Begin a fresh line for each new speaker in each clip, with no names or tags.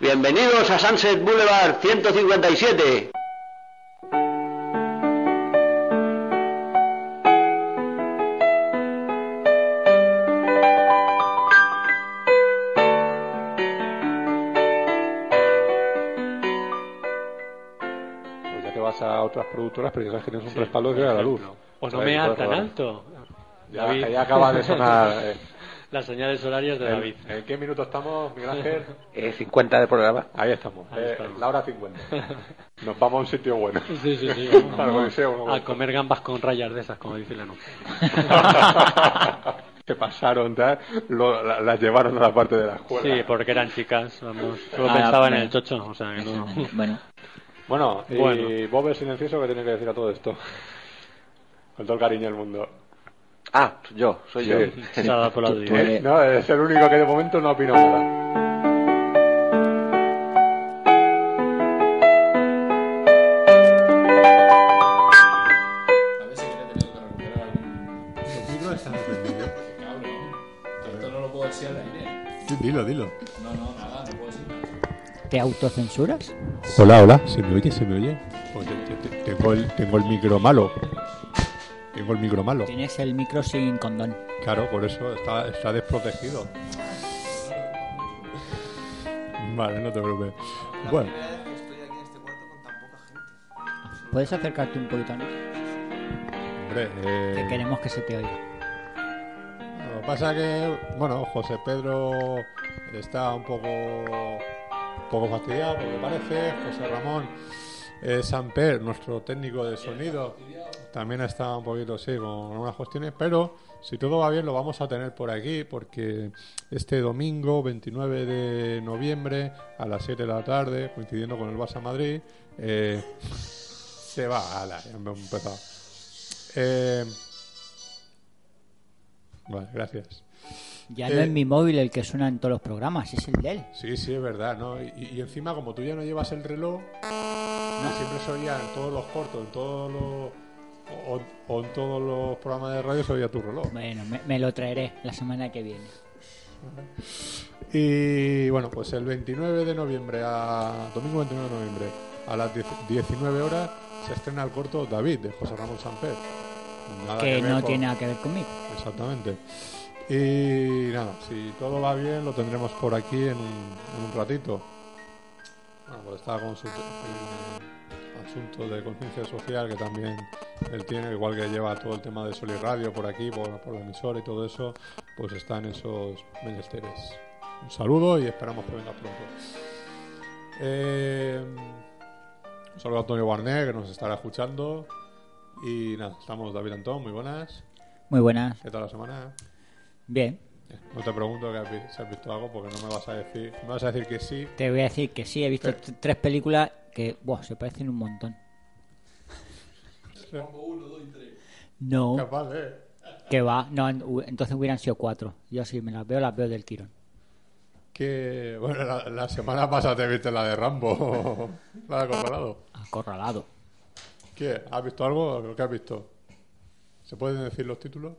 Bienvenidos a Sunset Boulevard 157.
Pues ya te vas a otras productoras, pero ya sabes que tienes un
Sí,
respaldo que
por
da la luz.
ejemplo. O no
Ahí
me
puedes
tan
robar.
alto.
Ya,
David.
ya acaba de sonar. eh,
Las señales horarias de David.
¿En, en qué minuto estamos, Miguel Ángel?
Eh, 50 de programa.
Ahí estamos,
Ahí
eh,
estamos.
la hora 50. Nos vamos a un sitio bueno.
Sí, sí, sí.
Para Coliseo, ¿no?
A comer gambas con rayas de esas, como dice el anuncio.
Se pasaron, tal, lo- la- las llevaron a la parte de la escuela.
Sí, porque eran chicas, vamos. Solo
Ah,
pensaba en
bueno.
el chocho, o sea que no.
Bueno,
Bueno, y
Bueno.
Bob el silencioso, ¿qué tiene que decir a todo esto? Con todo el cariño del mundo.
ah, yo, soy
Sí.
yo.
Se ha dado por la
Tú- tú
vida.
eres-
Eh, No, es el único que de momento no opinó nada.
A ver si hubiera tenido que recuperar algún. Qué cabrón. Que esto no lo puedo decir al aire.
Dilo, dilo.
No, no, nada, no puedo decir nada.
¿Te autocensuras?
Hola, hola, ¿se me oye? ¿Se me oye? tengo, el, tengo el micro malo. Tengo el micro malo.
Tienes el micro sin condón.
Claro, por eso está, está desprotegido. Vale, no te preocupes. Bueno,
¿Puedes acercarte un poquito a mí?
hombre,
Que
eh,
queremos que se te oiga.
lo que pasa que, bueno, José Pedro está un poco, un poco fastidiado, porque parece. José Ramón eh, Samper, nuestro técnico de sonido, también está un poquito, sí, con unas cuestiones, pero si todo va bien lo vamos a tener por aquí, porque este domingo 29 de noviembre a las 7 de la tarde, coincidiendo con el Barça Madrid, eh, se va, ala, ya hemos empezado. Eh, vale, gracias.
Ya
Eh.
no es mi móvil el que suena en todos los programas, es el de él.
Sí, sí, es verdad, ¿no? Y, y encima, como tú ya no llevas el reloj,
Ah.
y siempre se oía en todos los cortos, en todos los. O, o en todos los programas de radio se oía tu reloj.
Bueno, me, me lo traeré la semana que viene.
Y bueno, pues el 29 de noviembre, a, domingo 29 de noviembre, a las 10 19 horas, se estrena el corto David de José Ramón Samper. Nada
que
ver
no
con-
tiene nada que ver conmigo.
Exactamente. Y nada, si todo va bien, lo tendremos por aquí en un, en un ratito. Bueno, pues está con su el asunto de conciencia social que también él tiene, igual que lleva todo el tema de Sol y Radio por aquí, por, por la emisora y todo eso, pues está en esos menesteres. Un saludo y esperamos que venga pronto. Eh, un saludo a Antonio Barné, que nos estará escuchando. Y nada, estamos David Antón, muy buenas.
Muy buenas.
¿Qué tal la semana?
Bien,
eh. No te pregunto que has vi- si has visto algo porque no me vas a decir, me vas a decir que sí.
te voy a decir que sí, he
Eh.
visto t- tres películas que buah, se parecen un montón. No,
Capaz de.
que va. No, en- u- entonces hubieran sido cuatro. Yo sí me las veo, las veo del tirón.
Que bueno, la, la semana pasada te viste la de Rambo, la de comparado.
Acorralado.
¿Qué? ¿Has visto algo? ¿Qué has visto? ¿Se pueden decir los títulos?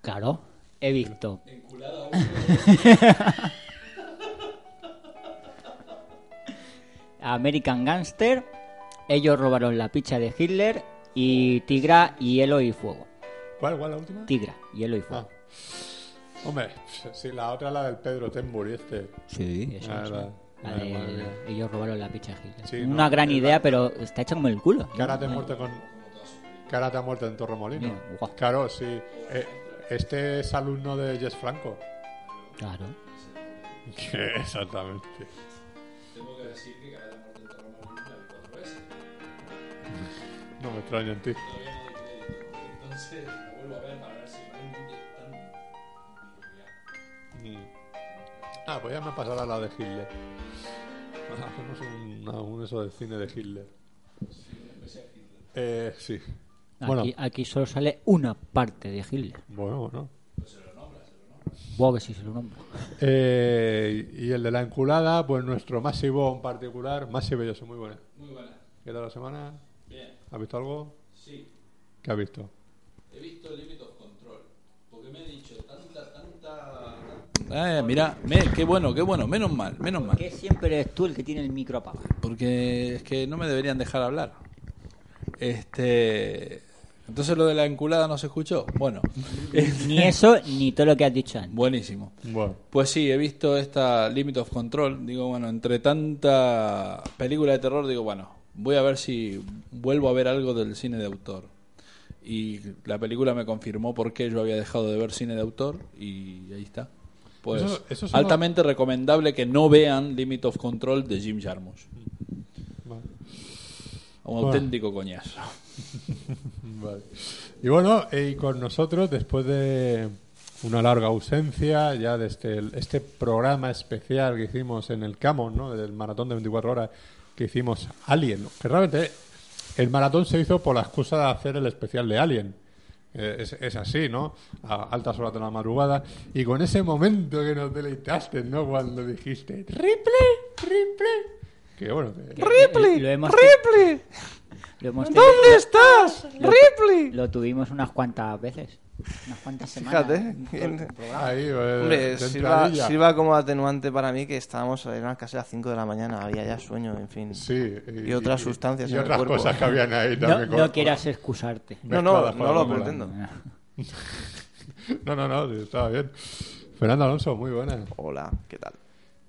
Claro, he visto. American Gangster, ellos robaron la picha de Hitler y Tigra, hielo y fuego.
¿Cuál? ¿Cuál la última?
Tigra, hielo y
Ah.
fuego.
Hombre, si la otra es la del Pedro Tenbury este.
Sí, eso
Ah,
es.
la-
La
la de
de
madre mía.
ellos robaron la picha de Hitler.
Sí,
Una
no,
gran
es
idea, pero está hecha como el culo.
Cárate muerte con. Cárate a muerte en Torremolino.
Mira, guau.
Claro, sí. Eh, este es alumno de Jess Franco.
Claro.
Exactamente.
Tengo que decir que cada muerte de Roma la vi cuatro veces.
No me extraña en ti.
Todavía no doy crédito. Entonces, la vuelvo a ver para ver si realmente es tan. Ya.
Mm. Ah, pues ya me pasará la de Hitler. Ah, Hacemos un, una- un eso de cine de Hitler. Eh, sí.
Aquí,
Bueno,
aquí solo sale una parte de Hitler.
bueno, bueno.
Buah, que sí se lo nombro.
Eh, y el de la enculada, pues nuestro Masivo en particular. Masivo, yo soy muy buena.
Muy buena.
¿Qué tal la semana?
Bien.
¿Has visto algo?
Sí.
¿Qué has visto?
He visto Limit of Control. Porque me he dicho tanta, tanta.
Eh, mira, me- qué bueno, qué bueno, menos mal, menos mal.
Que siempre eres tú el que tiene el micro apagado.
Porque es que no me deberían dejar hablar. Este. Entonces lo de la enculada no se escuchó. Bueno,
Ni eso, ni todo lo que has dicho antes.
buenísimo.
Bueno,
Pues sí, he visto esta Limit of Control. Digo, bueno, entre tanta película de terror, digo, bueno, voy a ver si vuelvo a ver algo del cine de autor. Y la película me confirmó por qué yo había dejado de ver cine de autor y ahí está. Pues
Eso- eso son
altamente recomendable que no vean Limit of Control de Jim Jarmusch.
vale.
Un
Bueno.
auténtico coñazo.
Vale. Y bueno, eh, y con nosotros, después de una larga ausencia, ya desde el- este programa especial que hicimos en el Camon, ¿no? Del maratón de 24 horas que hicimos Alien. Que realmente el maratón se hizo por la excusa de hacer el especial de Alien. Eh, Es, es así, ¿no? A altas horas de la madrugada. Y con ese momento que nos deleitaste, ¿no? Cuando dijiste, triple, triple. Que bueno, que-
¡Ripley! Lo hemos ¡Ripley! ¿Dónde estás? ¡Ripley! Lo tuvimos unas cuantas veces. Unas cuantas semanas.
Fíjate.
ahí, eh,
Hombre,
de
sirva,
entradilla.
sirva como atenuante para mí que estábamos en las casi a las 5 de la mañana, había ya sueño, en fin.
Sí,
Y otras sustancias
y
en el
otras
cuerpo.
cosas que habían ahí
No,
también.
no
con-
quieras excusarte.
No, no,
mezcladas con
no lo
alguna.
pretendo.
No, no, no, sí, estaba bien. Fernando Alonso, muy buena.
Hola, ¿qué tal?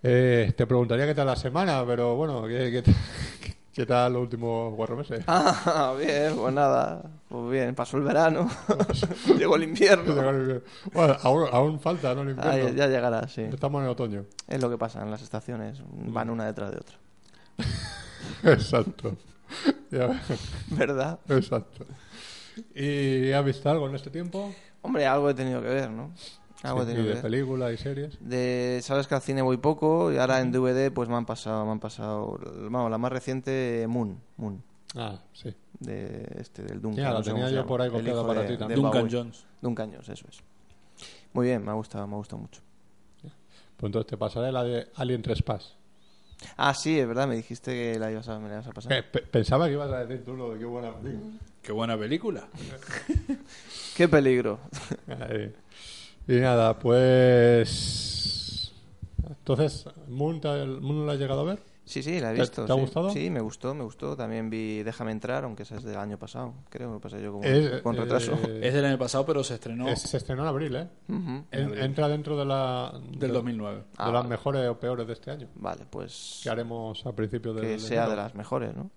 Eh, te preguntaría qué tal la semana, pero bueno, ¿qué, qué, tal- qué tal los últimos cuatro meses?
Ah, bien, pues nada. Pues bien, pasó el verano. Llegó el invierno.
bueno, aún, aún falta, ¿no? El invierno.
Ah, ya, ya llegará, sí.
Estamos en el otoño.
Es lo que pasa en las estaciones. Van una detrás de otra.
Exacto. Ya,
¿Verdad?
exacto. ¿Y has visto algo en este tiempo?
Hombre, algo he tenido que ver, ¿no? Algo he
Sí,
tenido
de
que ver.
películas y series.
De, sabes que al cine voy poco y ahora en DVD pues me han pasado, me han pasado, vamos, la más reciente Moon, Moon,
Ah, sí.
de este del Duncan.
Ya, la
no sé
tenía
cómo se
yo
llama.
por ahí
El
copiada
hijo
para
de-
ti
de
también.
Duncan
Bowie.
Jones.
Duncan Jones, eso es. Muy bien, me ha gustado, me ha gustado mucho.
Pues entonces te pasaré la de Alien 3 Pass.
Ah, sí, es verdad, me dijiste que la ibas a, me la ibas a pasar.
Eh, pe- pensaba que ibas a decir tú lo de qué buena película.
Qué buena película.
Qué peligro.
Ahí. Y nada, pues. Entonces, Moon, ¿te- el Moon lo has llegado a ver?
Sí, sí, la he
¿Te-
visto.
te ha
sí.
gustado?
Sí, me gustó, me gustó. También vi Déjame entrar, aunque esa es del año pasado, creo, lo pasé yo como,
Es-
con retraso.
Es
eh,
del año pasado, pero se estrenó
es- se estrenó en abril, ¿eh?
Ujú.
En- entra dentro de la. de-
del 2009.
De
Ah,
las
vale.
mejores o peores de este año.
Vale, pues
Que haremos a principio del.
que
del
sea de
verano.
las mejores, ¿no?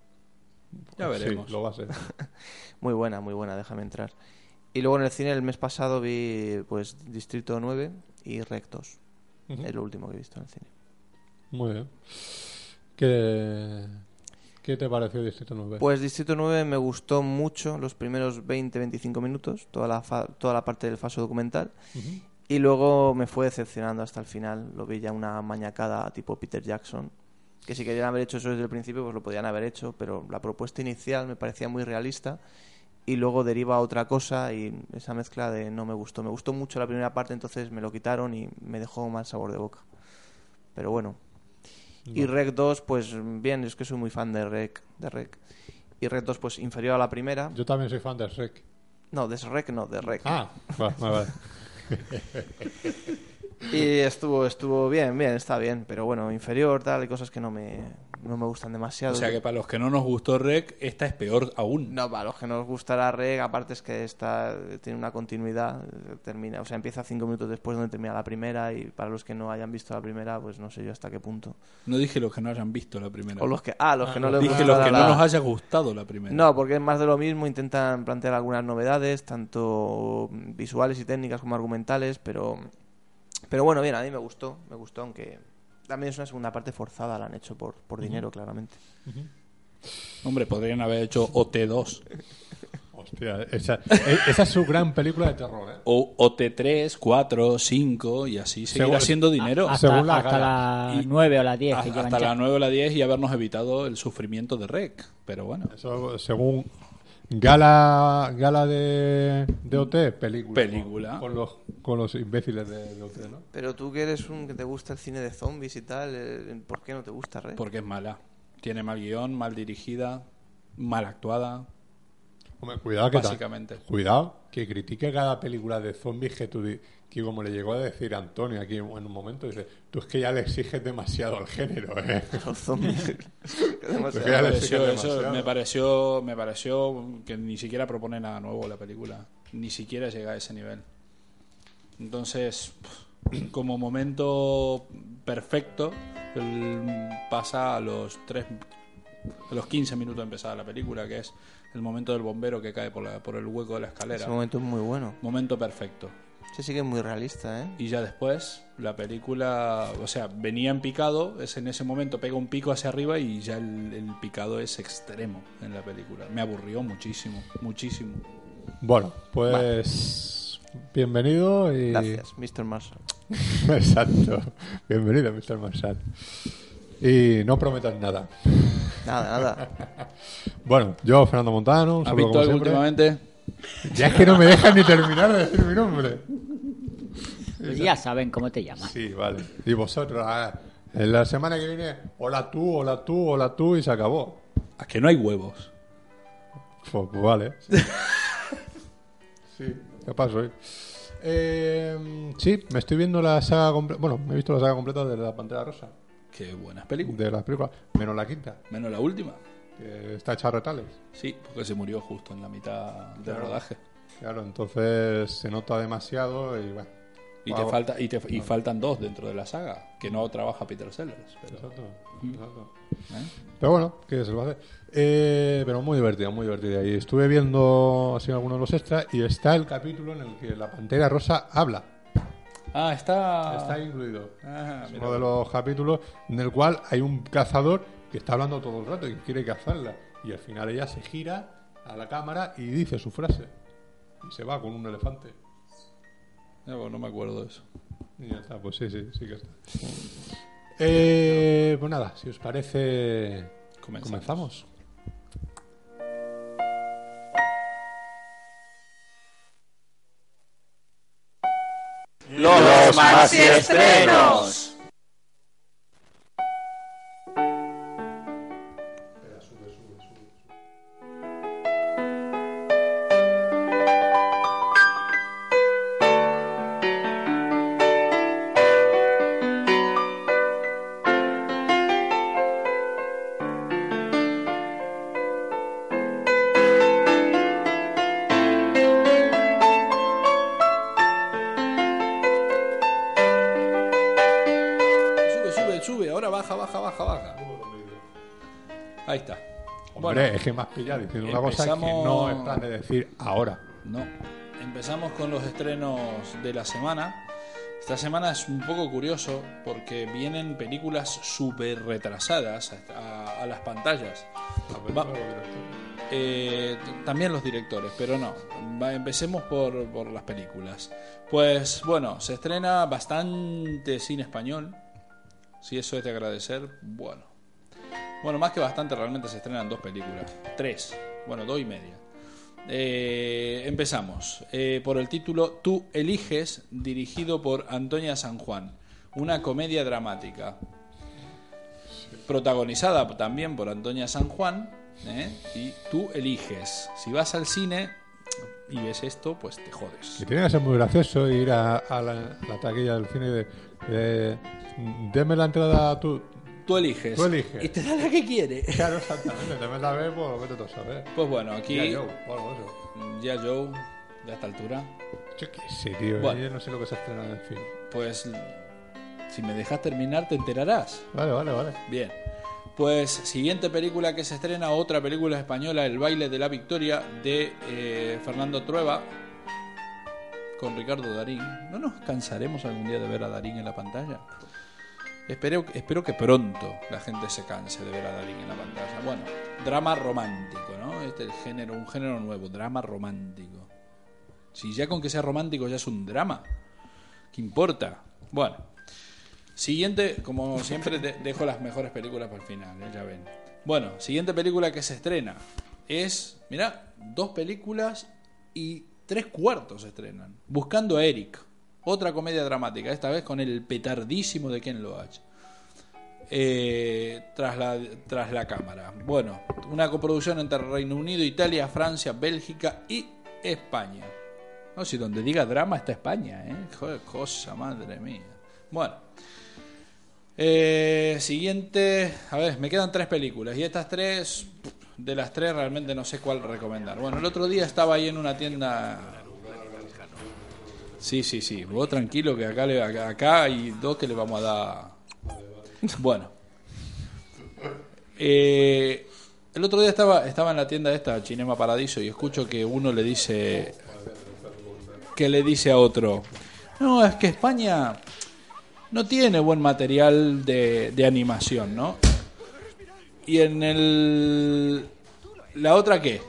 Ya
Sí,
veremos.
lo va a ser.
Muy buena, muy buena, déjame entrar. Y luego en el cine el mes pasado vi pues Distrito 9 y Rectos.
Ujú.
Es lo último que he visto en el cine.
Muy bien. ¿Qué, ¿Qué te pareció Distrito 9?
Pues Distrito 9 me gustó mucho los primeros 20-25 minutos, toda la, fa- toda la parte del falso documental.
Ujú.
Y luego me fue decepcionando hasta el final. Lo vi ya una mañacada tipo Peter Jackson. Que si querían haber hecho eso desde el principio, pues lo podían haber hecho. Pero la propuesta inicial me parecía muy realista. Y luego deriva a otra cosa. Y esa mezcla de no me gustó. Me gustó mucho la primera parte, entonces me lo quitaron y me dejó un mal sabor de boca. Pero bueno. Y Rec 2, pues bien, es que soy muy fan de Rec. De Rec. Y Rec 2, pues inferior a la primera.
Yo también soy fan de Shrek.
No, de Rec no, de Rec.
Ah, va, va, vale.
Y estuvo, estuvo bien, bien, está bien, pero bueno, inferior, tal, hay cosas que no me, no me gustan demasiado.
O sea que para los que no nos gustó Rec, esta es peor aún.
No, para los que nos gusta la reg, aparte es que está, tiene una continuidad, eh, termina, o sea, empieza cinco minutos después donde termina la primera y para los que no hayan visto la primera, pues no sé yo hasta qué punto.
No dije los que no hayan visto la primera.
O los que, ah, los que no les
Dije
gusta
los
la-
que no
la-
nos haya gustado la primera.
No, porque es más de lo mismo, intentan plantear algunas novedades, tanto visuales y técnicas como argumentales, pero pero bueno, bien, a mí me gustó, me gustó, aunque también es una segunda parte forzada, la han hecho por, por dinero, claramente.
Hombre, podrían haber hecho OT2
Hostia, esa, e- esa es su gran película de terror, ¿eh?
o OT3, 4, 5 y así seguir
Según-
haciendo dinero
Ah,
hasta,
ah, según
Hasta,
las
hasta
galas.
la
Y-
9 o la 10 este que llevan
hasta la
ya.
9 o la 10 y habernos evitado el sufrimiento de Rec. Pero bueno,
Eso según gala gala de, de OT, película.
Película.
Con, con los, con los imbéciles de, de OT, ¿no?
Pero tú que eres un que te gusta el cine de zombies y tal, eh, ¿por qué no te gusta Red?
porque es mala. Tiene mal guión, mal dirigida, mal actuada.
Hombre, cuidado que ta-
Básicamente.
Cuidado que critique cada película de zombies que tú di- que como le llegó a decir Antonio aquí en un momento dice, tú es que ya le exiges demasiado al género, ¿eh?
Los zombies. Que demasiado.
Real.
Me pareció-
le exige
eso
demasiado.
me pareció me pareció que ni siquiera propone nada nuevo la película ni siquiera llega a ese nivel entonces pf, como momento perfecto el- pasa a los tres a los 15 minutos empezada la película que es el momento del bombero que cae por, la- por el hueco de la escalera
Ese momento es muy bueno.
momento perfecto
Se sigue muy realista, ¿eh?
y ya después la película, o sea, venía en picado, es en ese momento pega un pico hacia arriba y ya el, el picado es extremo en la película. Me aburrió muchísimo, muchísimo.
Bueno, pues bienvenido y
Gracias, Mr. Marshall.
Exacto. Bienvenido, Mr. Marshall. Y no prometas nada.
Nada, nada.
Bueno, yo, Fernando Montano, un
¿Has
saludo
visto
como
algo
siempre.
últimamente?
Ya es que no me dejan ni terminar de decir mi nombre.
Pues ya saben cómo te llamas.
Sí, vale. Y vosotros, ah, en la semana que viene, hola tú, hola tú, hola tú, y se acabó.
A que no hay huevos.
Pues, pues vale. Sí. sí, capaz soy. Eh, sí, me estoy viendo la saga completa. Bueno, me he visto la saga completa de la Pantera Rosa,
Qué buenas películas.
de las películas, menos la quinta,
Menos la última.
que está hecha a retales.
Sí, porque se murió justo en la mitad del
Claro.
rodaje.
Claro, entonces se nota demasiado y bueno.
Y
Wow.
te falta y, te, y faltan dos dentro de la saga que no trabaja Peter Sellers. Pero,
Exacto, exacto.
Mm. ¿eh?
Pero bueno, que se lo hace. Eh, pero muy divertido, muy divertido. Y estuve viendo así algunos de los extras y está el capítulo en el que la pantera rosa habla.
Ah, está.
Está incluido.
Ah,
Es
mira.
uno de los capítulos en el cual hay un cazador que está hablando todo el rato y que quiere cazarla. Y al final ella se gira a la cámara y dice su frase. Y se va con un elefante.
No, no me acuerdo de eso.
Y ya está, pues sí, sí, sí que está. Eh, pues nada, si os parece,
Comenzamos.
comenzamos.
Los maxi estrenos.
Sube, sube, sube. Ahora baja, baja, baja, baja. Ahí está.
Hombre, es que más pillado diciendo una cosa que
empezamos-
no es plan de decir ahora.
No. Empezamos con los estrenos de la semana. Esta semana es un poco curioso porque vienen películas súper retrasadas a, a- a las pantallas. Va- eh, t- también los directores, pero no. Va- empecemos por, por las películas. Pues bueno, se estrena bastante cine español. Si eso es de agradecer, bueno. Bueno, más que bastante, realmente se estrenan dos películas. Tres. Bueno, dos y media. Eh, empezamos eh, por el título Tú eliges, dirigido por Antonia San Juan, una comedia dramática, protagonizada también por Antonia San Juan, ¿eh? y tú eliges. Si vas al cine y ves esto, pues te jodes.
Que tiene que ser muy gracioso ir a, a la, a la taquilla del cine de, de, deme la entrada tú.
Tú eliges.
Tú eliges.
Y te da la que quiere.
Claro, exactamente, deme la vez, pues vete tú a saber.
Pues bueno, aquí
Ya
ya
yo,
Joe,
o algo de eso.
de esta altura,
Yo qué sé, tío,
Bueno.
yo no sé lo que se estrena en el film.
pues si me dejas terminar te enterarás.
Vale, vale, vale.
Bien. Pues siguiente película que se estrena, otra película española, El baile de la victoria, de eh, Fernando Trueba, con Ricardo Darín. ¿No nos cansaremos algún día de ver a Darín en la pantalla? Espero, espero que pronto la gente se canse de ver a Darín en la pantalla. Bueno, drama romántico, ¿no? Este es el género, un género nuevo, drama romántico. Si ya con que sea romántico ya es un drama. ¿Qué importa? Bueno. Siguiente, como siempre, de- dejo las mejores películas para el final, ¿eh? ya ven. Bueno, siguiente película que se estrena es, mira, dos películas y tres cuartos se estrenan. Buscando a Eric, otra comedia dramática, esta vez con el petardísimo de Ken Loach. eh, tras, la, tras la cámara. Bueno, una coproducción entre Reino Unido, Italia, Francia, Bélgica y España. No, si donde diga drama está España, ¿eh? Joder, cosa madre mía. Bueno. Eh, siguiente. A ver, me quedan tres películas. Y estas tres, de las tres, realmente no sé cuál recomendar. Bueno, el otro día estaba ahí en una tienda. Sí, sí, sí. Vos tranquilo que acá, le, acá, acá hay dos que le vamos a dar. Bueno. Eh, el otro día estaba, estaba en la tienda esta, Cinema Paradiso, y escucho que uno le dice. Que le dice a otro. No, es que España no tiene buen material de, de animación, ¿no? Y en el. ¿La otra qué?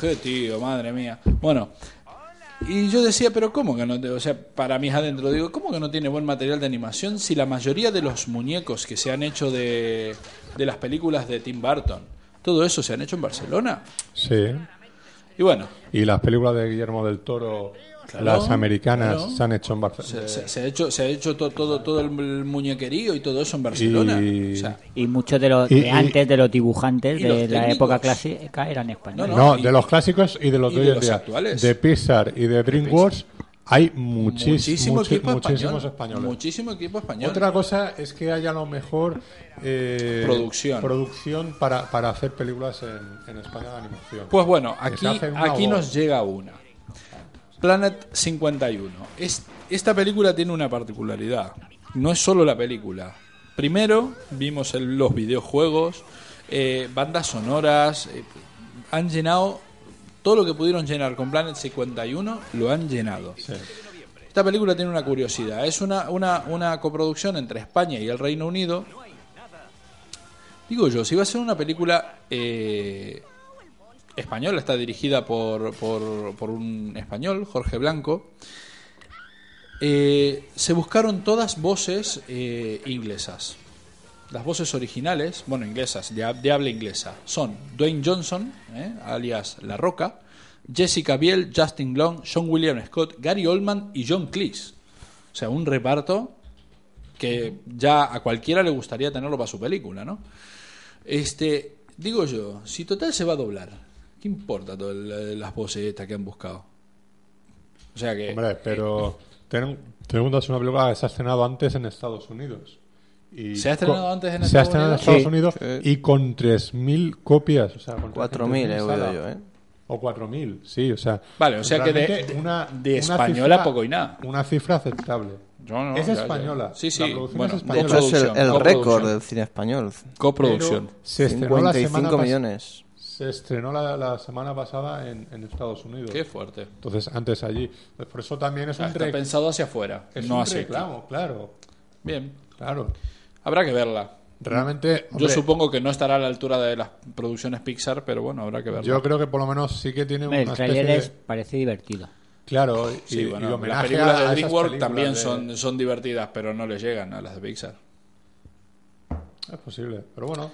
Qué tío, madre mía. Bueno. Y yo decía, pero ¿cómo que no? te- O sea, para mí adentro digo, ¿cómo que no tiene buen material de animación si la mayoría de los muñecos que se han hecho de, de las películas de Tim Burton, todo eso se han hecho en Barcelona?
Sí.
Y bueno,
Y las películas de Guillermo del Toro,
Claro,
las americanas,
claro.
se han hecho en
se,
Barcelona.
se- se ha hecho, se ha hecho to- todo, todo el muñequerío y todo eso en Barcelona.
Y-
O sea,
Y muchos de los
Y-
de
y-
antes de los dibujantes
y
de
los
la
técnicos.
época clásica eran españoles.
No,
No,
y-
de los clásicos y de los
y
de
de
hoy en
los
día.
actuales.
De Pixar y de DreamWorks hay muchis-
muchísimo
muchi-
equipo
muchísimos
español.
españoles.
Muchísimo equipo español.
Otra cosa es que haya a lo mejor eh,
Producción.
producción para, para hacer películas en, en España de animación.
Pues bueno,
Que se
aquí,
hace una
aquí
voz.
nos llega una. Planet 51. Es- esta película tiene una particularidad. No es solo la película. Primero vimos el- los videojuegos, eh, bandas sonoras. eh, han llenado todo lo que pudieron llenar con Planet 51, lo han llenado. Esta película tiene una curiosidad. Es una, una, una coproducción entre España y el Reino Unido. Digo yo, si va a ser una película eh, española, está dirigida por, por, por un español, Jorge Blanco, eh, se buscaron todas voces eh, inglesas. Las voces originales, bueno, inglesas, de, ha- de habla inglesa, son Dwayne Johnson, ¿eh? alias La Roca, Jessica Biel, Justin Long, John William Scott, Gary Oldman y John Cleese. O sea, un reparto que ya a cualquiera le gustaría tenerlo para su película, ¿no? Este, digo yo, si total se va a doblar, ¿qué importa todas las voces estas que han buscado? O sea que...
Hombre, pero ten, Telemundo es una película que se ha estrenado antes en Estados Unidos. Y
¿Se ha estrenado
co-
antes en
se ha
Estados
estrenado en
Unidos?
Estados Unidos y con 3.000 copias. O sea, con
4.000 he
3.000
oído
salas.
yo, ¿eh?
O 4.000, sí, o sea.
Vale, o sea que de-
realmente
de española
cifra-
poco y nada.
Una cifra aceptable.
Yo no,
es
ya, ya.
española.
Sí, sí,
La producción
bueno,
es
De
española.
hecho, es el, el
Coproducción.
récord del cine español.
Coproducción.
Pero Se estrenó, la semana
55
pas-
millones.
se estrenó la, la semana pasada en, en Estados Unidos.
Qué fuerte.
Entonces, antes allí. Pues por eso también es un,
Está
re-
pensado hacia afuera,
es
no
un
hacia aquí.
reclamo, claro.
Bien,
Claro.
habrá que verla.
Realmente.
Yo
hombre,
supongo que no estará a la altura de las producciones Pixar, pero bueno, habrá que verla.
Yo creo que por lo menos sí que tiene una
Hombre, el
especie
trailer
de...
es- parece divertido.
Claro, y,
Sí, bueno,
y
las
homenaje
películas
a
de
esas
DreamWorks
películas
también
de-
son, son divertidas, pero no le llegan a las de Pixar.
Es posible, pero bueno.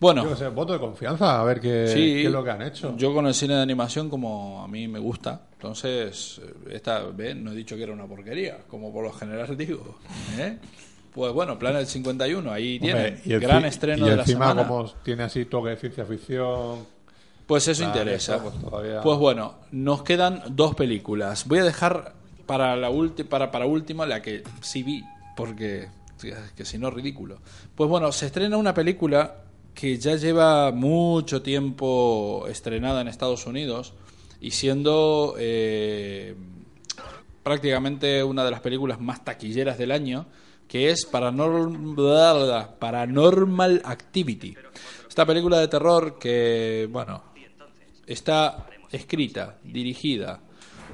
Bueno,
Yo qué sé, voto de confianza, a ver qué,
Sí.
qué es lo que han hecho.
Yo con el cine de animación, como a mí me gusta, entonces, eh, esta vez no he dicho que era una porquería, como por lo general digo. ¿eh? Pues bueno, Planet 51, ahí
Hombre,
tiene.
y enci-
Gran estreno
y
de la
encima,
semana.
como tiene así toque de ciencia ficción.
Pues eso
Claro,
interesa.
eso, pues, todavía-
Pues bueno, nos quedan dos películas. Voy a dejar para la ulti- para, para última la que sí vi, porque tía, es que si no ridículo. Pues bueno, se estrena una película que ya lleva mucho tiempo estrenada en Estados Unidos y siendo eh, prácticamente una de las películas más taquilleras del año, que es Paranormal, Paranormal Activity. Esta película de terror que, bueno, está escrita, dirigida,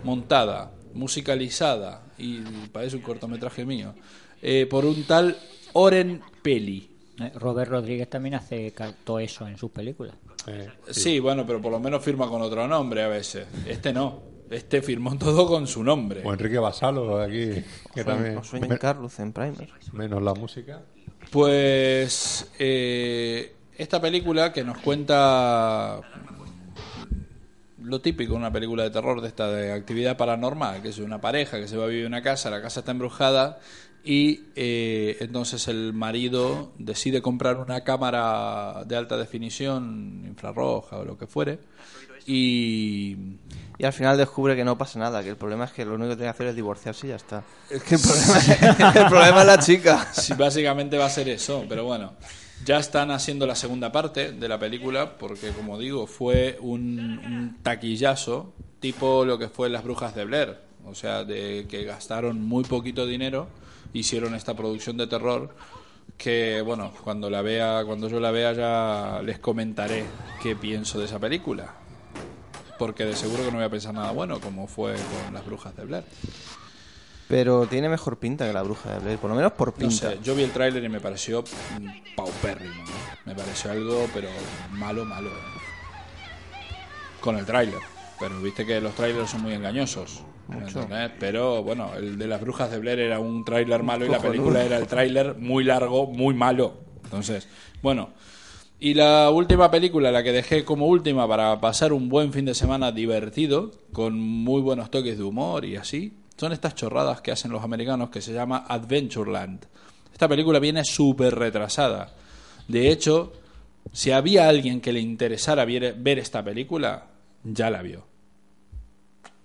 montada, musicalizada, y parece un cortometraje mío, eh, por un tal Oren Peli.
Eh, Robert Rodríguez también hace cal- todo eso en sus películas.
eh,
Sí, bueno, pero por lo menos firma con otro nombre a veces. Este no. Este firmó todo con su nombre.
o Enrique Basalo, de aquí, que también.
Nos sueña en Carlos en Primer.
menos la música.
Pues eh, esta película que nos cuenta lo típico en una película de terror de esta de actividad paranormal, que es una pareja que se va a vivir en una casa, la casa está embrujada y eh, entonces el marido decide comprar una cámara de alta definición, infrarroja o lo que fuere, y
Y al final descubre que no pasa nada, que el problema es que lo único que tiene que hacer es divorciarse y ya está.
Es que el problema,
el problema es la chica.
Sí, básicamente va a ser eso, pero bueno. Ya están haciendo la segunda parte de la película, porque como digo, fue un, un taquillazo, tipo lo que fue Las Brujas de Blair. O sea, de que gastaron muy poquito dinero, hicieron esta producción de terror, que bueno, cuando la vea, cuando yo la vea ya les comentaré qué pienso de esa película. Porque de seguro que no voy a pensar nada bueno, como fue con Las Brujas de Blair.
Pero tiene mejor pinta que la bruja de Blair, por lo menos por
No
pinta.
sé, yo vi el tráiler y me pareció mm, paupérrimo. ¿no? Me pareció algo, pero malo, malo. ¿eh? Con el tráiler. Pero viste que los trailers son muy engañosos. ¿entendés? Pero bueno, el de las brujas de Blair era un tráiler malo y la película era el tráiler muy largo, muy malo. Entonces, bueno. Y la última película, la que dejé como última para pasar un buen fin de semana divertido, con muy buenos toques de humor y así, son estas chorradas que hacen los americanos que se llama Adventureland. Esta película viene súper retrasada. De hecho, si había alguien que le interesara vier- ver esta película, ya la vio.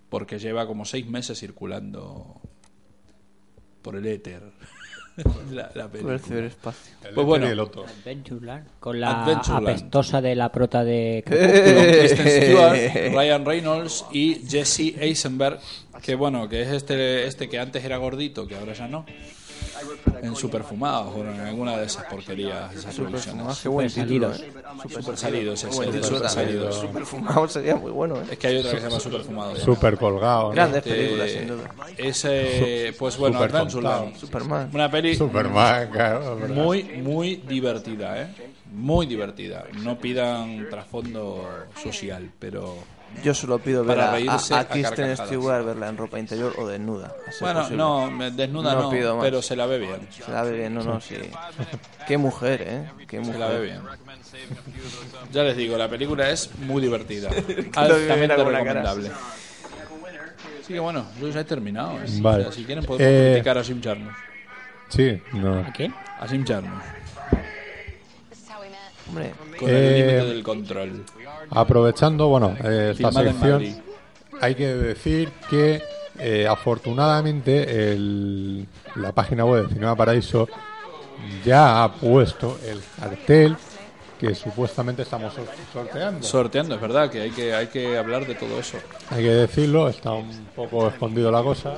Porque lleva como seis meses circulando por el éter. la, la
Por el
película.
ciberespacio.
El
Pues
éter
bueno.
y el otro.
Adventureland. Con la
Adventureland.
apestosa de la prota de...
con Kristen Stewart, Ryan Reynolds y Jesse Eisenberg, que bueno, que es este, este que antes era gordito, que ahora ya no. En Superfumados o en alguna de esas porquerías, esas
Ah,
producciones.
qué buen título,
pues,
Supersalidos.
¿eh?
Supersalidos,
Qué buen
excelente,
título también.
Supersalidos.
Superfumado sería muy bueno, ¿eh?
Es que hay otra que se llama Superfumados.
Super colgado. ¿no?
Grandes
Este,
películas, sin duda.
Ese, pues bueno,
Super
Adventureland.
Superman.
Una peli
Superman, claro. ¿verdad?
muy, muy divertida, ¿eh? Muy divertida. No pidan trasfondo social, pero
Yo solo pido ver
Para
a,
reírse
a- a
a
Kristen
carcajadas.
Stewart verla en ropa interior o desnuda. a ser
Bueno,
posible.
no, me- desnuda
No
no,
pido más.
pero se la ve bien.
Se la ve bien, no, no, sí. Qué mujer, ¿eh? Qué mujer.
Se la ve bien. Ya les digo, la película es muy divertida.
Lo vi
altamente
era con la cara.
recomendable. Así que bueno, yo ya he terminado. ¿eh?
Vale.
O sea, si quieren podemos
Eh,
criticar a Jim Jarmusch.
Sí, no.
¿A quién?
A Jim Jarmusch.
Hombre,
Con
Eh,
el límite del control.
Aprovechando, bueno, eh, esta
Filmada en Madrid.
sección, hay que decir que eh, afortunadamente el- la página web de Cinema Paraíso ya ha puesto el cartel que supuestamente estamos sor- sorteando.
Sorteando, es verdad que hay que, hay que hablar de todo eso.
Hay que decirlo, está un poco escondido la cosa.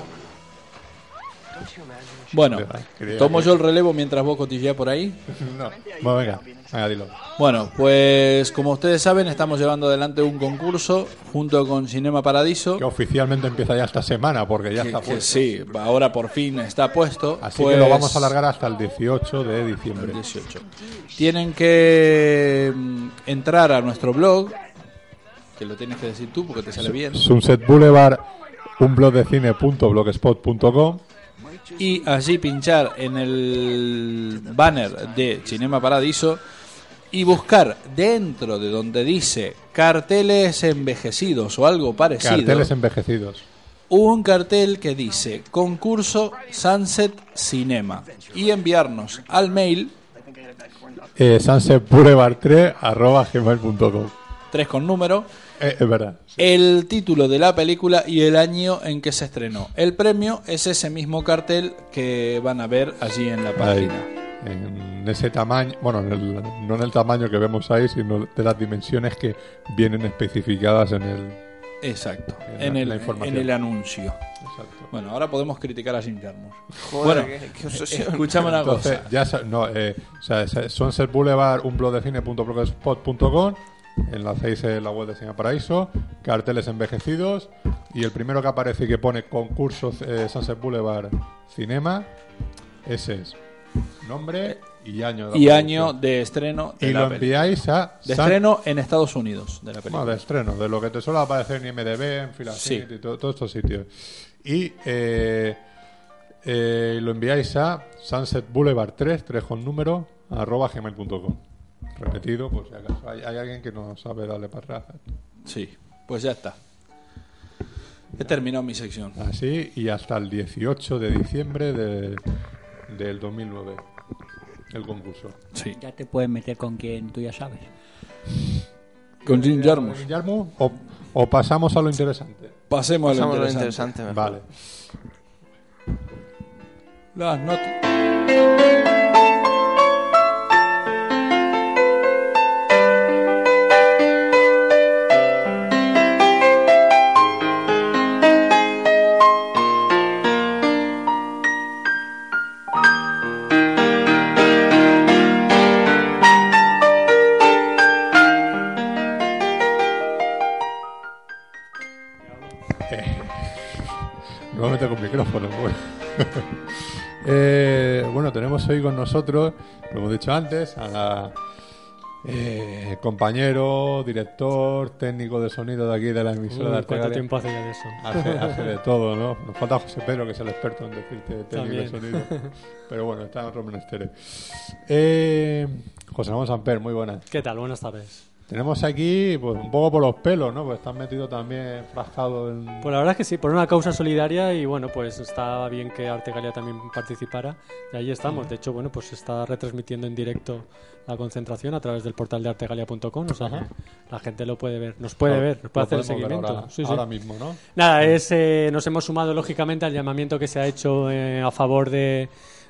Bueno,
Verdad, creía
tomo
que-
yo el relevo mientras vos cotilleas por ahí.
No. Bueno, venga, venga, dilo.
Bueno, pues como ustedes saben, estamos llevando adelante un concurso junto con Cinema Paradiso.
Que oficialmente empieza ya esta semana porque ya
Que-
está
que
puesto.
sí, ahora por fin está puesto.
Así
pues,
que lo vamos a alargar hasta el 18 de diciembre.
el 18. Tienen que mm, entrar a nuestro blog, que lo tienes que decir tú porque te sale bien,
Sunset Boulevard, un blog de cine.blogspot.com.
y allí pinchar en el banner de Cinema Paradiso y buscar dentro de donde dice carteles envejecidos o algo parecido.
Carteles envejecidos.
un cartel que dice concurso Sunset Cinema y enviarnos al mail
Eh, sunsetboulevard3 arroba gmail.com.
tres con número,
Eh, es verdad.
el título de la película y el año en que se estrenó. El premio es ese mismo cartel que van a ver allí en la
Ahí.
página.
En ese tamaño, bueno, en el- no en el tamaño que vemos ahí, sino de las dimensiones que vienen especificadas en el.
Exacto,
En
en
la-
el,
la información.
en el anuncio.
Exacto.
Bueno, ahora podemos criticar a Jim Jarmusch.
joder,
Bueno,
qué, qué obsesión.
escúchame una
Entonces,
cosa.
ya sa- no, eh, o sea, es- es Sunset Boulevard, un blog de cine.blogspot.com. Enlacéis en la web de Cine Paraíso, carteles envejecidos. Y el primero que aparece y que pone concurso eh, Sunset Boulevard Cinema, ese es nombre y año. de la
Y
producción.
año de estreno de
Y
la
lo
película.
enviáis a.
De
Sun-
estreno en Estados Unidos de la película.
no, de estreno, de lo que te suele aparecer en IMDB, en Filacine
Sí.
y todo- todos estos sitios. Y eh, eh, lo enviáis a Sunset Boulevard 3, 3 con número, arroba gmail.com. Repetido, por si acaso. Hay, hay alguien que no sabe darle para atrás.
Sí. Pues ya está. He terminado mi sección.
Así y hasta el 18 de diciembre de- del 2009, el concurso.
Sí.
Ya te puedes meter con quien tú ya sabes.
Con Jim Jarmus.
Guillermo, o, o pasamos a lo interesante.
Pasemos a lo
Pasamos a lo
interesante.
interesante. mejor.
Vale.
Las not-
Me voy a meter con micrófono. Bueno. Eh, bueno, tenemos hoy con nosotros, lo hemos dicho antes, a eh, compañero, director, técnico de sonido de aquí de la
Uy,
emisora de Arte
Mm, Uh, ¿Cuánto
Galia.
tiempo hace ya de eso?
Hace, hace de todo, ¿no? Nos falta José Pedro, que es el experto en decirte técnico de
También.
sonido. Pero bueno, está en otros menesteres. Eh, José Ramón Samper, muy buenas.
¿Qué tal? Buenas tardes.
Tenemos aquí, pues un poco por los pelos, ¿no? Pues estás metido también, frascado en.
Pues la verdad es que sí, por una causa solidaria y bueno, pues está bien que Artegalia también participara. Y ahí estamos. De hecho, bueno, pues se está retransmitiendo en directo la concentración a través del portal de artegalia.com. O sea,
Ajá.
la gente lo puede ver, nos puede ver, nos puede hacer
Lo
el
podemos ver
seguimiento.
Ahora,
Sí, sí.
ahora mismo, ¿no?
Nada, es, eh, nos hemos sumado lógicamente al llamamiento que se ha hecho eh, a favor de,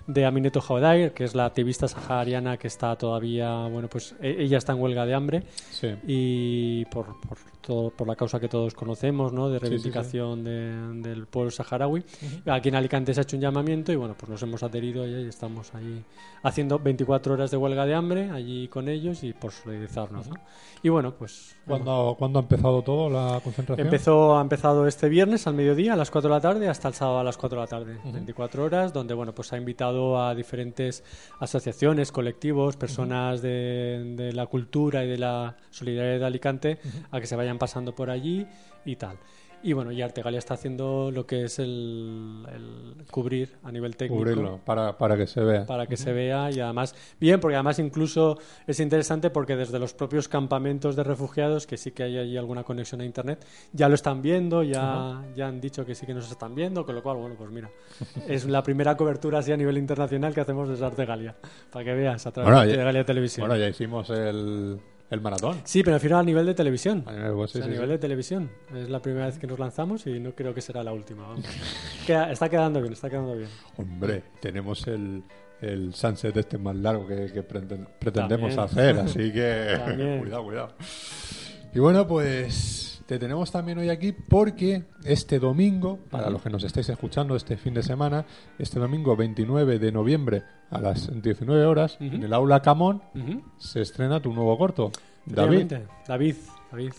de Amineto Haudair, que es la activista sahariana que está todavía, bueno, pues e- ella está en huelga de hambre
Sí.
y por, por, todo, por la causa que todos conocemos, ¿no? De
sí, sí.
reivindicación de- del pueblo saharaui. Aquí en Alicante se ha hecho un llamamiento y bueno, pues nos hemos adherido a ella y estamos ahí haciendo 24 horas de huelga de hambre allí con ellos y por solidarizarnos, ¿no? Y bueno, pues
¿Cuándo, ¿Cuándo ha empezado todo la concentración?
Empezó, ha empezado este viernes al mediodía a las 4 de la tarde hasta el sábado a las 4 de la tarde, 24 horas, donde bueno, pues ha invitado a diferentes asociaciones, colectivos, personas de, de la cultura y de la solidaridad de Alicante a que se vayan pasando por allí y tal. Y bueno, y Artegalia está haciendo lo que es el, el cubrir a nivel técnico
Cubrirlo, para, para que se vea.
para que se vea y además bien porque además incluso es interesante porque desde los propios campamentos de refugiados que sí que hay ahí alguna conexión a internet ya lo están viendo ya ya han dicho que sí que nos están viendo con lo cual bueno pues mira es la primera cobertura así a nivel internacional que hacemos desde Arte Galia para que veas a través
Bueno,
de
ya-
Galia Televisión
Bueno, ya hicimos el, el maratón.
sí pero al final a nivel de televisión
A nivel, pues, sí,
O sea, a
sí,
nivel
sí.
de televisión es la primera vez que nos lanzamos y no creo que será la última vamos. Queda- está quedando bien está quedando bien
Hombre, tenemos el, el sunset este más largo que, que preten- pretendemos
También.
hacer, así que
También.
cuidado, cuidado. Y bueno, pues te tenemos también hoy aquí porque este domingo, para los que nos estáis escuchando este fin de semana, este domingo 29 de noviembre a las 19 horas, en el aula Camón,
Ujú.
se estrena tu nuevo corto. David,
Efectivamente. David, David.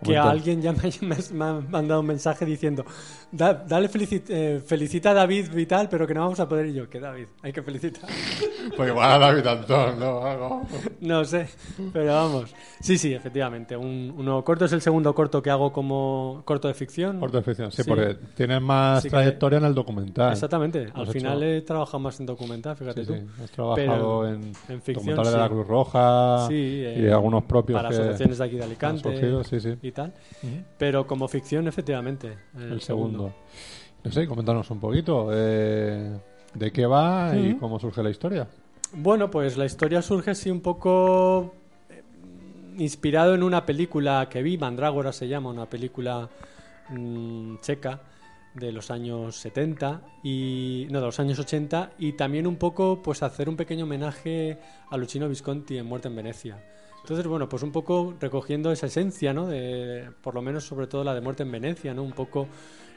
Que
Comenta.
a alguien ya me, me has- me ha mandado un mensaje diciendo, "Da- dale felici- eh, felicita a David Vital, pero que no vamos a poder. Y yo, que David, hay que felicitar.
pues igual a David Antón, ¿no? Algo.
No sé, pero vamos. Sí, sí, efectivamente. Un, un nuevo corto es el segundo corto que hago como corto de ficción.
Corto de ficción, sí,
Sí.
porque tienes más
Sí que-
trayectoria en el documental.
Exactamente. Al
Hemos
final
hecho-
he trabajado más en documental, fíjate
Sí,
tú.
sí, Has trabajado
Pero
en,
en ficción,
documentales de la
sí.
Cruz Roja
Sí, eh,
Ah, y algunos propios
para
que
asociaciones de aquí de
han
Alicante
surgido, sí, sí.
y tal. Pero como ficción, efectivamente. El,
El segundo. No sé, comentarnos un poquito eh, de qué va y cómo surge la historia.
Bueno, pues la historia surge así un poco eh, inspirado en una película que vi, Mandrágora se llama, una película mm, checa de los años 70 y no de los años 80 y también un poco pues hacer un pequeño homenaje a Luchino Visconti en Muerte en Venecia. Entonces, bueno, pues un poco recogiendo esa esencia, ¿no? De, por lo menos sobre todo la de Muerte en Venecia, ¿no? Un poco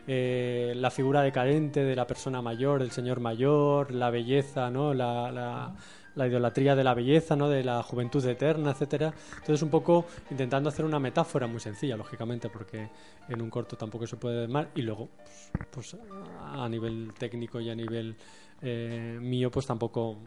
eh, la figura decadente de la persona mayor, del señor mayor, la belleza, ¿no? La, la- la idolatría de la belleza, ¿no? De la juventud eterna, etcétera. Entonces, un poco intentando hacer una metáfora muy sencilla, lógicamente, porque en un corto tampoco se puede mar y luego, pues, pues, a nivel técnico y a nivel eh, mío, pues tampoco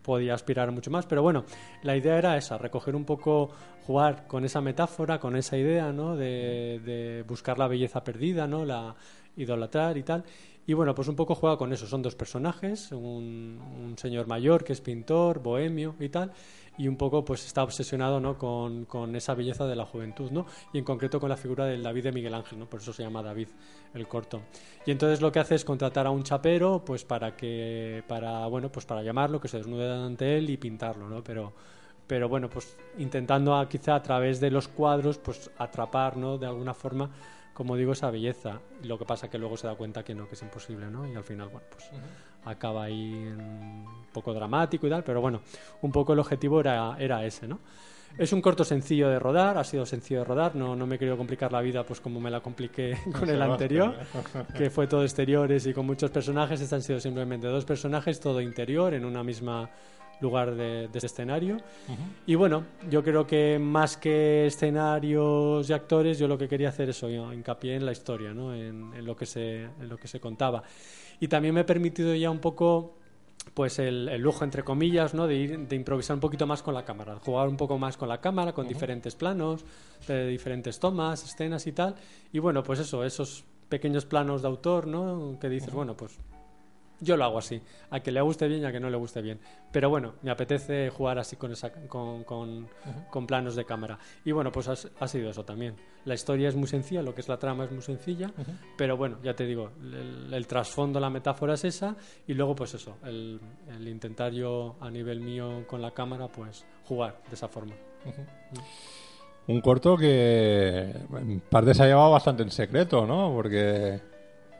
podía aspirar a mucho más, pero bueno, la idea era esa, recoger un poco, jugar con esa metáfora, con esa idea, ¿no? De, de buscar la belleza perdida, ¿no? La idolatrar y tal. Y bueno, pues un poco juega con eso. Son dos personajes, un, un señor mayor que es pintor, bohemio y tal, y un poco pues está obsesionado ¿no? con, con esa belleza de la juventud, ¿no? Y en concreto con la figura del David de Miguel Ángel, ¿no? Por eso se llama David el corto. Y entonces lo que hace es contratar a un chapero, pues para que, para, bueno, pues para llamarlo, que se desnude ante él y pintarlo, ¿no? Pero, pero bueno, pues intentando a- quizá a través de los cuadros, pues atrapar, ¿no? De alguna forma, como digo, esa belleza. Lo que pasa que luego se da cuenta que no, que es imposible, ¿no? Y al final, bueno, pues acaba ahí en un poco dramático y tal, pero bueno, un poco el objetivo era, era ese, ¿no? Es un corto sencillo de rodar, ha sido sencillo de rodar, no, no me he querido complicar la vida pues como me la compliqué con el
Sebastián.
anterior, que fue todo exteriores y con muchos personajes, este han sido simplemente dos personajes, todo interior, en una misma lugar de, de escenario. Y bueno, yo creo que más que escenarios y actores, yo lo que quería hacer es eso, hincapié en la historia, ¿no? en, en lo que se, en lo que se contaba. Y también me he permitido ya un poco pues el, el lujo entre comillas no de ir de improvisar un poquito más con la cámara jugar un poco más con la cámara con diferentes planos de diferentes tomas escenas y tal y bueno pues eso esos pequeños planos de autor no que dices bueno pues yo lo hago así a que le guste bien y a que no le guste bien pero bueno me apetece jugar así con esa con, con, con planos de cámara y bueno pues has- ha sido eso también la historia es muy sencilla lo que es la trama es muy sencilla pero bueno ya te digo el, el trasfondo la metáfora es esa y luego pues eso el, el intentar yo a nivel mío con la cámara pues jugar de esa forma
Un corto que en parte se ha llevado bastante en secreto, ¿no? Porque...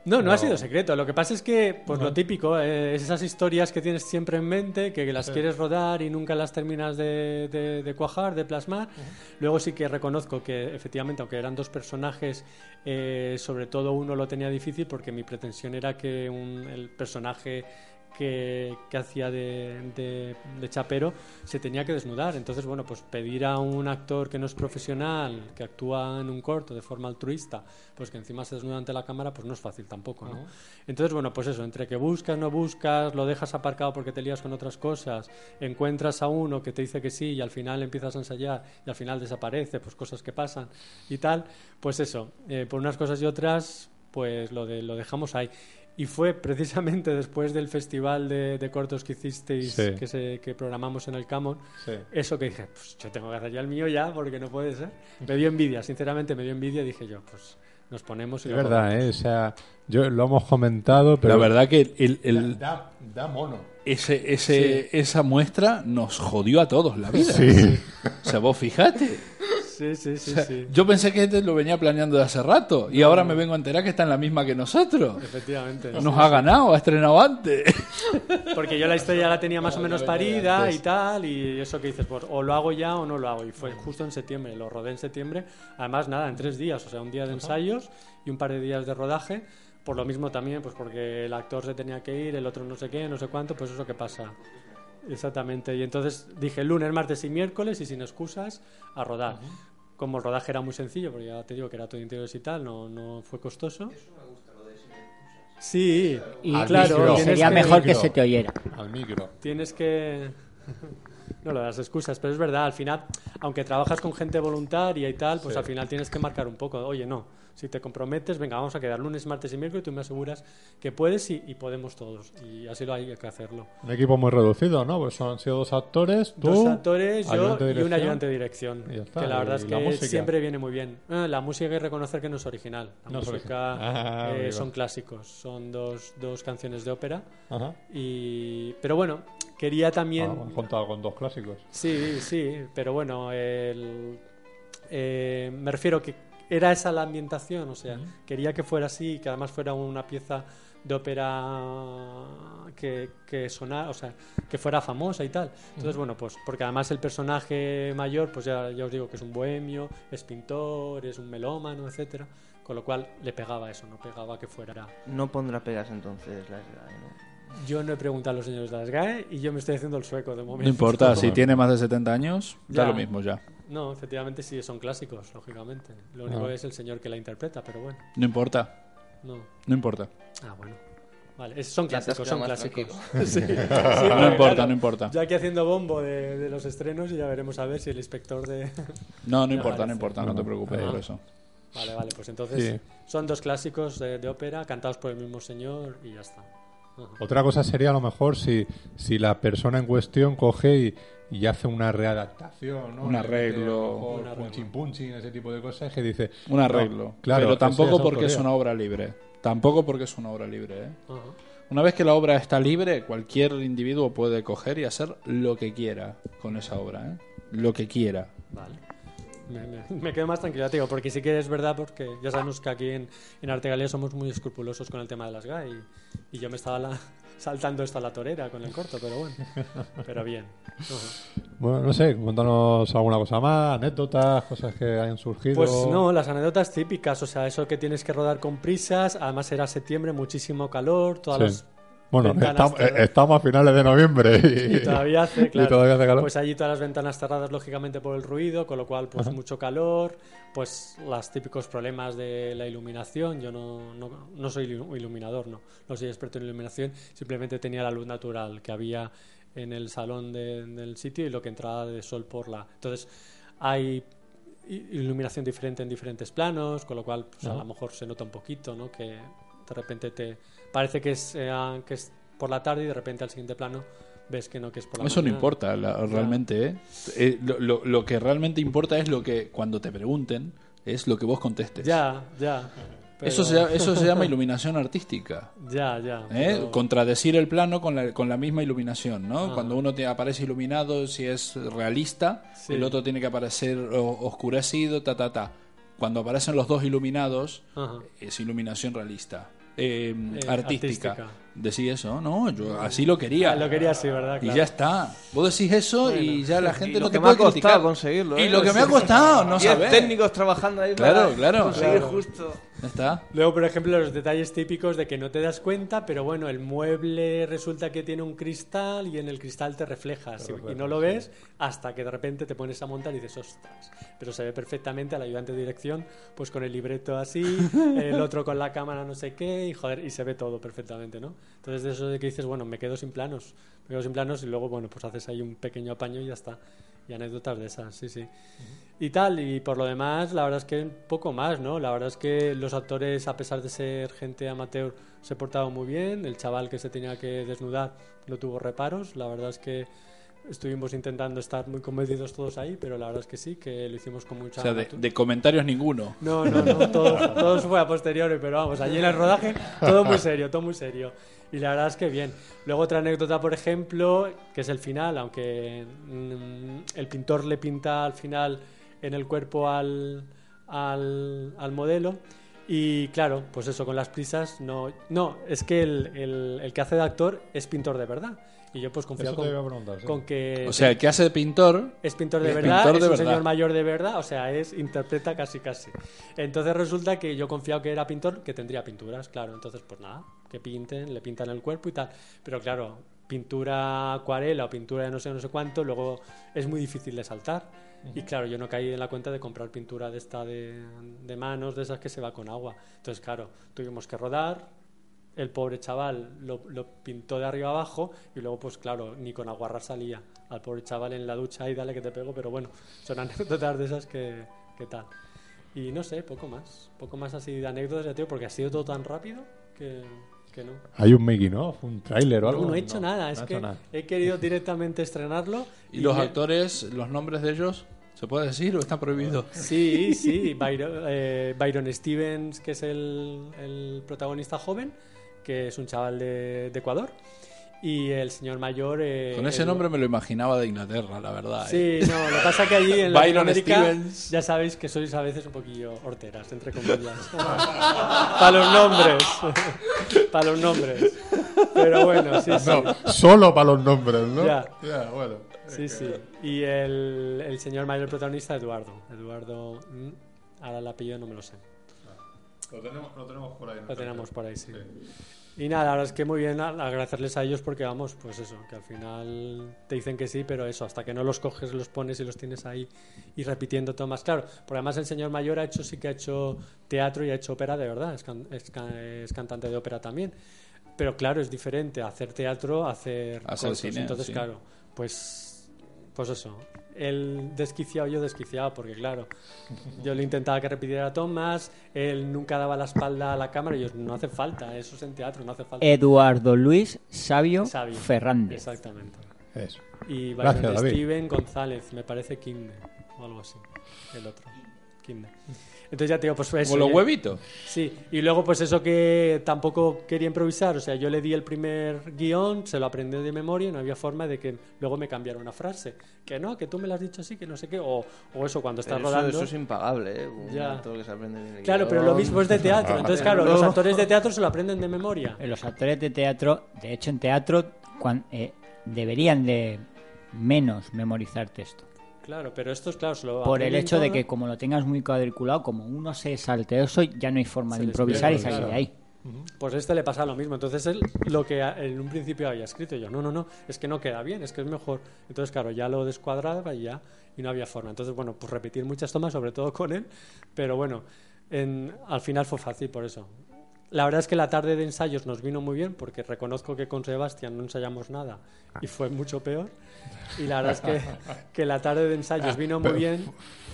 No, no, ha sido secreto. Lo que pasa es que, pues lo típico, eh, es esas historias que tienes siempre en mente, que las quieres rodar y nunca las terminas de, de- de cuajar, de plasmar. Luego sí que reconozco que, efectivamente, aunque eran dos personajes, eh, sobre todo uno lo tenía difícil porque mi pretensión era que un- el personaje que, que hacía de, de- de chapero se tenía que desnudar. Entonces, bueno, pues pedir a un actor que no es profesional, que actúa en un corto de forma altruista, pues que encima se desnuda ante la cámara, pues no es fácil tampoco, ¿no? Entonces, bueno, pues eso, entre que buscas, no buscas, lo dejas aparcado porque te lías con otras cosas, encuentras a uno que te dice que sí y al final empiezas a ensayar y al final desaparece, pues cosas que pasan y tal, pues eso, eh, por unas cosas y otras, pues lo, de, lo dejamos ahí. Y fue precisamente después del festival de, de cortos que hicisteis,
Sí.
que, se, que programamos en el Camon,
Sí.
eso que dije, pues yo tengo que hacer ya el mío ya, porque no puede ser. Me dio envidia, sinceramente me dio envidia, dije yo, pues nos ponemos y
Es
lo
verdad, ¿eh? O sea, yo, lo hemos comentado, pero...
La verdad que el- el-
Da, da mono.
ese, ese- esa muestra nos jodió a todos la vida.
Sí.
O sea, vos fijate.
¿eh?
comentamos. Sí, sí, sí, sí.
Yo pensé que este lo venía planeando de hace rato y ahora me vengo a enterar que está en la misma que nosotros.
Efectivamente.
Nos ha ganado, ha estrenado antes.
Porque yo la historia la tenía más o menos parida y tal, y eso que dices, pues o lo hago ya o no lo hago. Y fue justo en septiembre, lo rodé en septiembre. Además, nada, en tres días, o sea, un día de ensayos y un par de días de rodaje. Por lo mismo también, pues porque el actor se tenía que ir, el otro no sé qué, no sé cuánto, pues eso que pasa. Exactamente. Y entonces dije lunes, martes y miércoles y sin excusas a rodar. Como el rodaje era muy sencillo, porque ya te digo que era todo interiores y tal, no, no fue costoso. Sí,
Y
Al
claro,
micro.
tienes
sería
que-
mejor que
micro.
se te oyera.
Al micro.
Tienes que... No, lo de las excusas, pero es verdad, al final, aunque trabajas con gente voluntaria y tal, pues al final tienes que marcar un poco, oye, no, si te comprometes, venga, vamos a quedar lunes, martes y miércoles, tú me aseguras que puedes y, y podemos todos, y así lo hay que hacerlo.
Un equipo muy reducido, ¿no? Pues han sido dos actores, tú...
Dos actores, yo
ayudante de
y un
dirección.
ayudante de dirección,
Y ya está,
que la verdad
y
es
la
que
música.
siempre viene muy bien. Eh, la música hay que reconocer que no es original, la
No es
música
original. Ah,
eh,
amigo.
son clásicos, son dos, dos canciones de ópera,
Ajá.
y... pero bueno, quería también...
Ah, han contado con dos clásicos.
Sí, sí, pero bueno, el- eh, me refiero que era esa la ambientación, o sea, quería que fuera así y que además fuera una pieza de ópera que, que sonara, o sea, que fuera famosa y tal. Entonces, bueno, pues porque además el personaje mayor, pues ya, ya os digo que es un bohemio, es pintor, es un melómano, etcétera, con lo cual le pegaba eso, no pegaba que fuera
No pondrá pegas entonces la SGAE, ¿no?
yo no he preguntado a los señores de las GAE y yo me estoy haciendo el sueco de momento.
No importa, si tiene más de 70 años,
Ya.
da lo mismo ya.
No, efectivamente sí, son clásicos, lógicamente. Lo único
Ah.
es el señor que la interpreta, pero bueno,
No importa,
no.
no importa.
Ah, bueno. Vale, es- son
Ya te has
clásicos, son
quedado más
clásicos. Sí, sí,
No
porque,
importa,
claro,
no importa.
Yo aquí haciendo bombo de, de los estrenos y ya veremos a ver si el inspector de...
No, no
Me
importa,
parece.
no importa, no te preocupes
Ah.
por eso.
Vale, vale, pues entonces
Sí.
son dos clásicos de, de ópera cantados por el mismo señor y ya está.
Otra cosa sería a lo mejor si, si la persona en cuestión coge y, y hace una readaptación, ¿no?
Un
Le mete,
arreglo.
a lo mejor, punchin punchin, ese tipo de cosas que dice...
Un
no,
arreglo.
claro,
Pero
eso ya
tampoco
es
porque es
autoría.
una obra libre. Tampoco porque es una obra libre. ¿eh? Una vez que la obra está libre, cualquier individuo puede coger y hacer lo que quiera con esa obra. ¿eh? Lo que quiera.
Vale. Me, me- me quedo más tranquilo, te digo, porque sí que es verdad, porque ya sabemos que aquí en, en Arte Galea somos muy escrupulosos con el tema de las GAE y, y yo me estaba la- saltando esta la torera con el corto, pero bueno, pero bien. Ujú.
Bueno, no sé, contanos alguna cosa más, anécdotas, cosas que hayan surgido.
Pues no, las anécdotas típicas, o sea, eso que tienes que rodar con prisas, además era septiembre, muchísimo calor, todas
Sí.
las
Bueno,
ventanas
estamos,
cerradas.
eh, estamos a finales de noviembre. Y,
Y todavía hace,
y
claro.
todavía hace calor.
Pues allí todas las ventanas cerradas, lógicamente, por el ruido, con lo cual, pues mucho calor, pues los típicos problemas de la iluminación. Yo no, no, no soy ilu- iluminador, no, no soy experto en iluminación, simplemente tenía la luz natural que había en el salón de- del sitio y lo que entraba de sol por la. Entonces, hay i- iluminación diferente en diferentes planos, con lo cual pues, a lo mejor se nota un poquito, ¿no? Que de repente te parece que es, eh, que es por la tarde y de repente al siguiente plano ves que no, que es por la
Eso no
mañana.
importa la- realmente. ¿eh? Eh, lo, lo- lo que realmente importa es lo que cuando te pregunten es lo que vos contestes.
Ya, ya. pero-
Eso, se, llama- eso se llama iluminación artística.
Ya, ya.
¿eh?
pero- Ah.
Contradecir el plano con la, con la misma iluminación. ¿no? Cuando uno te aparece iluminado, si es realista,
Sí.
el otro tiene que aparecer o- oscurecido, ta, ta, ta. Cuando aparecen los dos iluminados,
Ajá.
es iluminación realista. eh, artística.
artística.
Decí eso, no, yo así lo quería.
Ah, Lo quería así, ¿verdad?
Y
Claro.
ya está. Vos decís eso y ya la gente
Y lo
no te
que me
puede
ha costado
criticar.
conseguirlo,
Y
¿eh?
lo que me ha costado, no
Diez
sabés.
técnicos trabajando ahí
Claro,
para
claro.
conseguir
Claro.
justo.
Ya está.
Luego, por ejemplo, los detalles típicos de que no te das cuenta, pero bueno, el mueble resulta que tiene un cristal y en el cristal te reflejas y- y no lo ves hasta que de repente te pones a montar y dices, ostras. Pero se ve perfectamente al ayudante de dirección, pues con el libreto así, el otro con la cámara no sé qué, y joder, y se ve todo perfectamente, ¿no? Entonces, de eso de que dices, bueno, me quedo sin planos, me quedo sin planos y luego, bueno, pues haces ahí un pequeño apaño y ya está. Y anécdotas de esas, sí, sí y tal. Y por lo demás, la verdad es que un poco más, ¿no? La verdad es que los actores, a pesar de ser gente amateur, se portaron muy bien. El chaval que se tenía que desnudar no tuvo reparos. La verdad es que estuvimos intentando estar muy convencidos todos ahí, pero la verdad es que sí, que lo hicimos con mucha
O sea, de,
natu-
de comentarios ninguno.
no, no, no, todo, todo fue a posteriori, pero vamos, allí en el rodaje todo muy serio, todo muy serio. Y la verdad es que bien. Luego otra anécdota, por ejemplo, que es el final, aunque mm, el pintor le pinta al final en el cuerpo al, al, al modelo. Y claro, pues eso, con las prisas, no. No, es que el, el- el que hace de actor es pintor de verdad. Y yo pues confío
Eso te iba a
con,
preguntar. sí.
con que.
O sea, el que hace de pintor,
Es pintor de
Es
verdad,
pintor
es
de
un
verdad.
señor mayor de verdad, o sea, es interpreta casi casi. Entonces resulta que yo confiaba que era pintor, que tendría pinturas, claro. Entonces, pues nada, que pinten, le pintan el cuerpo y tal. Pero claro, pintura acuarela o pintura de no sé no sé cuánto, luego es muy difícil de saltar. Y claro, yo no caí en la cuenta de comprar pintura de esta de, de manos, de esas que se va con agua. Entonces, claro, tuvimos que rodar, el pobre chaval lo, lo pintó de arriba abajo y luego, pues claro, ni con aguarra salía. Al pobre chaval en la ducha y dale que te pego, pero bueno, son anécdotas de esas que, que tal. Y no sé, poco más. Poco más así de anécdotas, ya te digo, porque ha sido todo tan rápido que, que no.
Hay un making of, un tráiler o algo.
No, no he hecho nada, es
no he
que
hecho nada.
he querido directamente estrenarlo.
y los
me-
actores, los nombres de ellos, ¿se puede decir o está prohibido?
Sí, sí, Byron, eh, Byron Stevens, que es el, el protagonista joven, que es un chaval de, de Ecuador. Y el señor mayor... eh,
Con ese
Edu-
nombre me lo imaginaba de Inglaterra, la verdad. ¿eh?
Sí, no, lo que pasa que allí en
Byron
Latinoamérica
Stevens.
ya sabéis que sois a veces un poquillo horteras, entre comillas. Para los nombres. Para los nombres. Pero bueno, sí, sí.
No, solo para los nombres, ¿no?
Ya.
bueno.
Sí, sí. Y el, el señor mayor protagonista, Eduardo. Eduardo. mm, Ahora el apellido no me lo sé.
Lo tenemos, lo tenemos por ahí.
Lo tenemos por ahí, sí. Y nada, la verdad es que muy bien a- agradecerles a ellos porque vamos, pues eso, que al final te dicen que sí, pero eso, hasta que no los coges, los pones y los tienes ahí y repitiendo todo más claro. Porque además el señor mayor ha hecho, sí que ha hecho teatro y ha hecho ópera de verdad, es, can- es can- es cantante de ópera también. Pero claro, es diferente hacer teatro, hacer,
Hacer
cortos.
cine,
Entonces,
sí.
claro, pues Pues eso. Él desquiciado, yo desquiciado, porque claro, yo le intentaba que repitiera tomas, él nunca daba la espalda a la cámara y yo, no hace falta, eso es en teatro, no hace falta.
Eduardo Luis Sabio,
Sabio.
Fernández.
Exactamente.
Eso.
Y
Gracias,
básicamente
David.
Steven González, me parece Kinde, o algo así, el otro. Kinde. Entonces ya te digo, pues eso.
Como los
ya-
huevitos.
Sí, y luego pues eso que tampoco quería improvisar, o sea, yo le di el primer guión, se lo aprendí de memoria y no había forma de que luego me cambiara una frase. Que no, que tú me lo has dicho así, que no sé qué, o, o eso cuando estás
Pero eso,
rodando.
eso es impagable, ¿eh? Un
Ya.
actor que se aprende bien el
Claro, pero
guión.
lo mismo es de teatro, entonces claro, los
No.
actores de teatro se lo aprenden de memoria.
Eh, Los actores de teatro, de hecho en teatro, cuan- eh, deberían de menos memorizar texto.
Claro, pero esto es claro, se lo
Por el
aprenden
hecho de
todo.
que como lo tengas muy cuadriculado, como uno se salte eso, ya no hay forma
Se
de
les
improvisar y
pierde,
salir
claro.
de ahí.
Pues a este le pasa lo mismo. Entonces él lo que a- en un principio había escrito yo, no, no, no, es que no queda bien, es que es mejor. Entonces, claro, ya lo descuadraba y ya, y no había forma. Entonces, bueno, pues repetir muchas tomas, sobre todo con él, pero bueno, en- al final fue fácil por eso. La verdad es que la tarde de ensayos nos vino muy bien porque reconozco que con Sebastián no ensayamos nada y fue mucho peor. Y la verdad es que, que la tarde de ensayos vino muy
pero
bien.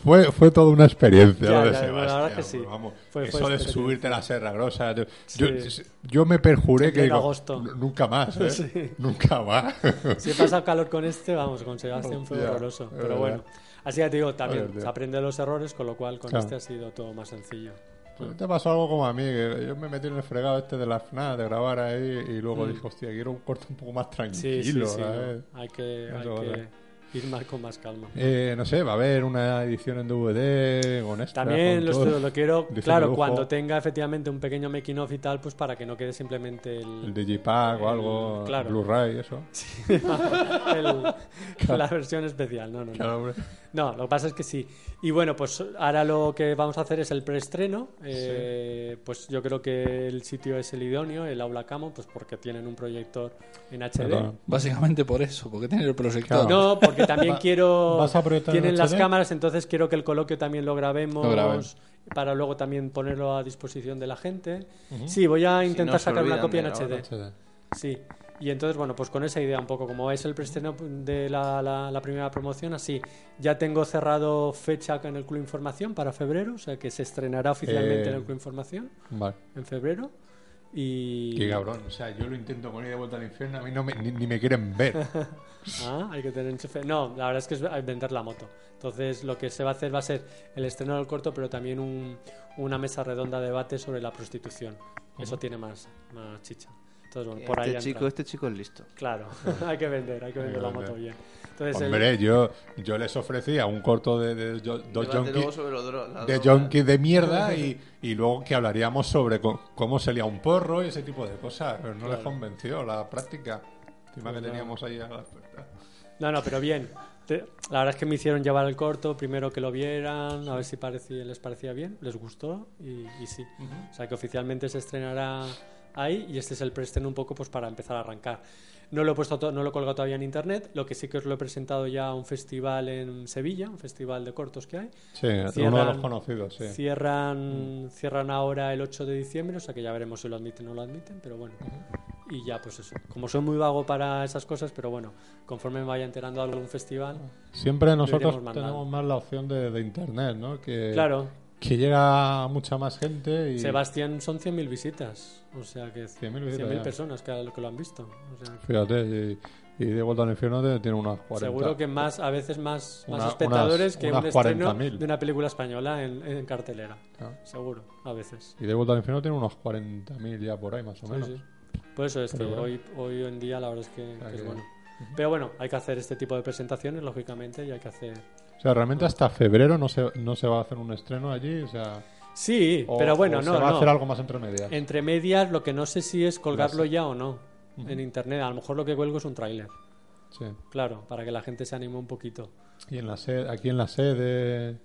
Fue, fue toda una experiencia
Ya,
lo de
ya, la verdad
Sebastián,
que sí.
vamos.
Fue- fue
eso de
experiencia.
subirte la serra grosa. Yo,
Sí.
yo, yo me perjuré que
Llega
digo,
agosto.
"N- nunca más, ¿eh?
Sí.
nunca más.
Si he pasado calor con este, vamos, con Sebastián fue
Hostia,
horroroso.
es
Pero
verdad.
bueno, así ya te digo,
Joder,
también
tío.
se aprende de los errores, con lo cual con
Claro.
este ha sido todo más sencillo.
Te pasó algo como a mí, que yo me metí en el fregado este de la FNAF, de grabar ahí, y luego dije, hostia, quiero un corte un poco más
Mm. Sí,
tranquilo, eh.
sí, sí.
¿sabes?
no, Hay que, hay
Eso vale.
que ir más con más calma.
Eh, no sé, va a haber una edición en DVD con esta.
También
con
lo,
todo.
estoy- lo quiero,
Dice
claro,
Lujo,
cuando tenga efectivamente un pequeño making of y tal, pues para que no quede simplemente
El
el,
Digipack o algo,
claro.
Blu-ray, eso.
el- la versión especial. No, no, no.
Claro, hombre.
No, lo que pasa es que sí. Y bueno, pues ahora lo que vamos a hacer es el preestreno. Eh, Pues yo creo que el sitio es el idóneo, el aula Camo, pues porque tienen un proyector en HD.
Perdón.
Básicamente por eso, porque tiene el proyector.
Claro.
No, porque también quiero.
¿vas a proyectar en
tienen las
HD?
cámaras, entonces quiero que el coloquio también lo grabemos.
Lo graben.
Para luego también ponerlo a disposición de la gente. Sí, voy a intentar
se
sacar una
olvidan
copia en
de
HD. Sí. Y entonces, bueno, pues con esa idea un poco, como es el preestreno de la, la- la primera promoción, así, ya tengo cerrado fecha acá en el Club Información para febrero, o sea que se estrenará oficialmente
Eh.
en el Club Información
Vale.
en febrero. Y...
Qué cabrón, o sea, yo lo intento poner de vuelta al infierno, a mí no me- ni, ni me quieren ver.
Ah, hay que tener enchufe. No, la verdad es que es a- vender la moto. Entonces, lo que se va a hacer va a ser el estreno del corto, pero también un- una mesa redonda de debate sobre la prostitución. Eso tiene más, más chicha. Entonces, bueno, por ahí
este, chico,
entra.
este chico es listo.
Claro, hay que vender, Ah. hay que vender la moto bien. Entonces, el-
Hombre, yo, yo les ofrecía un corto de, de, jo- dos
Debate luego
yonkis
sobre lo dro- la
de
droga.
yonkis de mierda y, y luego que hablaríamos sobre co- cómo se lía un porro y ese tipo de cosas. Pero no les convenció la práctica. Encima
Pues
que teníamos ahí a la puerta.
No, no, pero bien. Te- La verdad es que me hicieron llevar el corto, primero que lo vieran, a ver si parecía- les parecía bien, les gustó y, y sí. O sea que oficialmente se estrenará ahí y este es el preestreno un poco pues para empezar a arrancar. No lo he puesto, to- no lo he colgado todavía en internet, lo que sí que os lo he presentado ya a un festival en Sevilla, un festival de cortos que hay.
Sí, uno de
Cierran-
los conocidos, sí.
Cierran, cierran ahora el 8 de diciembre, o sea que ya veremos si lo admiten o no lo admiten, pero bueno. Y ya, pues eso. Como soy muy vago para esas cosas, pero bueno, conforme me vaya enterando de algún festival.
Siempre
iremos
nosotros
mandando.
tenemos más la opción de, de internet, ¿no? Que,
Claro,
que llega a mucha más gente y...
Sebastián son 100.000 visitas, o sea que
100.000
100.000
visitas, ya.
personas que, lo- que lo han visto. o sea que
Fíjate, y, y de vuelta al infierno te- tiene unas 40.
seguro que más, a veces más, más
Una-
espectadores
unas-
que
unas
un estreno
40.000.
de una película española en, en cartelera.
Ah.
Seguro, a veces.
Y de vuelta al infierno tiene unos 40.000 ya por ahí, más o
Sí,
menos.
sí. Por eso es que
Pero bueno.
hoy, hoy en día la verdad es que,
Ah,
que es
que-
bueno. Pero bueno, hay que hacer este tipo de presentaciones, lógicamente, y hay que hacer...
O sea, realmente
Pues
hasta febrero no se, no se va a hacer un estreno allí. O sea,
Sí,
o-
pero bueno,
o
no,
Pues Se va
no.
a hacer algo más entre medias.
Entre medias, lo que no sé si es colgarlo
Gracias.
ya o no en internet. A lo mejor lo que cuelgo es un tráiler,
Sí.
claro, para que la gente se anime un poquito.
Y en la sede, aquí en la sede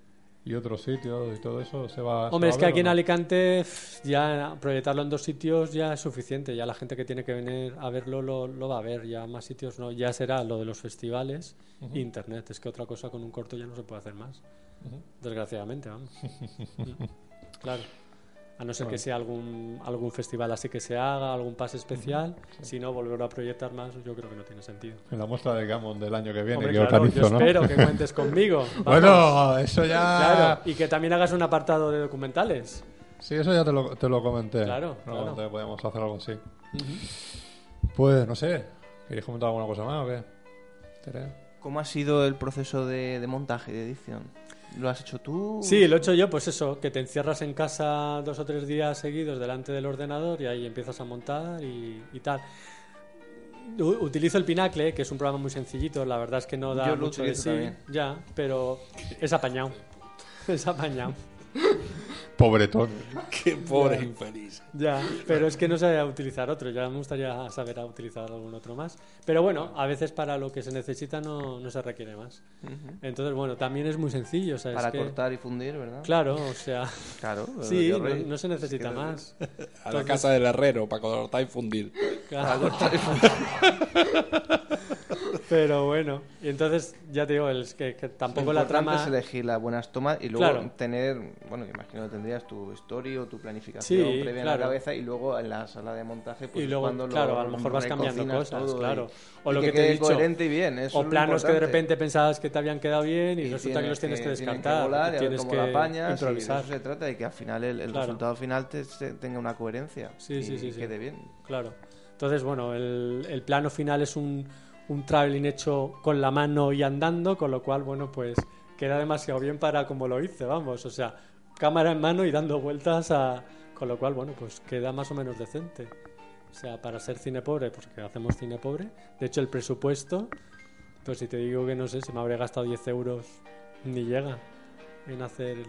y otros sitios y todo eso se va
Hombre, es
se
que
va a ver
aquí
o
en
no?
Alicante pf, ya proyectarlo en dos sitios ya es suficiente. Ya la gente que tiene que venir a verlo lo, lo va a ver. Ya más sitios no. Ya será lo de los festivales e internet. Es que otra cosa con un corto ya no se puede hacer más. Desgraciadamente, vamos. Mm. claro. A no ser que sea algún, algún festival así que se haga, algún pase especial. Si no, volver a proyectar más, yo creo que no tiene sentido.
En la muestra de Gammon del año que viene,
Hombre,
que
claro,
organizo,
yo
¿no?
espero que cuentes conmigo.
bueno,
Vamos.
eso ya.
Claro, y que también hagas un apartado de documentales.
Sí, eso ya te lo, te lo comenté.
Claro,
Te lo
claro.
comenté, podemos hacer algo así. Pues no sé. ¿Queréis comentar alguna cosa más o qué? Tere.
¿Cómo ha sido el proceso de, de montaje y de edición? ¿Lo has hecho tú?
Sí, lo he hecho yo, pues eso, que te encierras en casa dos o tres días seguidos delante del ordenador y ahí empiezas a montar y, y tal. U- Utilizo el Pinacle, que es un programa muy sencillito, la verdad es que no da
Yo lo
mucho de
utilizo
sí,
también.
ya, pero es apañado. Es apañado.
Pobretón.
Qué pobre infeliz.
Ya, pero es que no sé utilizar otro, ya me gustaría saber a utilizar algún otro más. Pero bueno, a veces para lo que se necesita no, no se requiere más. Entonces, bueno, también es muy sencillo. O sea, es
Para
que-
cortar y fundir, ¿verdad?
Claro, o sea,
Claro.
sí,
yo
no,
re-
no se necesita
que-
más.
A la casa del herrero para cortar y fundir.
Claro. pero bueno, y entonces ya te digo, es que, que
Lo
tampoco la
importante
trama...
es elegir las buenas tomas y luego
Claro.
tener, bueno, yo imagino que tendrías tu story o tu planificación
Sí,
previa en
claro.
la cabeza y luego en la sala de montaje, pues
y luego,
cuando lo
claro, a lo mejor vas cambiando
recocinas
cosas,
todo y-
claro. O
y
lo
que
que, te he
quede
dicho.
coherente y bien, eso es
o
lo
planos que de
importante.
repente pensabas que te habían quedado bien y,
Y
resulta que los tienes que
tienen
descartar.
volar y a ver
tienes
cómo
que
la apañas, y de
improvisar.
eso se trata de que al final el, el
Claro.
resultado final te- se- tenga una coherencia
Sí,
y
sí, sí, sí.
quede bien.
Claro. Entonces, bueno, el, el plano final es un, un traveling hecho con la mano y andando, con lo cual, bueno, pues queda demasiado bien para como lo hice, vamos. O sea, cámara en mano y dando vueltas a... Con lo cual, bueno, pues queda más o menos decente. O sea, para ser cine pobre, porque hacemos cine pobre. De hecho, el presupuesto, pues si te digo que no sé, si me habré gastado 10 euros, ni llega en hacer el,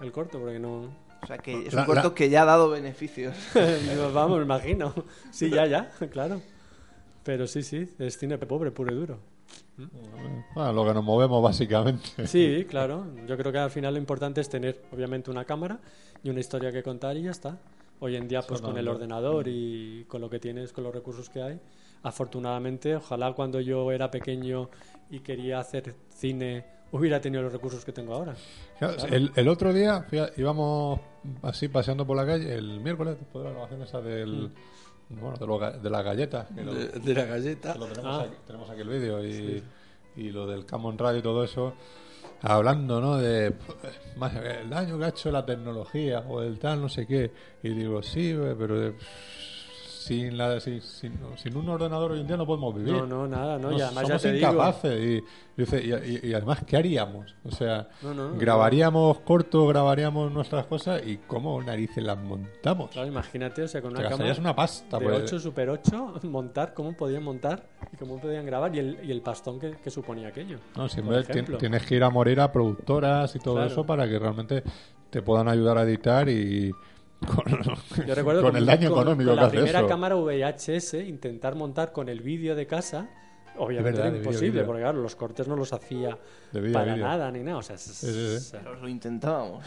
el corto, porque no...
O sea, que es
La-
un corto
la-
que ya ha dado beneficios.
Vamos, me imagino. Sí, ya, ya, claro. Pero sí, sí, es cine pobre, puro y duro.
Bueno, lo que nos movemos básicamente.
Sí, claro. Yo creo que al final lo importante es tener, obviamente, una cámara y una historia que contar y ya está. Hoy en día, pues con el ordenador
Mm.
y con lo que tienes, con los recursos que hay. Afortunadamente, ojalá cuando yo era pequeño y quería hacer cine hubiera tenido los recursos que tengo ahora.
Claro, El, el otro día fía- íbamos así paseando por la calle, el miércoles, después de la grabación esa del,
Mm.
bueno, de, lo ga- de las galletas, que lo,
De, de la galleta.
que lo tenemos,
Ah.
aquí, tenemos aquí el vídeo, y, y lo del Camon Radio y todo eso, hablando ¿no? de pues, más- el daño que ha hecho la tecnología o el tal, no sé qué. Y digo, sí, pero eh, sin, la, sin, sin- sin un ordenador hoy en día no podemos vivir.
No, no, nada, no.
No,
y además ya
somos
te digo.
incapaces. Y, dice, y, y- y además, ¿qué haríamos? O sea,
No, no, no.
grabaríamos corto, grabaríamos nuestras cosas y cómo narices las montamos.
Claro, imagínate, o sea, con
Te
una cámara.
gastarías una pasta.
de
pues.
8 Super 8, montar cómo podían montar y cómo podían grabar y el, y el pastón que, que suponía aquello.
No, siempre
por
tien-
ejemplo.
tienes que ir a morir a productoras y todo
Claro.
eso para que realmente te puedan ayudar a editar y con,
Yo recuerdo
con el daño
con-
económico
con
que
la
hace
primera
eso.
cámara VHS, intentar montar con el vídeo de casa, obviamente
verdad,
era
de vídeo,
imposible,
vídeo.
porque claro, los cortes no los hacía
De vídeo,
para
vídeo.
nada ni nada. O sea, es-
sí,
o sea,
Pero lo intentábamos.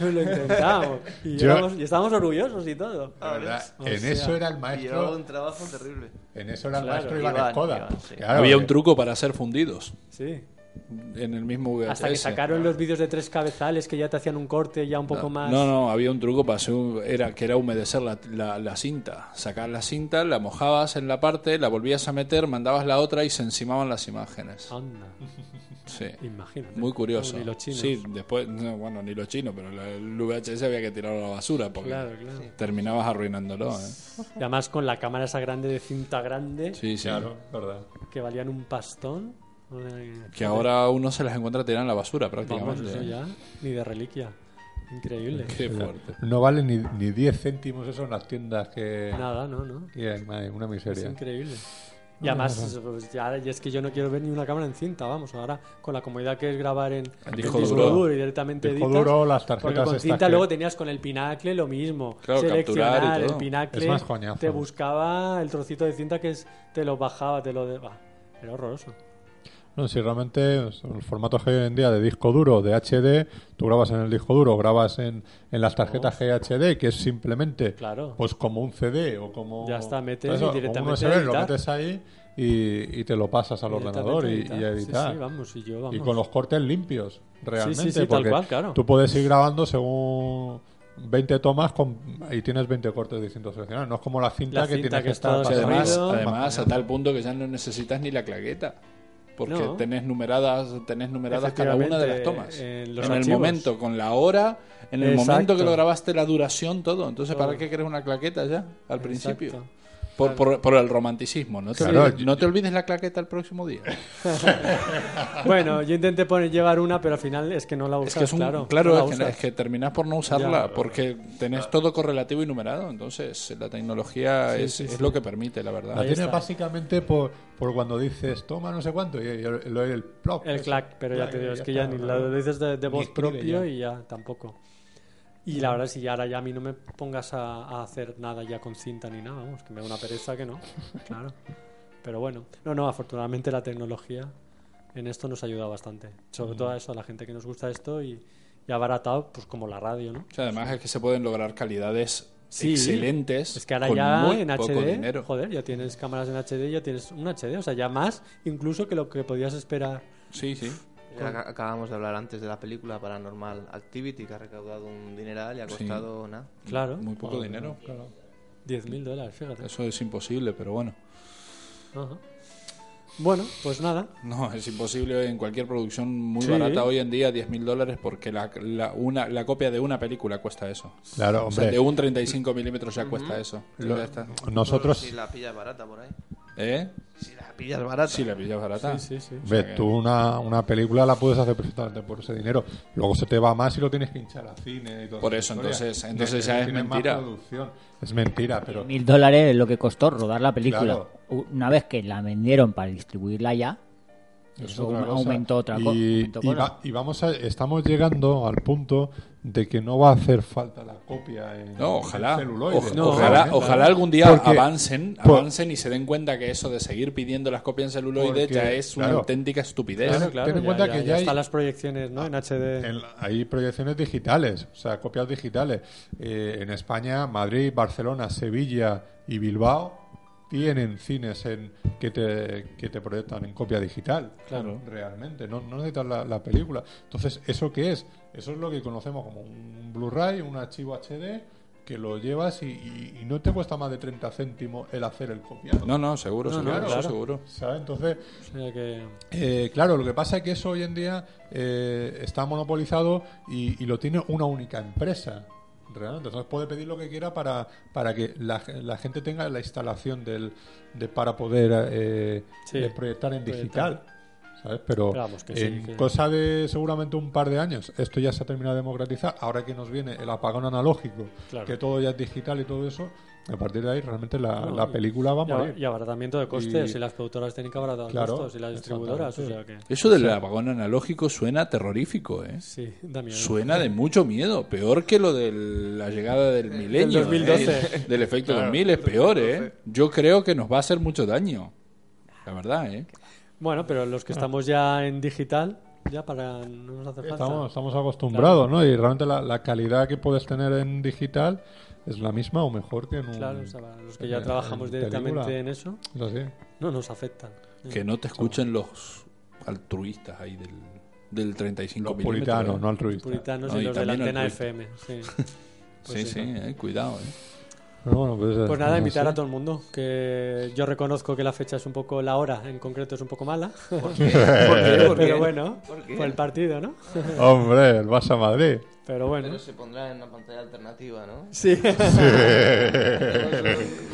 lo intentábamos y,
Yo-
éramos- y estábamos orgullosos y todo.
La verdad,
O
en
sea,
eso era el
Y llevaba un
maestro,
trabajo terrible.
en eso era el
Claro,
maestro Iván,
Iván,
Escoda.
Iván, sí.
Claro, eh,
Había
que-
un truco para hacer fundidos
Sí.
en el mismo VHS.
Hasta que sacaron los vídeos de tres cabezales que ya te hacían un corte ya un poco más.
eh, Ah. No, no, había un truco para hacer un- era, que era humedecer la, la- la cinta. Sacar la cinta, la mojabas en la parte, la volvías a meter, mandabas la otra y se encimaban las imágenes.
Anda,
Sí.
imagínate.
Muy curioso.
Ah, Ni los chinos.
Sí, después, no, bueno, ni los chinos, pero la- el VHS había que tirarlo a la basura porque
Claro, claro.
terminabas arruinándolo. ¿eh?
Y además con la cámara esa grande de cinta grande
Sí, sí.
Claro, verdad.
que valían un pastón. Eh,
Que ahora uno se las encuentra tiradas en la basura
vamos,
prácticamente.
eso ya, ni de reliquia. Increíble.
Qué fuerte.
No vale ni, ni 10 céntimos eso en las tiendas que...
Nada, no, no.
que hay, madre, una
Es
miseria.
increíble. Y además, pues, ya, y es que yo no quiero ver ni una cámara en cinta, vamos. Ahora, con la comodidad que es grabar en en
disco
duro.
duro.
y directamente
Disco
editas,
duro, las
Porque
tarjetas
con
estas
cinta
que-
luego tenías con el pinacle lo mismo.
Claro, capturar
Seleccionar
y todo.
el pinacle.
Es más coñazo.
Te buscaba el trocito de cinta que es, te lo bajaba, te lo... de- bah, era horroroso.
No, si realmente son los formatos que hay hoy en día de disco duro, de HD, tú grabas en el disco duro, grabas en, en las tarjetas GHD, que es simplemente
Claro.
pues como un CD o como...
Ya está, metes
Eso,
y
o un
directamente
USB, lo
editar.
metes ahí y, y te lo pasas al
Directamente
ordenador y, y a
Sí,
editar.
sí, vamos, y yo, vamos.
Y con los cortes limpios, realmente.
sí, sí, tal
porque
cual, claro.
Tú puedes ir grabando según 20 tomas con, y tienes 20 cortes distintos seleccionados. No es como la cinta
La
que
cinta
tienes
que
que
está
estar
O sea, además,
Sonido.
además, a tal punto que ya no necesitas ni la claqueta. Porque
No.
tenés numeradas, tenés numeradas cada una de las
Efectivamente,
tomas.
eh,
en
los
el
archivos.
momento, con la hora, en el
Exacto.
momento que lo grabaste, la duración, todo. Entonces, ¿para
Todo.
qué querés una claqueta ya? Al principio.
Exacto.
Por, por- por el romanticismo. No te,
Claro,
olvides,
yo-
no te olvides la claqueta el próximo día.
Bueno, yo intenté poner, llevar una, pero al final es que no la
Es
usas,
que es un,
claro.
claro,
no la
es, que,
usas.
es que terminás por no usarla porque tenés todo correlativo y numerado. Entonces, la tecnología es, es lo que permite, la verdad.
La tienes
está.
básicamente por, por cuando dices toma no sé cuánto y, y el, lo- el plop,
El
ese.
clac, pero ya
Clac,
te digo, es que
está,
ya ni
¿no?
lo dices de, de
Ni
voz
escribe
propio
ya.
y ya tampoco. Y la verdad, si ahora ya a mí no me pongas a, a hacer nada ya con cinta ni nada, vamos, que me da una pereza que no, claro. Pero bueno, no, no, afortunadamente la tecnología en esto nos ayuda bastante. Sobre todo a eso, a la gente que nos gusta esto y, y ha abaratado, pues como la radio, ¿no?
O sea, además es que se pueden lograr calidades
Sí.
excelentes
Es que ahora
con
ya
muy
en
poco
HD,
dinero.
joder, ya tienes cámaras en HD, ya tienes un HD, o sea, ya más incluso que lo que podías esperar.
Sí, sí.
Ya ac- acabamos de hablar antes de la película Paranormal Activity, que ha recaudado un dineral y ha
Sí.
costado nada.
Claro,
Muy poco dinero.
10.000 dólares, fíjate.
Eso es imposible, pero bueno.
Ajá. Bueno, pues nada.
No, es imposible en cualquier producción muy
Sí.
barata hoy en día, 10 mil dólares, porque la, la- una, la copia de una película cuesta eso.
Claro,
O sea,
hombre.
de un 35 milímetros ya cuesta eso.
Lo-
Ya está.
nosotros,
Si la pillas barata por ahí.
¿Eh?
Si la pillas barata.
Si la pillas barata.
Sí, sí.
ves, tú una, una película la puedes hacer perfectamente por ese dinero. Luego se te va más y lo tienes que hinchar a cine y todo
Por eso, entonces- entonces ya es mentira.
Es mentira, pero...
Mil dólares es lo que costó rodar la película.
Claro.
Una vez que la vendieron para distribuirla ya,
Es
eso
otra cosa.
aumentó otra cosa.
Y,
aumentó
y
cosa.
va- y vamos a- estamos llegando al punto de que no va a hacer falta la copia en,
No, ojalá.
en celuloide.
Oja-
No,
ojalá,
Claramente.
ojalá algún día
Porque-
avancen,
por-
avancen y se den cuenta que eso de seguir pidiendo las copias en celuloide
Porque,
ya es una
claro.
auténtica estupidez.
Claro, claro, Ten en cuenta que ya hay- Ah,
están las proyecciones, ¿no? En HD.
En la- hay proyecciones digitales, o sea, copias digitales. Eh, en España, Madrid, Barcelona, Sevilla y Bilbao tienen cines en, que, te, que te proyectan en copia digital.
Claro.
Realmente, no, no necesitas la, la película. Entonces, ¿eso qué es? Eso es lo que conocemos como un Blu-ray, un archivo HD que lo llevas y, y- y no te cuesta más de 30 céntimos el hacer el copiado.
No, no, seguro,
No, no,
seguro, eso
claro.
seguro.
¿Sabes? Entonces,
O sea que-
eh, claro, lo que pasa es que eso hoy en día eh, está monopolizado y, y lo tiene una única empresa. Realmente. Entonces puede pedir lo que quiera para, para que la, ge- la gente tenga la instalación del, de, para poder eh,
Sí,
eh, proyectar en
proyectar.
digital. ¿Sabes? Pero
Pero vamos, que sí,
en
que-
cosa de seguramente un par de años, esto ya se ha terminado de democratizar. Ahora que nos viene el apagón analógico,
Claro.
que todo ya es digital y todo eso, a partir de ahí realmente la,
No,
la
y-
película va a
y, abra-
morir.
y abaratamiento de costes,
Y-
y, las productoras tienen que abaratar
Claro,
costos, y las distribuidoras, o sea que...
Eso del apagón analógico suena terrorífico, ¿eh?
Sí, da miedo.
Suena de mucho miedo, peor que lo de la llegada del milenio.
Del 2012.
¿eh? Del efecto 2000 es peor, ¿eh? Yo creo que nos va a hacer mucho daño. La verdad, ¿eh?
Bueno, pero los
Ah.
que estamos ya en digital, ya para... no nos hace falta.
Estamos, estamos acostumbrados, ¿no? Y realmente la, la calidad que puedes tener en digital es la misma o mejor que en un...
Claro, o sea, para los que ya
en-
trabajamos
en
directamente
película.
en eso,
Es así.
no nos afectan.
Que no te escuchen los altruistas ahí del, del 35
Los
milímetros,
puritanos,
¿eh?
no altruistas.
Puritanos
No,
y
y
los de la
también el
antena FM,
tuit.
sí. Pues
sí,
sí,
sí, eh, cuidado, ¿eh?
Pero bueno, pues, eh,
Pues nada,
es
invitar a
así.
todo el mundo, que yo reconozco que la fecha es un poco, la hora en concreto es un poco mala, pero bueno,
¿Por qué?
por el partido, ¿no?
Hombre, el Barça Madrid.
Pero bueno,
Pero se pondrá en una pantalla alternativa, ¿no?
sí,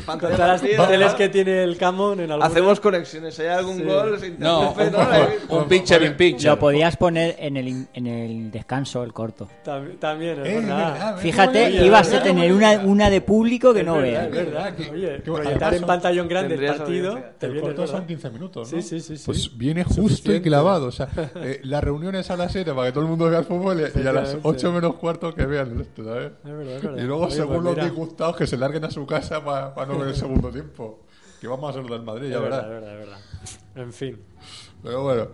con todas las teles que tiene el Camon en alguna...
Hacemos conexiones. Si hay algún gol, se
No,
interrumpe,
un,
¿no?
un picture in picture.
Lo podías poner en el, in- en el descanso, el corto.
Tam- También, es
Eh,
verdad.
verdad, ¿eh?
Fíjate,
Oye,
ibas a
verdad,
tener
verdad.
una, una de público que no
Es
veas.
verdad, es verdad.
que-
Oye,
que-
proyectar
además
en
son-
pantallón grande el
tendrías
partido,
audiencia.
te
El
viene
corto
¿verdad?
son 15 minutos, ¿no?
Sí, sí, sí, sí.
Pues viene justo y clavado. O sea, eh, la reunión es a las 7 para que todo el mundo vea el fútbol eh, y- y a las
Efectivamente.
8 menos cuarto que vean el esto, ¿sabes?
Es verdad, es verdad.
Y luego,
Oye,
según
pues
los
mira.
disgustados, que se larguen a su casa para no ver el segundo tiempo. Que vamos a ser los del Madrid,
Es
ya
verdad,
verás.
es verdad, es verdad. En fin,
Pero bueno,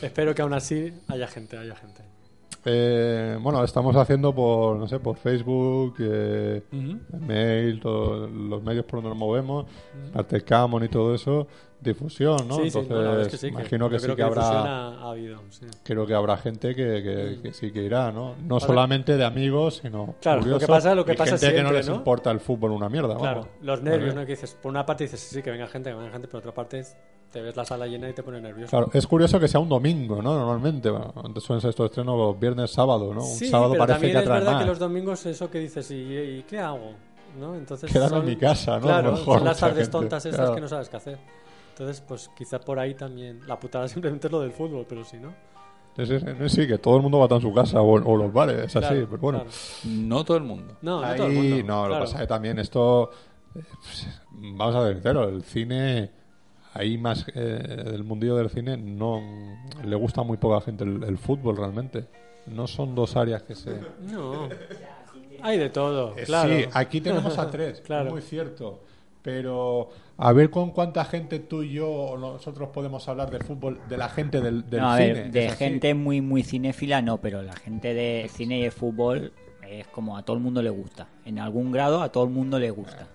espero que aún así haya gente, haya gente.
eh, bueno, estamos haciendo por, no sé, por Facebook, eh, mail, todos los medios por donde nos movemos, Artecamon y todo eso. difusión, ¿no?
Sí, sí,
Entonces,
no, la verdad es que sí, que
imagino
yo
que,
creo
sí que,
que difusión
habrá. Ah,
ha- ha habido, sí.
Creo que habrá gente que, que- que sí que irá, ¿no? No
Ahora-
solamente de amigos, sino
Claro, lo que
curiosos
pasa- lo que
y
pasa
gente que no
siempre,
les
¿no?
importa el fútbol una mierda.
Claro,
vamos.
los nervios,
Vale.
¿no? Que dices, por una parte dices, sí, sí, que venga gente, que venga gente, por otra parte te ves la sala llena y te pone nervioso.
Claro, es curioso que sea un domingo, ¿no? Normalmente, bueno, antes suelen ser estos estrenos viernes, sábado, ¿no? Un
sí,
sábado
pero
parece
también
que
es
atrae
verdad
más.
que los domingos eso que dices, ¿y, y qué hago? ¿No? Entonces
Quedarme
son-
en mi casa, ¿no? A
Claro,
lo mejor
son las
mucha
tardes
gente,
tontas estas
claro.
que no sabes qué hacer. Entonces, pues quizá por ahí también. La putada simplemente es lo del fútbol, pero si
Ah,
no.
Sí, sí, sí, sí, que todo el mundo va a su casa o, o los bares, es así,
Claro,
pero bueno.
claro.
No todo el mundo.
No, no
Ahí,
todo el mundo.
no, lo que
claro.
pasa es que también esto. eh, pues, Vamos a ver, claro, el cine. Ahí más. eh, el mundillo del cine no. Le gusta a muy poca gente el, el fútbol realmente. No son dos áreas que se.
No. Hay de todo,
Eh,
claro.
Sí, aquí tenemos a tres,
Claro.
muy cierto. Pero a ver con cuánta gente tú y yo o nosotros podemos hablar de fútbol, de la gente del, del
No, a
cine.
ver, de
es así.
gente muy, muy cinéfila no, pero la gente de cine y de fútbol es como a todo el mundo le gusta. En algún grado a todo el mundo le gusta.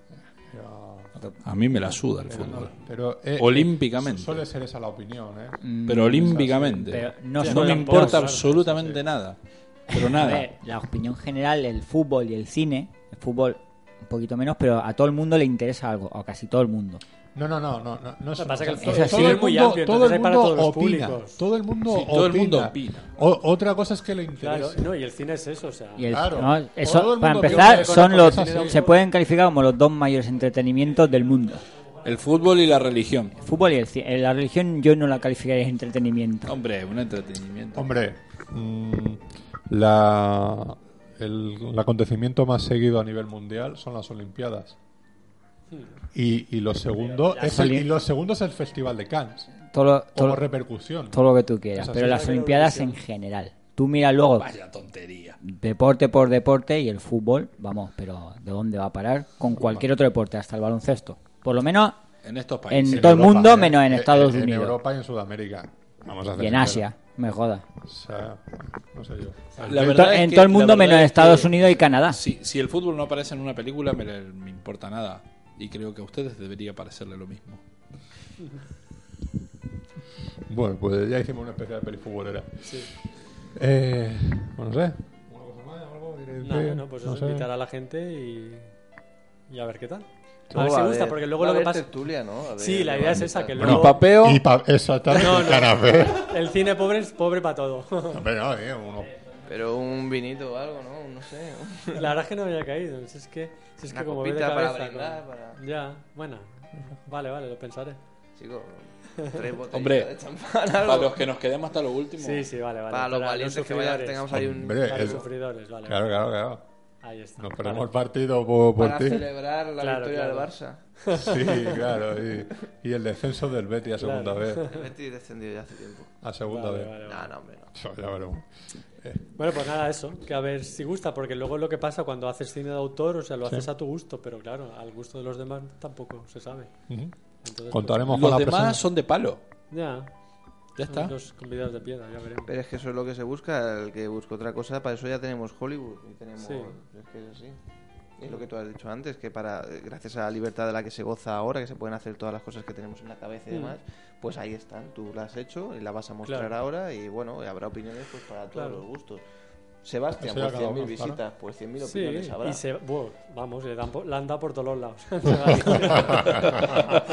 Pero,
A mí me la suda el fútbol.
pero, eh,
Olímpicamente.
Suele ser esa la opinión, ¿eh?
Mm.
Pero olímpicamente.
Pero no
no
son
me
tampoco,
importa
claro,
absolutamente nada. Pero
A
nada.
ver, la opinión general, el fútbol y el cine, el fútbol un poquito menos, pero a todo el mundo le interesa algo, a casi todo el mundo.
No, no, no, no, no, no es
que pasa es que el
todo-
fútbol
todo el
es muy
mundo-
amplio,
todo
entonces
el
hay para
mundo
todos los
opina,
públicos.
Todo el mundo
Sí,
opina.
todo el mundo opina.
O- otra cosa es que le interesa.
Claro, no, y el cine es eso, o sea.
Y el-
Claro.
no, eso,
Todo el
para
mundo
empezar,
piensa que
son
con
los,
la cabeza sí.
se pueden calificar como los dos mayores entretenimientos del mundo.
El fútbol y la religión.
El fútbol y el cine. La religión yo no la calificaría de entretenimiento.
Hombre, un entretenimiento.
Hombre, mm, la, el, el acontecimiento más seguido a nivel mundial son las Olimpiadas. Y, y lo segundo
Las
es el,
Olim-
y lo segundo es el Festival de Cannes
Todo lo, todo
como
lo-
repercusión.
todo lo que tú quieras.
Eso sí.
Pero las Olimpiadas en general. Tú miras luego
Vaya tontería.
deporte por deporte y el fútbol, vamos, pero ¿de dónde va a parar? Con cualquier otro deporte, hasta el baloncesto. Por lo menos
En estos países.
en todo el
Europa,
mundo,
¿eh?
menos en
Eh,
Estados
en
Unidos.
Europa y en Sudamérica. Vamos a hacer
Y en
claro.
Asia, me joda.
O sea, no sé yo.
La
En,
verdad
to-
es
en
que-
todo el
la
mundo,
verdad
menos
es
en
que
Estados Unidos y Canadá.
Si, si el fútbol no aparece en una película, me, me importa nada. Y creo que a ustedes debería parecerle lo mismo.
Bueno, pues ya hicimos una especial de peli futbolera. Eh, bueno, no sé. ¿Una cosa más o algo que queréis
Nada,
decir?
no, pues
No
eso,
sé.
invitar a la gente y, y a ver qué tal.
Todo
A ver si
va a
gusta,
haber-
porque
va
luego
a
lo que
haber
pasa.
tertulia, ¿no? A ver,
Sí, la idea es esa, que
Bueno,
luego.
Y papeo.
Y pa esa tarde
No, no.
canapé.
El cine pobre es pobre para todo.
Hombre, no, tío, uno.
Pero un vinito o algo, ¿no? No sé.
La verdad es que no me había caído. Si es que, si es
Una
que como voy de
copita para
cabeza,
brindar,
no.
para-
Ya, bueno. Vale, vale, lo pensaré.
Chico, tres botellas
Hombre,
de champán,
Para
algo.
los que nos quedemos hasta lo último.
Sí, sí, vale, vale.
Para los valientes que vaya,
sufridores.
tengamos ahí un...
Hombre,
Para los
el-
sufridores, vale.
Eh, Claro, claro, claro.
Ahí está.
Nos
vale.
perdemos el partido por, por
Para
ti.
celebrar la
Claro,
victoria
claro.
del Barça.
Sí, claro. Y, y el descenso del Betty a segunda vez.
El Betis descendió ya hace tiempo.
A segunda
Vale,
vez.
vale, vale.
No, no, hombre, no.
Eso, ya veremos.
Bueno, pues nada, eso. Que a ver si gusta, porque luego lo que pasa cuando haces cine de autor, o sea, lo haces a tu gusto, pero claro, al gusto de los demás tampoco se sabe.
Ujú.
Entonces,
Contaremos con
pues, Los
la
demás
próxima.
son de palo.
pues, ya.
Ya está.
Los convidados de piedra, ya veremos.
Pero es que eso es lo que se busca, el que busca otra cosa, para eso ya tenemos Hollywood y tenemos...
Sí.
Es que es así. Es lo que tú has dicho antes, que para gracias a la libertad de la que se goza ahora, que se pueden hacer todas las cosas que tenemos en la cabeza y demás, pues ahí están, tú las has hecho y las vas a mostrar
Mm. Claro.
ahora y bueno, y habrá opiniones pues para todos
Claro.
los gustos. Sebastián,
Eso ya
pues
cada
100.000
uno, claro.
visitas, pues 100.000
Sí,
opiniones habrá.
y se, bueno, vamos, le, dan por- le han dado por todos los lados. Ah,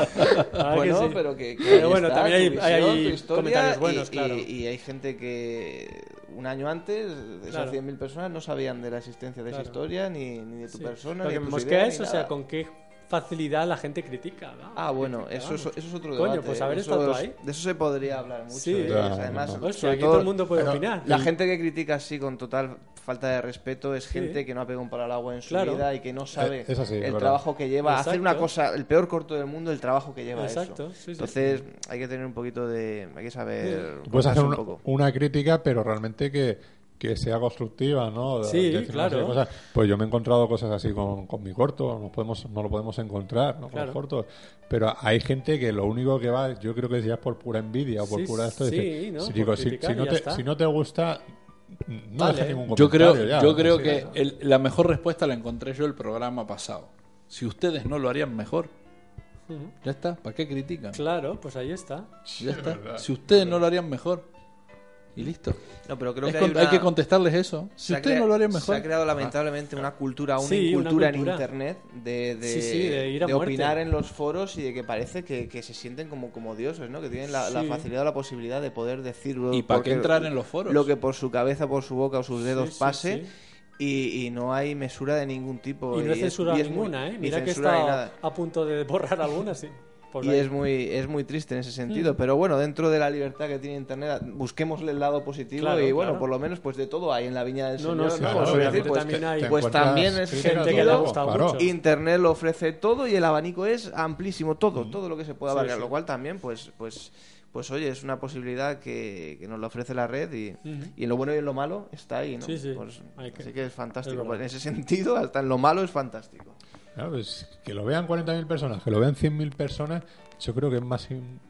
que
Bueno,
sí.
pero que, que
Pero
ahí
bueno,
está,
también hay-
tu
hay-
visión,
hay
tu historia,
comentarios
y-
buenos,
y,
claro.
y hay gente que un año antes, esas
Claro.
100.000 personas no sabían de la existencia de
Claro.
esa historia, ni, ni de tu
Sí.
persona,
Lo
ni
que
de
me
tus
mosquea
ideas,
es,
ni
o sea,
nada.
con qué facilidad la gente critica. ¿no?
Ah, bueno,
Critica,
eso, es-
vamos.
eso es otro
Coño,
debate. ¿eh?
pues haber
eso
estado tú
es-
ahí.
De eso se podría hablar mucho.
Sí.
¿eh?
Ya,
O sea, además,
no.
Hostia,
sobre
aquí todo el mundo puede opinar.
La gente que critica así con total falta de respeto es
Sí.
gente que no ha pegado un palo al agua en su
Claro.
vida y que no sabe
Eh, es así, es
el
verdad.
trabajo que lleva. Hacer una
Exacto.
cosa, el peor corto del mundo, el trabajo que lleva
Exacto,
eso.
sí, sí.
Entonces, hay que tener un poquito de. Hay que saber.
Puedes
cortarse
hacer
un
una,
poco.
una crítica, pero realmente que, que sea constructiva, ¿no? De-
Sí,
decir una
claro.
serie de cosas. Pues yo me he encontrado cosas así con, con mi corto, nos podemos, no lo podemos encontrar, ¿no? Con
Claro.
los cortos. Pero hay gente que lo único que va, yo creo que ya es por pura envidia o por
Sí,
pura esto.
sí,
dice,
¿no?
si,
Por
digo, si-
criticar
si no
y ya
te,
está.
si no te gusta, no
Vale.
dejes ningún
Yo
comentario.
creo,
ya,
yo
¿no?
creo
Sí.
que el- la mejor respuesta la encontré yo el programa pasado. Si ustedes no lo harían mejor, Ya está, ¿para qué critican?
Claro, pues ahí está.
Ya está. Si ustedes no lo harían mejor. Y listo.
No, pero creo
Es
que
con-
hay,
hay,
una-
que contestarles eso. Si
se ha
ustedes
crea-
no lo harían
Se
mejor.
ha creado lamentablemente una cultura, una
Ah. Sí, una
cultura en
cultura.
internet de, de,
Sí, sí, de ir a muerte.
opinar en los foros y de que parece que, que se sienten como, como dioses, ¿no? Que tienen la, la
Sí.
facilidad o la posibilidad de poder decir lo-
¿Y para qué
porque-
entrar en los foros?
lo que por su cabeza, por su boca o sus dedos
sí,
pase.
sí.
Y, y no hay mesura de ningún tipo.
Y no es
es-
censura
Pues y es muy-
ninguna, ¿eh?
ni
Mira que
censura ni
está
nada.
a punto de borrar algunas, sí. Por
Y
ahí. Mm.
es muy, es muy triste en ese sentido, pero bueno, dentro de la libertad que tiene Internet, busquémosle el lado positivo
Claro,
y bueno,
claro.
por lo menos pues de todo hay en la viña del
No,
Señor.
no, sí,
¿no?
claro,
Por
obviamente
decir, pues,
también
te-
hay-
pues
encuentras
también es
críticas
gente
de
que le ha
todo,
gustado
claro.
mucho.
Internet lo ofrece todo y el abanico es amplísimo, todo, todo lo que se pueda
Sí,
abarcar,
sí.
lo cual también pues pues pues oye, es una posibilidad que, que nos lo ofrece la red y, y en lo bueno y en lo malo está ahí, ¿no?
Sí, sí,
Pues,
hay que-
así que es
es
fantástico.
verdad.
Pues, en ese sentido, hasta en lo malo es fantástico.
Claro, pues, que lo vean 40.000 personas, que lo vean 100.000 personas, yo creo que es más. in-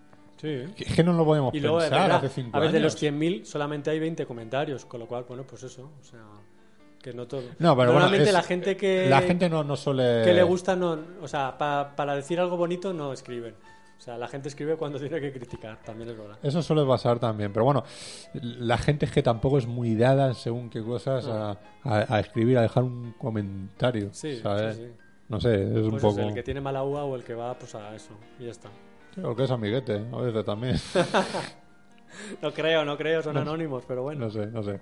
Sí.
que Es que no lo podemos
Y luego, es
pensar
verdad,
hace 5
a ver,
años.
de los 100.000 solamente hay 20 comentarios, con lo cual, bueno, pues eso, o sea, que no todo.
No, pero
Normalmente
bueno, es-
la gente que,
La gente eh, no, no suele.
que le gusta, no, o sea, pa- para decir algo bonito no escriben. O sea, la gente escribe cuando tiene que criticar, también es verdad.
Eso suele pasar también, pero bueno, la gente es que tampoco es muy dada según qué cosas a, a- a escribir, a dejar un comentario.
Sí,
¿sabes?
sí, sí.
No sé, es un
Pues
poco.
es el que tiene mala uva o el que va, pues a eso, y ya está.
Sí, o que es amiguete, a veces también.
No creo, no creo, son anónimos, pero bueno,
no sé, no sé.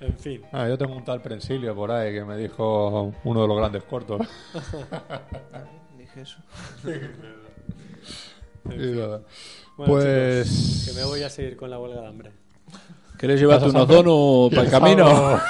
en fin.
Ah, yo tengo un tal Prensilio por ahí que me dijo uno de los grandes cortos.
Dije eso.
Y nada.
Bueno,
pues.
chicos, que me voy a seguir con la huelga de hambre.
¿Querés llevarte
¿Vas a
unos
San Fer?
donuts para el camino?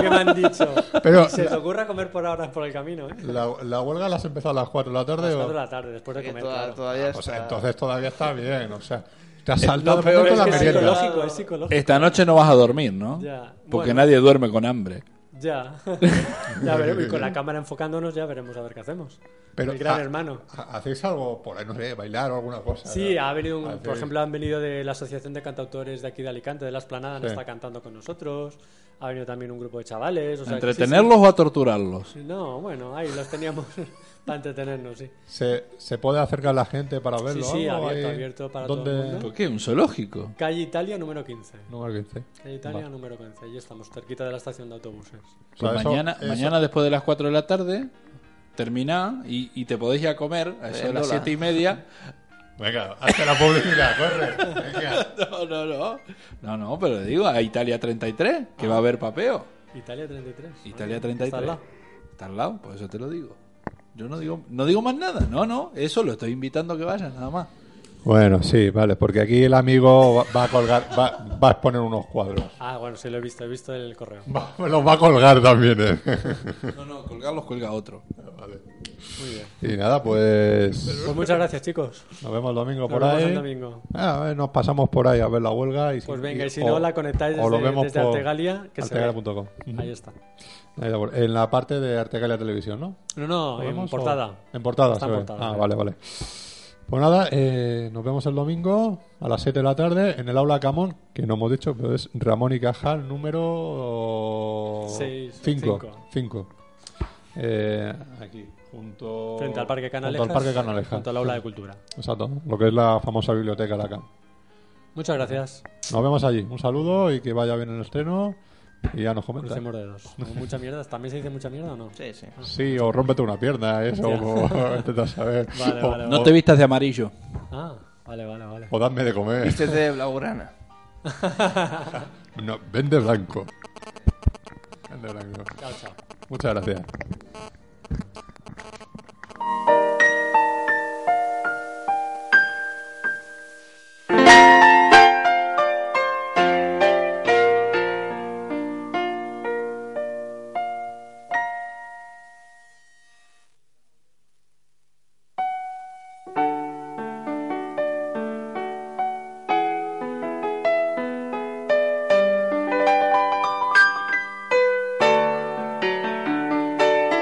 ¿Qué me han dicho?
Pero-
Se te ocurra comer por ahora por el camino, ¿eh?
La, la huelga la has empezado a las 4 de la
A las
tarde. o-
4 de la tarde, después de
Que
comer,
toda-
claro.
todavía
O sea,
está-
Ah, pues entonces todavía está bien, o sea, te has saltado
Eh, lo
un
peor
poquito
es
la
Es
que
merienda.
psicológico, es psicológico.
Esta noche no vas a dormir, ¿no?
Ya,
Porque
bueno.
nadie duerme con hambre.
Ya. ya veremos. Y con la cámara enfocándonos ya veremos a ver qué hacemos. el gran
ha-
hermano.
ha- ¿Hacéis algo por ahí, no sé, bailar o alguna cosa?
Sí,
¿no?
ha venido, un- por
Hacéis-
ejemplo, han venido de la Asociación de Cantautores de aquí de Alicante, de La Esplanada, han
Sí.
está cantando con nosotros. Ha venido también un grupo de chavales. O sea, que sí, sí.
¿Entretenerlos o a torturarlos?
No, bueno, ahí los teníamos para entretenernos, sí.
¿Se, ¿Se puede acercar la gente para verlo?
sí,
algo
abierto,
ahí?
abierto para
¿Dónde?
todo el mundo.
¿Por qué? ¿Un zoológico?
Calle Italia número 15.
Número 15.
Calle Italia número 15. Ahí estamos, cerquita de la estación de autobuses.
O sea,
Pues
eso-
mañana,
eso-
mañana después de las 4 de la tarde, terminá y, y te podéis ir a comer a eso de las
Vendola.
7 y media.
Venga, hazte la publicidad, corre. Venga.
No, no, no. Ah. No, no, pero digo, a Italia 33, que va a haber papeo.
Italia 33.
Italia
Vale,
33.
está al lado.
Está al lado, por eso te lo digo. Yo no digo, no digo más nada. No, no, eso lo estoy invitando a que vayan, nada más.
Bueno, sí, vale, porque aquí el amigo va- va a colgar, va, va a exponer unos cuadros.
Ah, bueno, sí, lo he visto, he visto el correo.
Va- los va a colgar también, eh.
No, no, colgarlos cuelga otro.
Muy bien.
Y nada, pues.
Pues muchas gracias, chicos.
Nos vemos el domingo
Nos
por
vemos
ahí.
el domingo.
Ah, a ver, nos pasamos por ahí a ver la huelga. Y si-
Pues venga, y si
o-
no, la conectáis
o lo
desde,
vemos
desde
por
Artegalia, que se ve.
artegalia.com. Ujú.
Ahí está.
Ahí está, En la parte de Artegalia Televisión, ¿no?
No, no,
¿Lo
en
vemos
portada.
o- En portada,
Está
se
en
ve.
portada,
Ah,
sí.
vale, vale. Pues nada, eh, nos vemos el domingo a las 7 de la tarde en el aula Camón, que no hemos dicho, pero es Ramón y Cajal número
Seis,
5.
cinco.
Eh, aquí, junto,
Frente al Parque Canalejas.
junto al Parque Canalejas.
Junto al aula de cultura.
Exacto, lo que es la famosa biblioteca la Cam.
Muchas gracias.
Nos vemos allí. Un saludo y que vaya bien el estreno. Y
Pues
ya nos comentas.
Crucemos dedos. O Mucha mierda. ¿También se dice mucha mierda o no?
Sí, sí.
Sí, o rómpete una pierna, eso,
Hostia.
o intenta saber.
Vale,
o,
vale,
No te vistas de amarillo.
Ah, vale, vale, vale.
o dadme de comer.
Vístete de blaugrana.
No, vende blanco. Vende blanco.
Chao, chao.
Muchas gracias.
Thank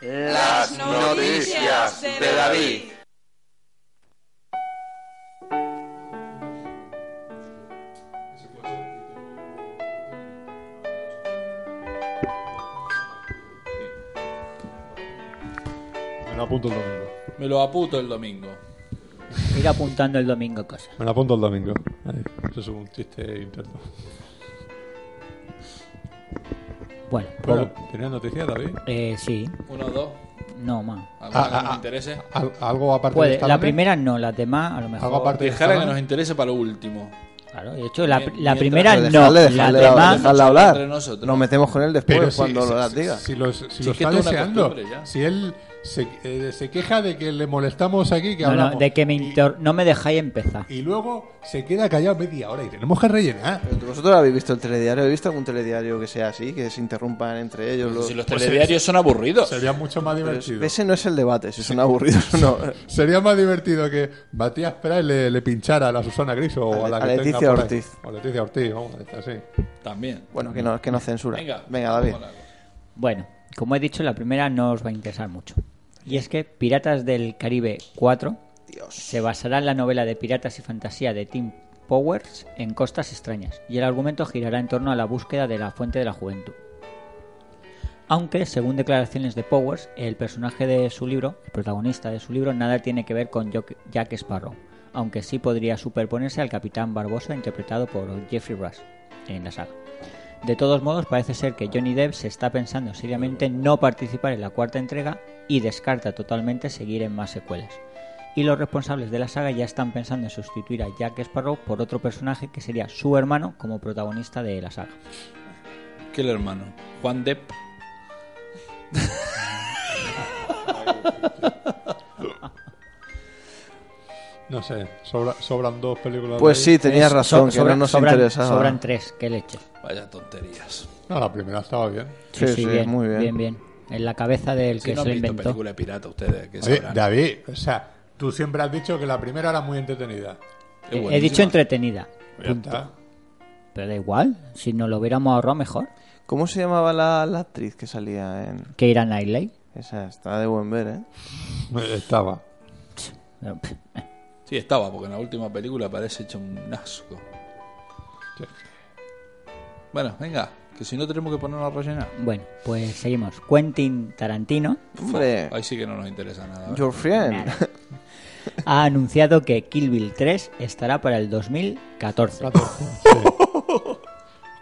Las noticias de David.
Me lo apunto el domingo.
Me lo aputo el domingo.
Ir apuntando el domingo cosas.
Me lo apunto el domingo. Ahí. Eso es un chiste interno.
Bueno,
Bueno, ¿Tenías noticias, David?
eh, sí.
Uno, dos.
No, más.
¿Alguna
Ah,
que
ah,
nos
ah.
interese?
Al- ¿Algo aparte de
Puede, la
Stallone?
primera no, las demás a lo mejor.
¿Algo aparte de
Dejala que
Stallone?
nos interese para lo último.
Claro, de hecho, la, la
Mientras-
primera
Pero
no,
dejadle,
las
dejadle,
demás.
dejadle
Entre
hablar.
nosotros.
Nos metemos con él después
si-
cuando
si-
lo las
si-
diga.
Si, lo, si lo
es que esto
está
es una
deseando,
costumbre ya.
si él se, eh, se queja de que le molestamos aquí, que
No, no,
hablamos.
de que me
y-
inter- no me dejáis empezar.
Y, luego se queda callado media hora y tenemos que rellenar.
Pero ¿Vosotros habéis visto el telediario? ¿Habéis visto algún telediario que sea así? Que se interrumpan entre ellos. los-
Si los
Pues
telediarios son aburridos.
Sería mucho más
Pero
divertido.
ese no es el debate, si son aburridos o no.
Sería más divertido que Matías Pérez le, le pinchara a la Susana Griso o a
A
la que
Le- a
tenga
Leticia
por ahí.
Ortiz.
O Leticia Ortiz, vamos a decir así.
También.
Bueno, que no, es que no censura.
Venga.
David.
vamos a la-
Bueno, como he dicho, la primera no os va a interesar mucho. Y es que Piratas del Caribe 4 se basará en la novela de Piratas y Fantasía de Tim Powers en Costas Extrañas, y el argumento girará en torno a la búsqueda de la fuente de la juventud. Aunque, según declaraciones de Powers, el personaje de su libro, el protagonista de su libro, nada tiene que ver con Jock- Jack Sparrow, aunque sí podría superponerse al Capitán Barbosa interpretado por Jeffrey Rush en la saga. De todos modos, parece ser que Johnny Depp se está pensando seriamente en no participar en la cuarta entrega y descarta totalmente seguir en más secuelas. Y los responsables de la saga ya están pensando en sustituir a Jack Sparrow por otro personaje que sería su hermano como protagonista de la saga.
¿Qué el hermano? Juan Depp.
No sé, sobra- sobran dos películas.
Pues
de ahí.
sí, tenías
Es-
razón,
so-
que no nos
sobran,
interesaba.
sobran tres, qué leche.
Vaya tonterías.
No, la primera estaba bien.
Sí, sí, muy bien.
bien, bien. En la cabeza del
Si
que
no
se
han
lo
visto
inventó.
película de pirata ustedes, que
Oye,
sabrán.
David, o sea, tú siempre has dicho que la primera era muy entretenida.
Es
He- He
buenísima.
dicho entretenida,
Pues ya está.
pero da igual, si nos lo hubiéramos ahorrado mejor
¿Cómo se llamaba la, la actriz que salía en...?
que ir a Nightlight.
Esa está de buen ver, ¿eh?
Estaba.
Pero, pff,
Sí, estaba, porque en la última película parece hecho un asco.
Sí.
Bueno, venga, que si no tenemos que ponernos a rellenar.
Bueno, pues seguimos. Quentin Tarantino Eh.
Hombre,
Ahí sí que no nos interesa nada.
your friend.
ha anunciado que Kill Bill 3 estará para el 2014.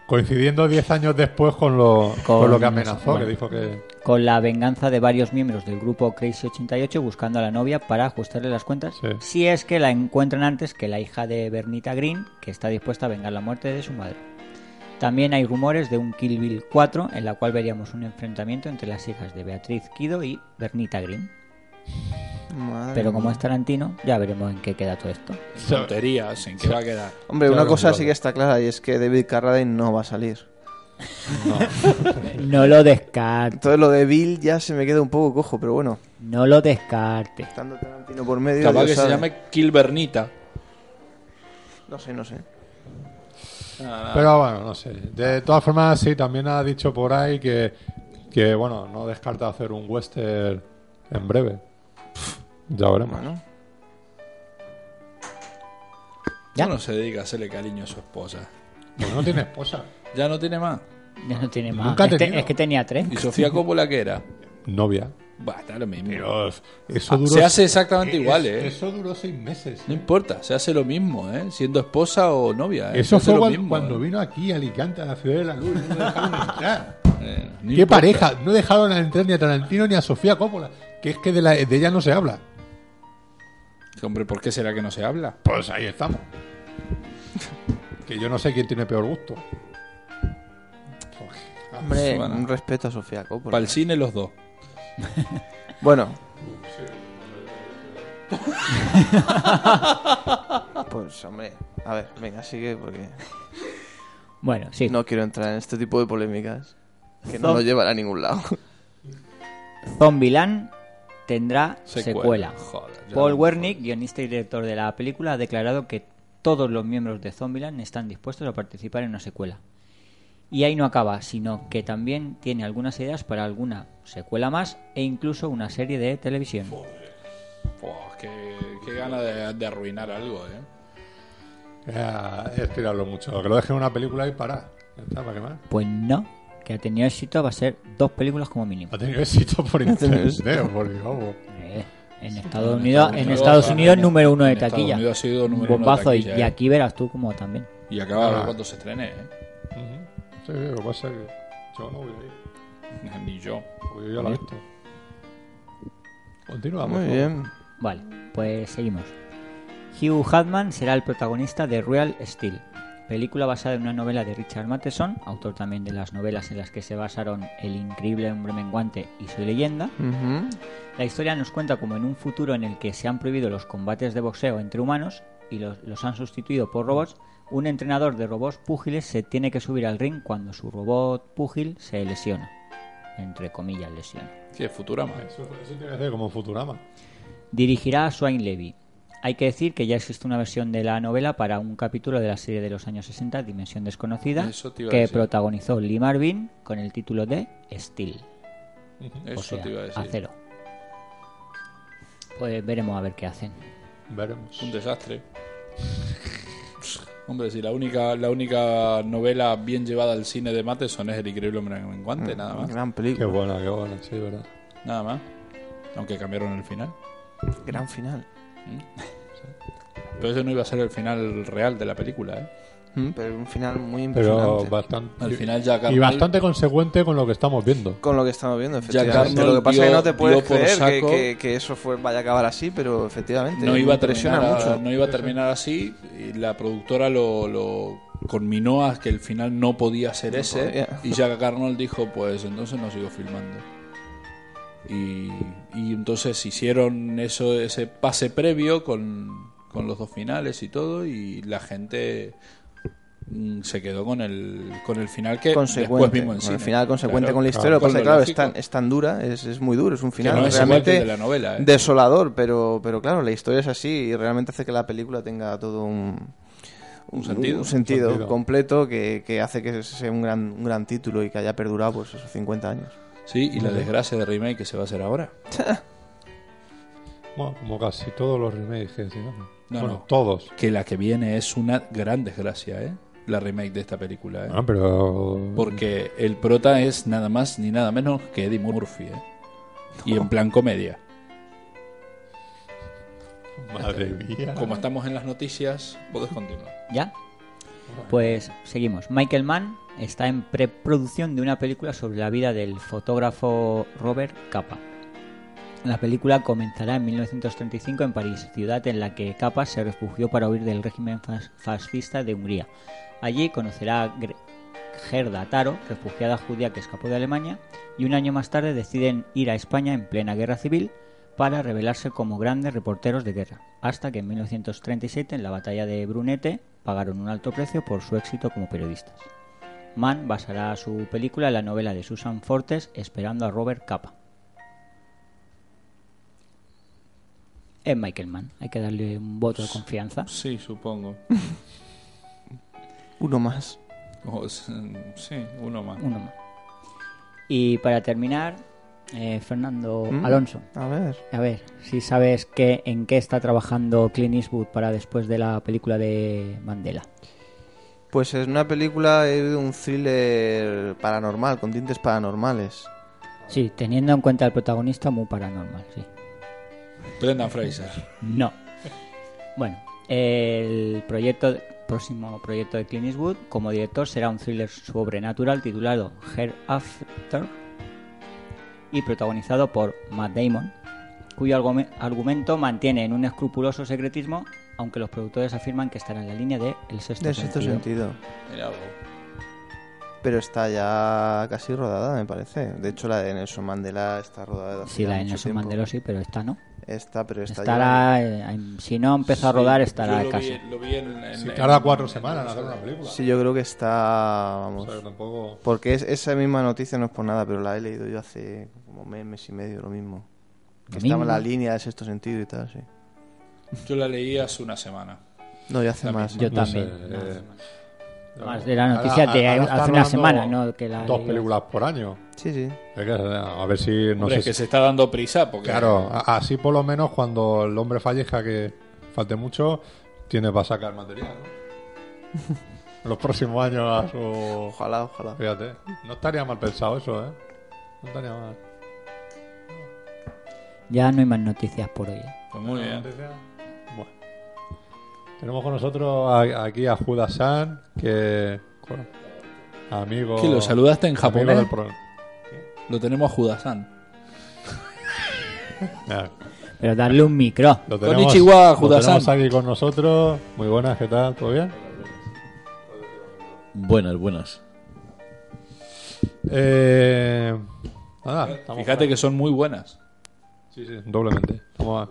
Coincidiendo 10 años después con lo, con
Con-
lo que amenazó,
bueno.
que dijo que.
Con la venganza de varios miembros del grupo Crazy 88 buscando a la novia para ajustarle las cuentas.
Sí.
Si es que la encuentran antes que la hija de Bernita Green, que está dispuesta a vengar la muerte de su madre. También hay rumores de un Kill Bill 4 en la cual veríamos un enfrentamiento entre las hijas de Beatriz Kido y Bernita Green.
Madre
Pero como
mía.
es Tarantino, ya veremos en qué queda todo esto.
En Tonterías, ¿en qué va a quedar?
Hombre,
Claro,
una cosa
claro.
sí que está clara y es que David Carradine no va a salir.
No lo descarte,
Entonces lo de Bill ya se me queda un poco cojo, pero bueno,
no lo descarte.
estando Tarantino por medio...
Capaz
Dios
que se
sabe.
llame Kilbernita.
No sé, no sé.
Ah.
Pero bueno, no sé. De todas formas, sí, también ha dicho por ahí que, que bueno, no descarta hacer un western en breve. Ya veremos.
Bueno,
Ya.
Uno se dedica a hacerle cariño a su esposa.
Pues no tiene esposa.
Ya no tiene más.
Ya no tiene más.
Nunca ha
es, que,
tenido.
es que tenía tres.
¿Y Sofía Coppola qué era?
Novia.
Bah, está lo mismo.
Pero eso
Ah,
duró.
se hace exactamente
es-
igual, ¿eh?
Eso duró seis meses.
No importa, se hace lo mismo, ¿eh? Siendo esposa o novia. ¿eh?
Eso
Se hace
fue
lo
cuan-
mismo,
cuando
¿eh?
vino aquí a Alicante, a la ciudad de la luz. No lo dejaron entrar.
Eh, no
¿Qué
importa.
pareja? No dejaron entrar ni a Tarantino ni a Sofía Coppola. Que es que de, la- de ella no se habla.
Hombre, ¿por qué será que no se habla?
Pues ahí estamos. que yo no sé quién tiene peor gusto.
Eh,
hombre,
Bueno.
un respeto a Sofía Coppola.
Para el cine los dos.
Bueno. Pues hombre, a ver, venga, sigue porque
Bueno, sí.
no quiero entrar en este tipo de polémicas que no nos llevan a ningún lado.
Zombieland tendrá secuela.
Joder, ya
Paul
no-
Wernick, guionista y director de la película, ha declarado que todos los miembros de Zombieland están dispuestos a participar en una secuela. Y ahí no acaba, sino que también tiene algunas ideas para alguna secuela más e incluso una serie de televisión.
Buah, qué, qué gana de, de arruinar algo, ¿eh?
Eh, es tirarlo mucho. Que lo dejen en una película y para. Ya está, ¿para qué más?
Pues no, que ha tenido éxito va a ser dos películas como mínimo.
Ah.
Ha tenido éxito por internet, por Dios.
Eh, En Estados Unidos, en Estados Unidos número uno de
En Estados
taquilla.
Unidos ha sido número uno de
Bombazo y-
taquilla,
y
eh.
aquí verás tú como también.
Y acaba de ver
Ah.
cuando se estrene, ¿eh?
Ujú. Sí, lo que pasa es que yo no voy a ir.
Ni yo.
Porque yo ya lo he visto. Continuamos.
Muy
¿no?
bien.
Vale, pues seguimos. Hugh Hadman será el protagonista de Real Steel, película basada en una novela de Richard Matheson, autor también de las novelas en las que se basaron El increíble hombre menguante y su leyenda.
Ujú.
La historia nos cuenta como en un futuro en el que se han prohibido los combates de boxeo entre humanos y los, los han sustituido por robots, un entrenador de robots púgiles se tiene que subir al ring cuando su robot púgil se lesiona. Entre comillas, lesiona.
Sí, Futurama.
Eso, eso tiene que ser como Futurama.
Dirigirá a Swain Levy. Hay que decir que ya existe una versión de la novela para un capítulo de la serie de los años 60, Dimensión Desconocida,
Eso te iba a
que
decir.
protagonizó Lee Marvin con el título de Steel,
Eso
o sea,
te iba a decir.
acero. Pues veremos a ver qué hacen.
Veremos.
Un desastre. Hombre, si la única, la única novela bien llevada al cine de Matheson es El increíble hombre en guante,
Ah,
nada más.
Gran
Qué
película.
buena, qué buena, sí, verdad.
Nada más. Aunque cambiaron el final.
Gran final.
Pero ese no iba a ser el final real de la película, ¿eh?
Mm, Pero un final muy
Pero
impresionante.
bastante.
Al final Jack
y
Arnold-
bastante consecuente con lo que estamos viendo.
Con lo que estamos viendo,
Jack
efectivamente.
Arnold
Lo que pasa
dio-
es que no te
dio
puedes
por
creer que,
saco-
que- que eso fue, vaya a acabar así, pero efectivamente.
no iba a
impresiona
terminar a-
mucho.
no iba a terminar así y la productora lo, lo conminó a que el final no podía ser ese
podía.
y Jack Arnold dijo pues entonces no sigo filmando y, y entonces hicieron eso ese pase previo con, con los dos finales y todo y la gente mm, se quedó con el con el final que después
consecuente.
vimos en
con
cine.
el final consecuente
Claro,
con la historia.
claro,
lo que pasa
con
es que, claro, es
lógico.
tan, es tan dura, es, es muy duro, es un final
no es igual que
realmente
el de la novela, ¿eh?
desolador, pero, pero claro, la historia es así y realmente hace que la película tenga todo un,
Un sentido.
un sentido
Un sentido.
completo que, que hace que sea un gran, un gran título y que haya perdurado pues, esos 50 años.
sí y la desgracia de remake que se va a hacer ahora
Bueno, como casi todos los remakes que se llaman.
No,
bueno,
no.
todos.
que la que viene es una gran desgracia, ¿eh? La remake de esta película, ¿eh?
Ah, pero.
Porque el prota es nada más ni nada menos que Eddie Murphy, ¿eh? Y en plan comedia.
Madre mía.
Como estamos en las noticias, podés continuar.
¿Ya? Pues seguimos. Michael Mann está en preproducción de una película sobre la vida del fotógrafo Robert Capa. La película comenzará en 1935 en París, ciudad en la que Capa se refugió para huir del régimen fas- fascista de Hungría. Allí conocerá a Gre- Gerda Taro, refugiada judía que escapó de Alemania, y un año más tarde deciden ir a España en plena guerra civil para rebelarse como grandes reporteros de guerra, hasta que en 1937, en la batalla de Brunete, pagaron un alto precio por su éxito como periodistas. Mann basará su película en la novela de Susan Fortes, Esperando a Robert Capa. Es Michael Mann, hay que darle un voto de confianza.
Sí, supongo.
Uno más.
O s- sí, Oh, uno más.
Uno más. Y para terminar, eh, Fernando Alonso.
A ver.
A ver, si sabes qué, en qué está trabajando Clint Eastwood para después de la película de Mandela.
Pues es una película, eh, un thriller paranormal, con tintes paranormales.
Sí, teniendo en cuenta al protagonista, muy paranormal, sí.
Brenda Fraser.
No. Bueno, el proyecto próximo proyecto de Clint Eastwood como director será un thriller sobrenatural titulado Hereafter y protagonizado por Matt Damon, cuyo argume- argumento mantiene en un escrupuloso secretismo, aunque los productores afirman que estará en la línea de El sexto,
De cierto
sentido.
sentido.
Mirá vos.
Pero está ya casi rodada, me parece. De hecho, la de Nelson Mandela está rodada. desde
Sí,
hace
la de
mucho
Nelson
tiempo.
Mandela sí, pero esta no.
Está, pero está ya-
Estará, eh, en- si no empezó a rodar, estará
Yo lo
casi.
Vi, lo vi en, en-
Si
en-
tarda cuatro semanas en hacer una película.
Sí, yo creo que está.
O
Vamos.
sea, que tampoco.
Porque es, esa misma noticia no es por nada, pero la he leído yo hace como mes, mes y medio, lo mismo. Que
¿Lo
estaba en la
mismo?
línea de sexto sentido y tal, sí.
Yo la leí hace una semana.
No, ya hace
La
más.
misma.
Yo
No
también.
sé, eh,
Más de la noticia de hace
están
una
rodando
semana, ¿no? Que la-
Dos películas por año.
Sí, sí.
Es que, a ver si. No
Hombre,
sé
es que
si-
se está dando prisa porque
Claro, a- así por lo menos cuando el hombre fallezca, que falte mucho, tiene para sacar material. ¿no? En los próximos años a su.
Ojalá, ojalá.
Fíjate, no estaría mal pensado eso, ¿eh? No estaría mal.
Ya no hay más noticias por hoy. ¿eh?
Pues muy bien.
Bueno. Tenemos con nosotros a- aquí a Judas San, que. bueno, Amigo.
¿Que lo saludaste en
amigo
japonés?
del pro-
Lo tenemos a Judasan.
Nada,
Pero darle un micro.
Ah, Lo tenemos,
Konnichiwa,
lo
Judas-san.
tenemos aquí con nosotros. Muy buenas, ¿qué tal? ¿Todo bien?
Buenas, buenas.
Eh, nada, estamos
Fíjate que son muy buenas.
Sí, sí, doblemente. Estamos,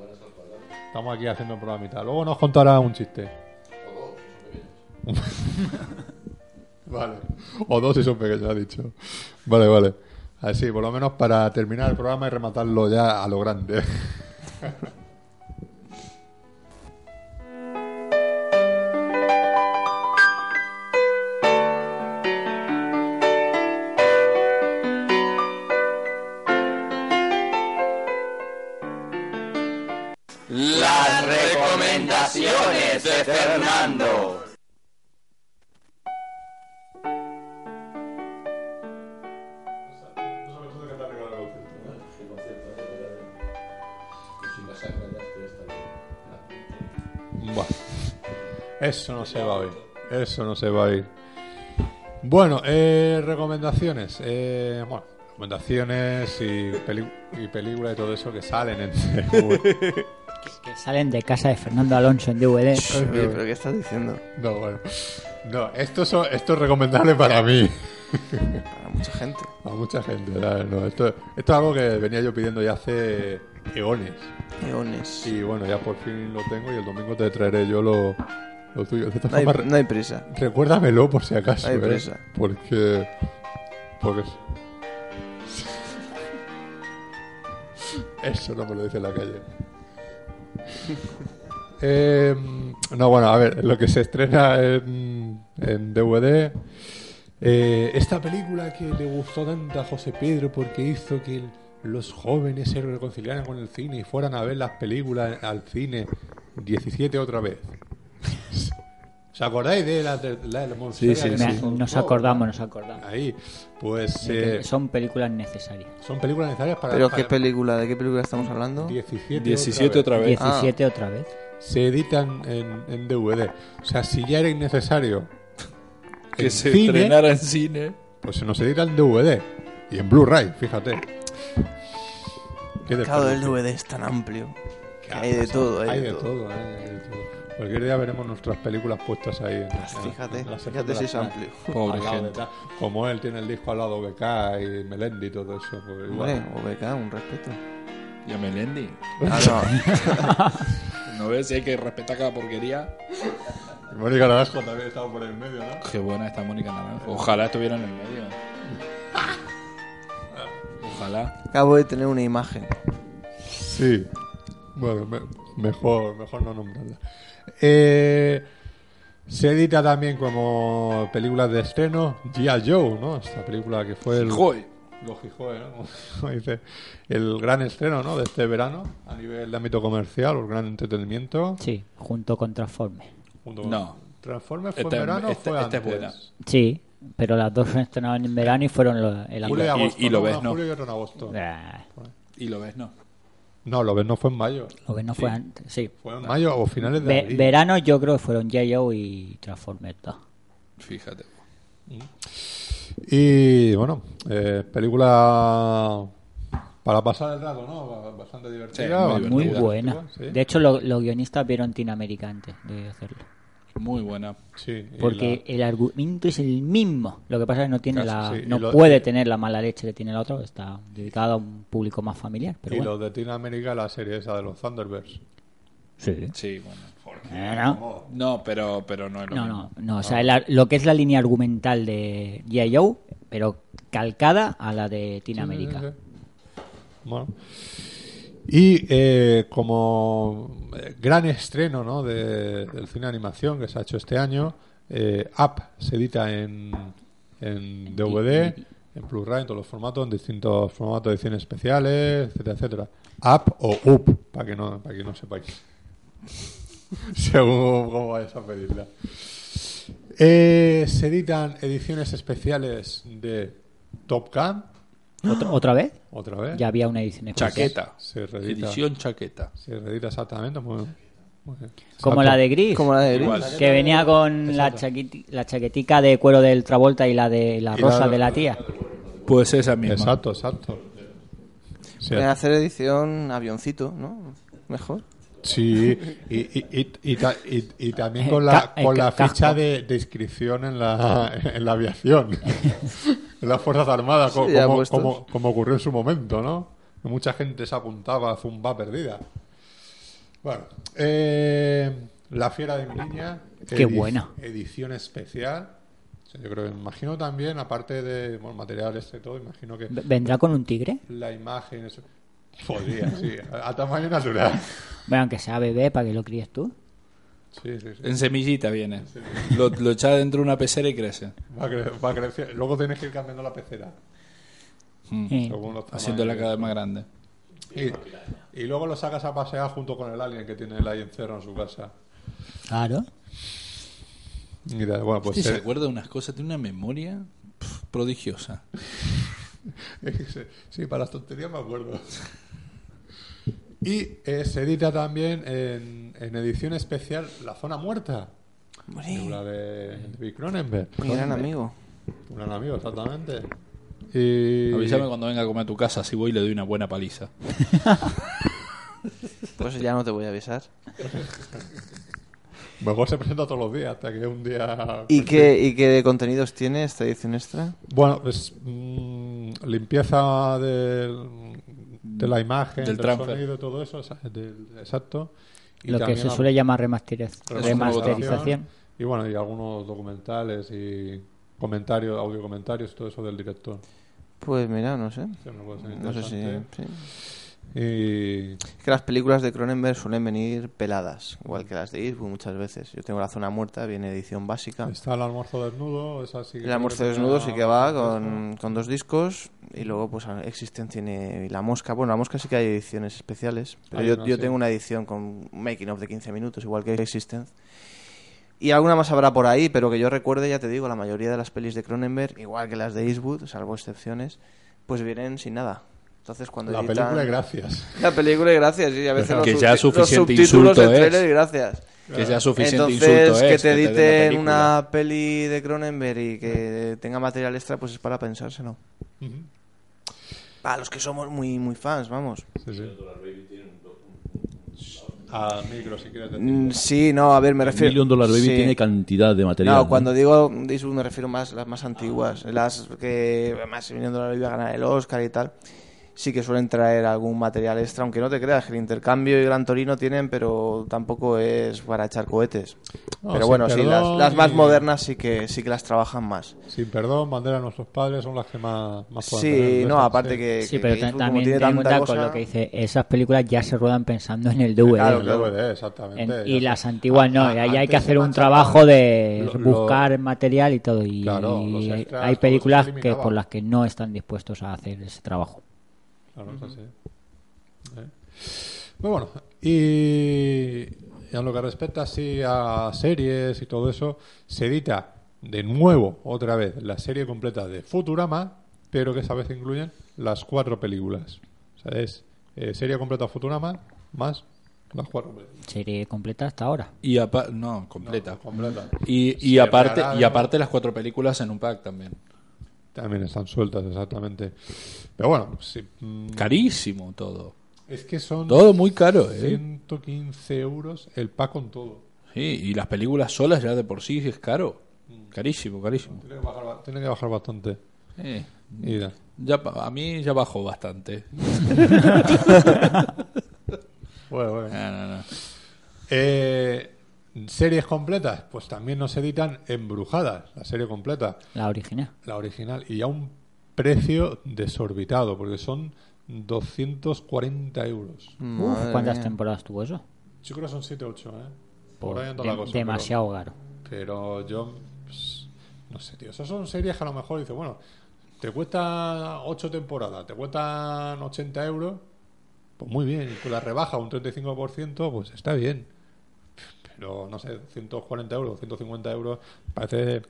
estamos aquí haciendo un programita. Luego nos contará un chiste. vale. O dos si son pequeños, ha dicho. Vale, vale. Así, por lo menos para terminar el programa y rematarlo ya a lo grande.
Las recomendaciones de Fernando.
Buah. Eso no se va a oír. Eso no se va a oír. Bueno, eh, recomendaciones. Eh, bueno, recomendaciones y, peli- y películas y todo eso que salen en TV.
Que salen de casa de Fernando Alonso en DVD.
Oye, pero ¿qué estás diciendo?
No, bueno. No, esto, so- esto es recomendable para mí.
Para mucha gente.
A mucha gente. ¿sabes? No, esto, esto es algo que venía yo pidiendo ya hace eones.
Eones.
Y bueno, ya por fin lo tengo y el domingo te traeré yo lo, lo tuyo. De todas
No hay,
formas, re-
no hay prisa.
Recuérdamelo por si acaso,
Hay
¿eh?
prisa.
Porque. Porque. es- Eso no me lo dice la calle. Eh, no, bueno, a ver, lo que se estrena en, en DVD. eh, esta película que le gustó tanto a José Pedro porque hizo que el- los jóvenes se reconciliaran con el cine y fueran a ver las películas al cine 17 otra vez. ¿Os acordáis de la, de la, de la monstruosa
sí,
que
Me-
se soltó?
nos acordamos, nos acordamos.
Ahí, pues
De
eh,
que Son películas necesarias.
son películas necesarias para,
¿Pero
para
qué película? ¿De qué película estamos hablando?
17,
17
otra vez. Ah.
otra vez.
17 otra vez.
Se editan en, en DVD. O sea, si ya era innecesario,
Que
en
se
cine.
estrenara en cine.
pues se nos edita en DVD y en Blu-ray, fíjate. ¿Qué te
El mercado del
parece?
DVD es tan amplio.
¿Qué
que hay de
pasa?
todo, hay, de, todo.
todo, ¿eh? Hay de todo. Cualquier día veremos nuestras películas puestas ahí. en- en-
Pues Fíjate,
en la sección de
fíjate si
las-
es amplio.
Pobre
al lado de
gente.
tal. Como él tiene el disco al lado de K y Melendi y todo eso. pues igual.
Hombre, OBK, un respeto.
Y a Melendi.
Ah, no.
¿No ves? Si hay que respetar cada porquería.
Y Mónica Naranjo también estaba por el medio, ¿no?
Qué buena esta Mónica Naranjo. Ojalá estuviera en el medio. Ojalá.
Acabo de tener una imagen.
Sí. Bueno, me- mejor, mejor no nombrarla. Eh, se edita también como películas de estreno G.I. Joe, ¿no? Esta película que fue el...
Joy.
Los Gijoe, ¿no? Como dice, el gran estreno, ¿no? De este verano a nivel de ámbito comercial, un gran entretenimiento.
Sí, junto con Transformers.
Junto con-
No.
Transformers fue
Esta-
en verano o
esta-
fue
esta es
antes.
buena.
Sí, pero las dos se estrenaban en verano y fueron lo- el
Julio y
Y-
agosto.
y lo
¿no?
ves,
Una
¿no?
Julio y otro en agosto.
Ah,
Y lo ves, no.
No, lo ves no fue en mayo.
Lo que no fue antes. Sí.
Fue en mayo o finales de
Ve-
abril.
verano yo creo que fueron J.O. y Transformers 2.
Fíjate.
Y bueno, eh, película para pasar el rato, ¿no? Bastante
Sí,
divertida. bastante
Muy
divertida.
buena.
Sí,
De hecho, lo- los guionistas vieron Teen América antes de hacerlo.
Muy buena.
sí, y
Porque el argumento es el mismo. Lo que pasa es que no tiene
Casi,
la,
sí, y
no
lo-
puede tener la mala leche que tiene la otra. porque Está dedicada a un público más familiar.
la-
Pero
y
bueno.
los de Teen América, la serie esa de los Thunderbirds.
Sí.
Sí, bueno.
Eh, no.
No, pero, pero no es lo
No,
mismo.
no, no, O
Ah.
sea, la- lo que es la línea argumental de G.I. Joe, pero calcada a la de Teen América.
Sí, sí, sí. Bueno. Y eh, como eh, gran estreno ¿no? de- del cine de animación que se ha hecho este año, eh, Up se edita en, en DVD, en Blu-ray, en todos los formatos, en distintos formatos de ediciones especiales, etcétera, etcétera. Up o Up, para que no, para que no sepáis. Según cómo vayas a pedirla. Eh, se editan ediciones especiales de Top Gun,
¿Otra, otra vez?
otra vez.
Ya había una edición especial.
Chaqueta.
Se reedita.
Edición chaqueta.
Se reedita exactamente. Muy, muy bien.
Como
Exacto.
la de Gris.
Como la de Gris.
Igual.
Que venía con la, chaquiti- la chaquetica de cuero del Travolta y la de la
Y
rosa
la-
de la tía.
Pues esa misma.
Exacto, exacto. Sí,
Pueden hacer edición avioncito, ¿no? Mejor.
sí, y, y, y, y ta- y- y también con
Ca-
la,
eh,
con
ca-
la ficha
casco.
de, de inscripción en la, en la aviación, en las Fuerzas Armadas, co-
Sí, ya
como,
puestos.
como- como ocurrió en su momento, ¿no? Que Mucha gente se apuntaba a Zumba perdida. Bueno, eh, La Fiera de mi niña.
Qué
edi-
buena.
Edición especial. O sea, Yo creo, imagino también, aparte de bueno, material este todo, imagino que
V- ¿Vendrá con un tigre?
la imagen es... Podría, sí, a, a tamaño natural.
Bueno, aunque sea bebé, para que lo críes tú.
Sí, sí, sí.
En semillita viene. Lo, lo echa dentro de una pecera y crece.
Va, cre- va creciendo. Luego tienes que ir cambiando la pecera.
Mm.
Eh,
según los
Haciéndola
tamaños.
cada vez más grande.
Y, y luego lo sacas a pasear junto con el alien que tiene el alien cerro en su casa.
Claro.
Y da- bueno, pues
Este se
eh,
acuerda de unas cosas, tiene una memoria pf, prodigiosa.
sí, para las tonterías me acuerdo. Y eh, se edita también en, en edición especial La Zona Muerta. Película de, de Big Cronenberg.
Mi gran amigo.
Un gran amigo, exactamente. Y...
Avísame cuando venga a comer a tu casa, si voy le doy una buena paliza.
Pues ya no te voy a avisar.
Mejor se presenta todos los días hasta que un día.
¿Y qué, ¿Y qué contenidos tiene esta edición extra?
Bueno, pues mm, limpieza del- de la imagen,
Del
del,
transfer.
sonido, todo eso, esa- del- exacto. Y
Lo que
también
se
la
suele llamar remasteriz- remasterización.
remasterización, Y bueno, y algunos documentales y comentarios, audio comentarios, todo eso del director.
Pues mira, no sé.
Siempre puede ser
No sé si...
interesante.
sí.
Y
Es que las películas de Cronenberg suelen venir peladas, igual que las de Eastwood muchas veces. Yo tengo La Zona Muerta, viene edición básica.
está el almuerzo desnudo, esa sí que
El
creo
almuerzo
que
desnudo
tenía-
sí que va con, con dos discos y luego pues existen tiene y la mosca. Bueno, la mosca sí que hay ediciones especiales, pero
Hay
yo,
una,
yo
Ah, sí.
tengo una edición con un making of de 15 minutos, igual que Existence. Y alguna más habrá por ahí, pero que yo recuerde, ya te digo, la mayoría de las pelis de Cronenberg, igual que las de Eastwood, salvo excepciones, pues vienen sin nada. Entonces cuando
La
editan-
película, gracias.
La película y gracias, sí, a veces
Que
los,
ya
subti-
suficiente
los subtítulos
insulto ¿eh?
del
es.
trailer y gracias.
Que sea suficiente
Entonces,
insulto. ¿eh?
que
es,
te
den la
editen
película.
una peli de Cronenberg y que tenga material extra, pues es para pensárselo.
Ujú.
Para los que somos muy, muy fans, vamos.
Sí, sí. Al micro, si quieres decir.
Mm, Sí, no, a ver, me refiero.
Million Dollar Baby
sí.
tiene cantidad de material.
No, cuando digo Disney me refiero más las más antiguas, las que además Million Dollar Baby va a ganar el Oscar y tal. Sí que suelen traer algún material extra, aunque no te creas que el intercambio y Gran Torino tienen, pero tampoco es para echar cohetes.
No,
pero
sin
bueno, sí, las,
perdón
las más
eh.
y-
modernas sí que sí que las trabajan más.
Sin perdón, bandera a nuestros padres son las que más, más pueden
Sí,
tener.
no, aparte
Sí.
que,
Sí,
que-
pero
que
ta-
como
también
tiene
ten en cuenta
tanta
con
cosa-
lo que dice, esas películas ya se ruedan pensando en el DVD.
Claro,
El
claro.
DVD, exactamente.
En- y
Ya
las
está.
antiguas no,
A-
y
a-
ahí hay
antes
que hacer
se
un
manchaban
trabajo de
lo- lo-
buscar material y todo. Y
Claro, los extras, todo
hay
eso
películas
se
que
eliminaba.
por las que no están dispuestos a hacer ese trabajo.
Claro, es así. Eh. Pero bueno, y, y en lo que respecta así a series y todo eso, se edita de nuevo, otra vez, la serie completa de Futurama, pero que esta vez incluyen las cuatro películas. O sea, es eh, serie completa Futurama más las cuatro películas.
Serie completa hasta ahora.
Y apa- no, completa.
Completa.
Y, y
Se
aparte,
hará
y
de-
aparte las cuatro películas en un pack también.
También están sueltas, exactamente. Pero bueno, sí, mm,
Carísimo todo.
es que son
Todo muy caro, ¿eh?
115 euros el pack con todo.
Sí, y las películas solas ya de por sí es caro. Carísimo, carísimo.
Tiene que bajar, ba- tiene que bajar bastante.
Eh,
Mira.
ya, pa- a mí ya bajó bastante.
Bueno, bueno.
No, no, no.
Eh, series completas, pues también nos editan embrujadas, la serie completa,
La original.
la original, y a un precio desorbitado, porque son 240 euros.
Mm.
Madre
Uf, ¿cuántas
mía.
temporadas tuvo eso?
Yo creo que son 7 8, ¿eh?
Por-
ahí anda
de-
la cosa,
demasiado caro.
pero- Pero yo, pues, no sé, tío. Esas son series que a lo mejor dices, bueno, te cuesta 8 temporadas, te cuestan 80 euros, pues muy bien. Y con la rebaja un 35%, pues está bien. Pero no sé, 140 euros, 150 euros, parece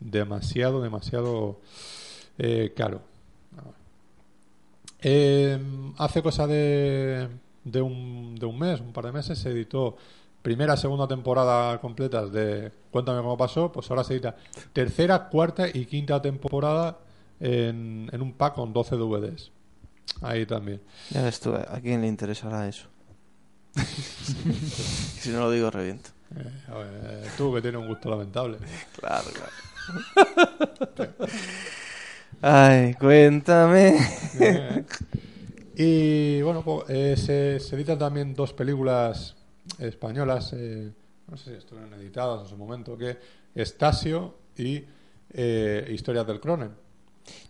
demasiado, demasiado eh, caro. Eh, hace cosa de, de, un, de un mes, un par de meses, se editó primera, segunda temporada completas de Cuéntame cómo pasó, pues ahora se edita tercera, cuarta y quinta temporada en, en un pack con 12 DVDs. Ahí también.
Ya ves tú, ¿a quién le interesará eso? si no lo digo, reviento.
Eh, a ver, tú que tienes un gusto lamentable.
Claro, claro. Ay, cuéntame.
Eh, y bueno, pues, eh, se, se editan también dos películas españolas, eh, no sé si estuvieron editadas en su momento, que Estasio y eh, Historias del Cronen.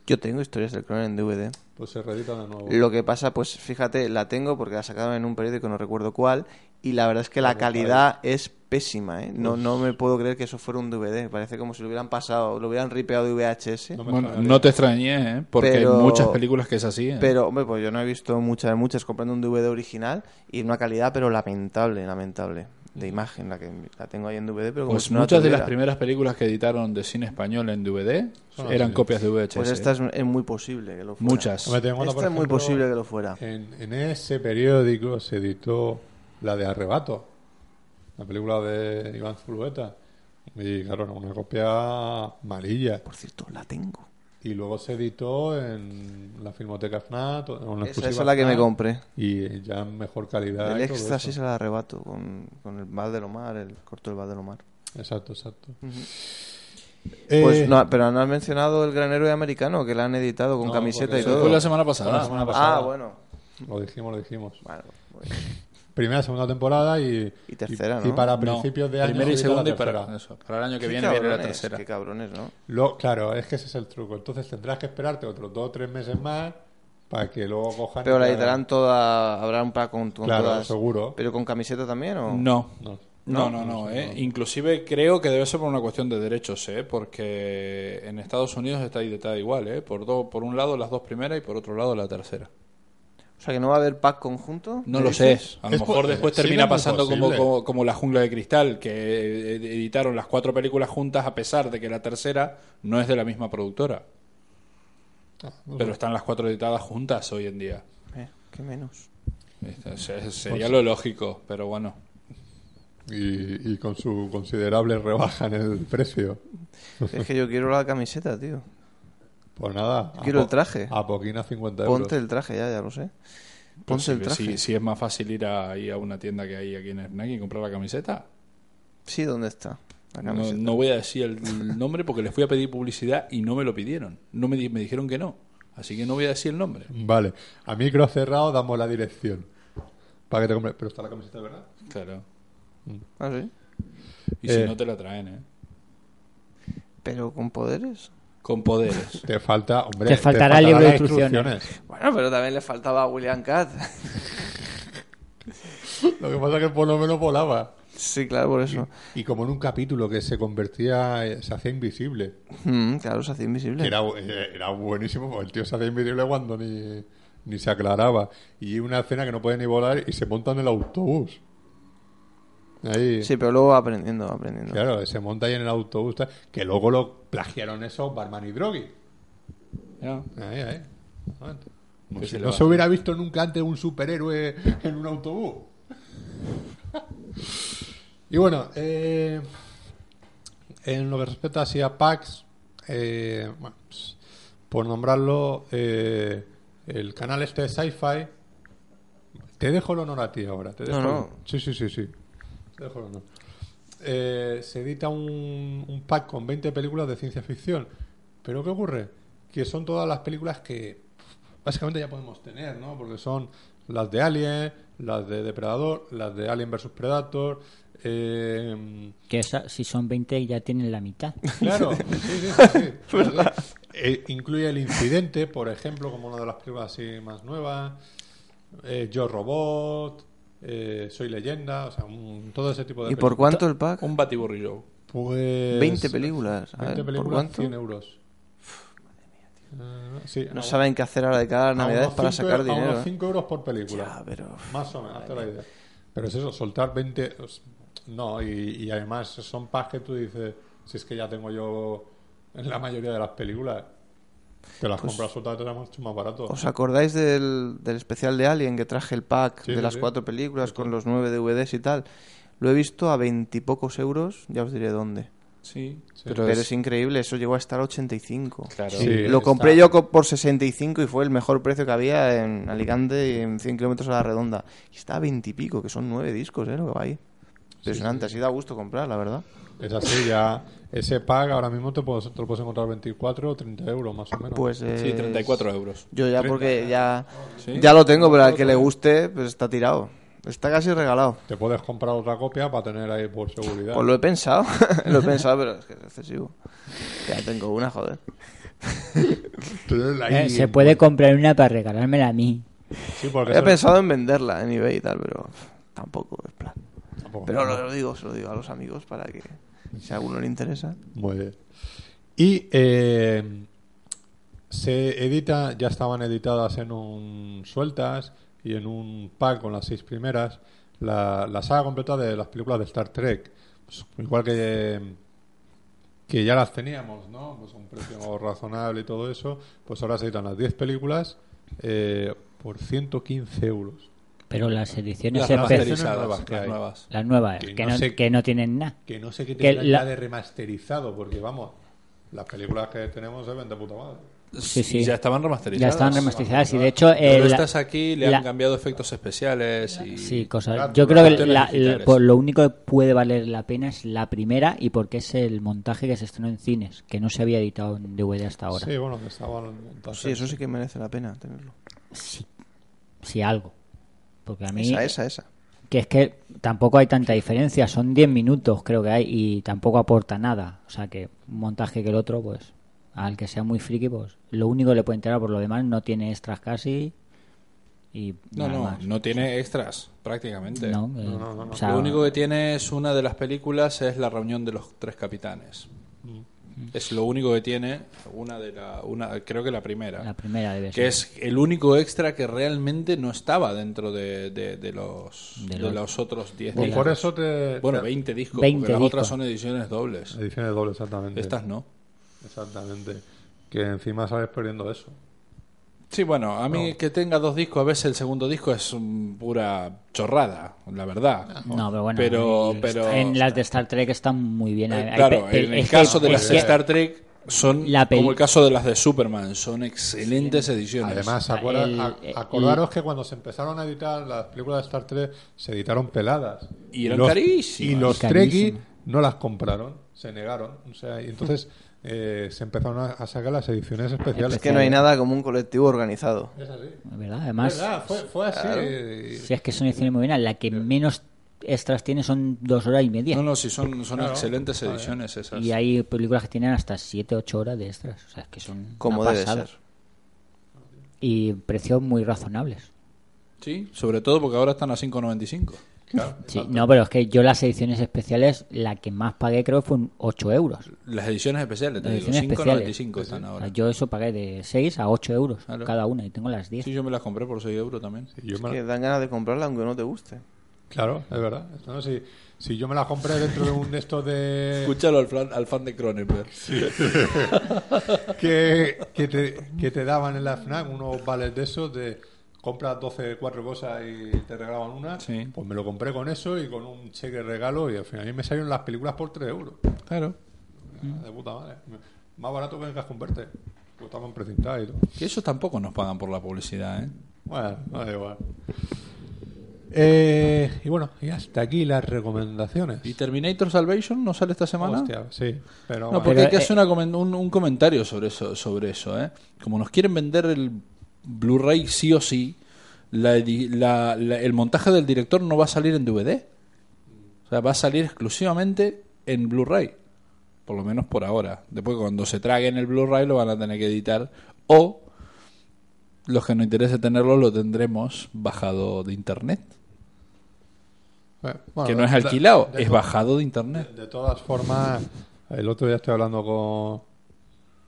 Yo tengo historias del Cronen en DVD.
Pues se reeditan de nuevo.
Lo que pasa, pues fíjate, la tengo porque la sacaron en un periódico, no recuerdo cuál, y la verdad es que la calidad es pésima, ¿eh? No, no me puedo creer que eso fuera un DVD. Parece como si lo hubieran pasado, lo hubieran ripeado de VHS.
me
Bueno,
extrañaría.
no te extrañé, ¿eh? porque
Pero-
hay muchas películas que es así. ¿eh?
Pero, hombre, pues yo no he visto muchas, muchas comprando un DVD original y en una calidad, pero lamentable, lamentable. De imagen, la que la tengo ahí en DVD, pero como
Pues
si no la
muchas de
tuviera.
las primeras películas que editaron de cine español en DVD
Son
eran
así.
copias de VHS.
Pues esta es, es muy posible que lo fuera.
eh. Muchas.
Hombre, ten en cuenta,
Esta
por
es muy
ejemplo, eh,
posible que lo fuera.
En, en ese periódico se editó la de Arrebato, la película de Iván Zulueta. Y claro, era una copia malilla.
Por cierto, la tengo.
Y luego se editó en la Filmoteca FNAT. o en una
Esa,
exclusiva
esa es la que me
FNAT,
compré.
Y eh, ya en mejor calidad.
El
y todo
extra sí
eso.
se la arrebato con, con el Val de Lomar, el corto del Val de Lomar.
Exacto, exacto. Eh,
Pues no, pero no has mencionado el gran héroe americano que la han editado con
No,
camiseta
porque
y
eso
todo.
Fue la semana
la
pasada.
semana pasada.
Ah, bueno.
Lo dijimos, lo dijimos.
Bueno, bueno.
Primera, segunda temporada y.
Y tercera,
y-
¿no?
Y para
No,
principios de año.
Primera y
edita la
segunda y para,
tercera.
eso, para el año que
Qué
viene viene la
cabrones,
tercera.
Qué cabrones, ¿no?
Lo- claro, es que ese es el truco. Entonces tendrás que esperarte otros dos o tres meses más para que luego cojan.
Pero
y
la
te
editarán toda, habrá un pack con, con
Claro,
todas.
seguro.
¿Pero con camiseta también o...?
No.
No.
No, no, no. eh. Inclusive creo que debe ser por una cuestión de derechos, ¿eh? porque en Estados Unidos está editada igual, ¿eh? por, do- por un lado las dos primeras y por otro lado la tercera.
O sea, que no va a haber pack conjunto.
No
¿me
lo sé.
dices?
A lo
Es
mejor
po-
después
sí,
termina
es muy
pasando como,
posible.
como, como La Jungla de Cristal, que eh, editaron las cuatro películas juntas a pesar de que la tercera no es de la misma productora. Pero están las cuatro editadas juntas hoy en día.
Eh, ¿Qué menos?
Este, se- Sería lo lógico, pero bueno.
Y, y con su considerable rebaja en el precio.
es que yo quiero la camiseta, tío.
Pues nada. a
Quiero el
po-
traje.
A poquina 50 euros.
Ponte el traje, ya, ya lo sé.
Pues
Ponte
sí,
el
que
traje.
sí,
Sí,
sí es más fácil ir a, ir a una tienda que hay aquí en Snack y comprar la camiseta.
¿dónde está? La
No,
camiseta.
no voy a decir el, el nombre porque les fui a pedir publicidad y no me lo pidieron. No me, di- me dijeron que no. Así que no voy a decir el nombre.
Vale. A micro cerrado damos la dirección. Para que te compres. Pero está la camiseta, ¿verdad?
Claro.
Ah, ¿sí?
Y
Eh.
si no te la traen, ¿eh?
Pero con poderes.
Con poderes.
Te falta. Hombre,
Te faltará el libro de
las
instrucciones.
Bueno, pero también le faltaba a William Cat.
Lo que pasa es que por lo menos volaba.
sí, claro, por eso.
Y como en un capítulo que se convertía, eh, se hacía invisible.
Mm, claro, se hace invisible.
Era, bu- eh, era buenísimo, porque el tío se hacía invisible cuando ni, ni se aclaraba. Y una escena que no puede ni volar y se monta en el autobús. Ahí.
Sí, pero luego va aprendiendo, va aprendiendo.
Claro, se monta ahí en el autobús, tal, que luego lo plagiaron eso Barman y Drogi.
Ya.
Ahí, ahí. Exactamente. Como
¿Qué
si
se le Pues
no
va a
se hubiera visto nunca antes un superhéroe en un autobús. y bueno, eh, en lo que respecta así a PAX, eh, bueno, pues, por nombrarlo, eh, el canal este de Sci-Fi, te dejo el honor a ti ahora. Te dejo
No,
el-
no.
Sí, sí, sí, sí. Te dejo el honor. Eh, se edita un, un pack con 20 películas de ciencia ficción. Pero ¿qué ocurre? Que son todas las películas que básicamente ya podemos tener, ¿no? Porque son las de Alien, las de Depredador, las de Alien vs Predator. eh,
Que esa, si son 20 ya tienen la mitad.
claro, sí, sí, sí, sí. Eh, incluye El Incidente, por ejemplo, como una de las películas así más nuevas. eh, Yo Robot, eh, Soy Leyenda, o sea, un- todo ese tipo de
¿Y por
películas.
cuánto el pack?
Un batiburrillo.
Pues.
20 películas.
20
A ver, ¿Por
películas,
cuánto?
100 euros. Eh, sí, a-
No saben qué hacer ahora de cada
a
Navidad
unos
para
cinco-
sacar
A
dinero.
unos
¿eh?
5 euros por película.
Ya, pero.
Más o menos, hazte la idea. Pero es eso, soltar 20. os- No, y, y además son packs que tú dices, si es que ya tengo yo en la mayoría de las películas, que las
Pues-
compras soltadas te salen mucho más barato.
¿Os acordáis del, del especial de Alien que traje el pack
Sí,
de
sí,
las
sí.
cuatro películas con los nueve DVDs y tal? Lo he visto a veintipocos euros, ya os diré dónde.
Sí,
Pero,
pero,
es...
es-
increíble, eso llegó a estar 85.
claro.
Sí.
Lo
está-
compré yo co- por 65 y fue el mejor precio que había en Alicante y en 100 kilómetros a la redonda. Y está a 20 y pico, que son nueve discos, ¿eh? Lo que va ahí. Impresionante, así da gusto comprar, la verdad.
Es así, ya. Ese pack ahora mismo te, puedes, te lo puedes encontrar 24 o 30 euros más o menos.
Pues,
Sí,
eh,
34 euros.
Yo ya porque ya,
Sí.
ya lo tengo, pero al que le guste, pues está tirado. Está casi regalado.
Te puedes comprar otra copia para tener ahí por seguridad.
Pues lo he pensado, lo he pensado, pero es que es excesivo. Ya tengo una, joder.
Tenerla ahí.
Eh, se puede comprar una para regalármela a mí.
Sí, porque
Había
eso-
pensado en venderla en eBay y tal, pero tampoco es plan.
tampoco-
Pero lo, lo digo, se lo digo a los amigos para que si a alguno le interesa.
Muy bien. Y eh, se edita, ya estaban editadas en un sueltas y en un pack con las seis primeras, la, la saga completa de las películas de Star Trek. Pues, igual que, que ya las teníamos, ¿no? Pues a un precio razonable y todo eso, pues ahora se editan las 10 películas eh, por 115 euros.
Pero las ediciones
Las
se
EP,
masterizadas,
remasterizadas. nuevas que
las
hay.
nuevas.
las nuevas,
Que
que,
no
no,
sé-
que no tienen nada.
Que no sé qué
Que
tendrán
la-
ya de remasterizado, porque vamos, las películas que tenemos se ven de puta madre.
Sí, sí.
Y Ya estaban remasterizadas. Ah,
Ya estaban remasterizadas y de hecho... eh,
Pero
la-
estas aquí le
la-
han cambiado efectos especiales y
Sí, cosas.
Claro,
Yo creo que
carteles
la-
digitales.
la- por lo único que puede valer la pena es la primera y porque es el montaje que se estrenó en cines, que no se había editado en DVD hasta ahora.
Sí, bueno, que estaban. entonces-
Sí, eso sí que merece la pena tenerlo.
Sí, sí, algo. Porque a mí,
Esa, esa, esa.
que es que tampoco hay tanta diferencia, son 10 minutos creo que hay y tampoco aporta nada. O sea que un montaje que el otro, pues al que sea muy friki, pues lo único que le puede enterar por lo demás no tiene extras casi y
No,
nada
no,
más.
no tiene extras prácticamente.
No, eh, o sea,
Lo único que tiene es una de las películas es la reunión de los tres capitanes.
Mm.
Es lo único que tiene una de la una creo que la primera.
la primera debe ser.
que es el único extra que realmente no estaba dentro de, de- de los
De
de,
los-
los otros 10
Pues por eso te.
Bueno,
te-
20 discos,
20
porque las
discos.
otras son ediciones dobles.
Ediciones dobles, exactamente.
Estas no.
Exactamente. Que encima sales perdiendo eso.
Sí, bueno, a mí que tenga dos discos, a veces el segundo disco es mm, pura chorrada, la verdad.
No, pero bueno.
Pero,
el-
pero-
en las de Star Trek están muy bien.
Eh,
Hay
claro,
pe-
en
pe-
el
es que-
caso de
es
las
que-
Star Trek son
La peli-
como el caso de las de Superman, son excelentes ediciones.
Además, acuerda-
el-
a-
el-
acordaros que cuando se empezaron a editar las películas de Star Trek, se editaron peladas.
Y eran
los,
carísimas.
Y los
Carísimas.
Trekkies no las compraron, se negaron. O sea, y entonces eh, se empezaron a, a sacar las ediciones especiales.
Es
Es que no hay nada como un colectivo organizado.
Es así.
¿Verdad? Además,
Es verdad, fue, fue así. eh,
si es que son ediciones muy buenas, la que menos extras tiene son dos horas y media.
No, no, sí, son, son
Claro.
excelentes ediciones esas.
Y hay películas que tienen hasta 7, 8 horas de extras. O sea, es que son.
Como
una
debe
pasada.
ser.
Y precios muy razonables.
Sí, sobre todo porque ahora están a 5.95.
Sí, no, pero es que yo las ediciones especiales, la que más pagué creo fue 8 euros.
Las ediciones especiales, te
Las
digo,
ediciones especiales.
5.95 están
O
ahora.
sea, yo eso pagué de 6 a 8 euros
Claro.
cada una y tengo las 10.
Sí, yo me las compré por 6 euros también.
yo me-
Que dan ganas de comprarla aunque no te guste.
Claro, es verdad. No, si, si yo me las compré dentro de un de estos de.
Escúchalo al, flan- al fan de Cronenberg.
que, que, te, que te daban en la FNAC unos vales de esos de compras 12, cuatro cosas y te regalaban una.
Sí.
Pues me lo compré con eso y con un cheque regalo y al final a mí me salieron las películas por 3 euros.
Claro. Mm.
Ah, De puta madre. Más barato que en Cascón Verde. Pues estaban precintadas y todo.
Que ellos tampoco nos pagan por la publicidad, ¿eh?
Bueno, no da igual. Eh, y bueno, y hasta aquí las recomendaciones.
¿Y Terminator Salvation no sale esta semana?
Hostia, sí, pero
No,
bueno.
porque hay que
Pero,
hacer una comen- un, un comentario sobre eso, sobre eso, ¿eh? Como nos quieren vender el Blu-ray sí o sí, la edi- la- la- el montaje del director no va a salir en DVD. O sea, va a salir exclusivamente en Blu-ray. Por lo menos por ahora. Después, cuando se traguen el Blu-ray, lo van a tener que editar. O, los que nos interese tenerlo, lo tendremos bajado de internet. pues,
eh,
que no es alquilado, es bajado de internet.
De todas formas, el otro día estoy hablando con,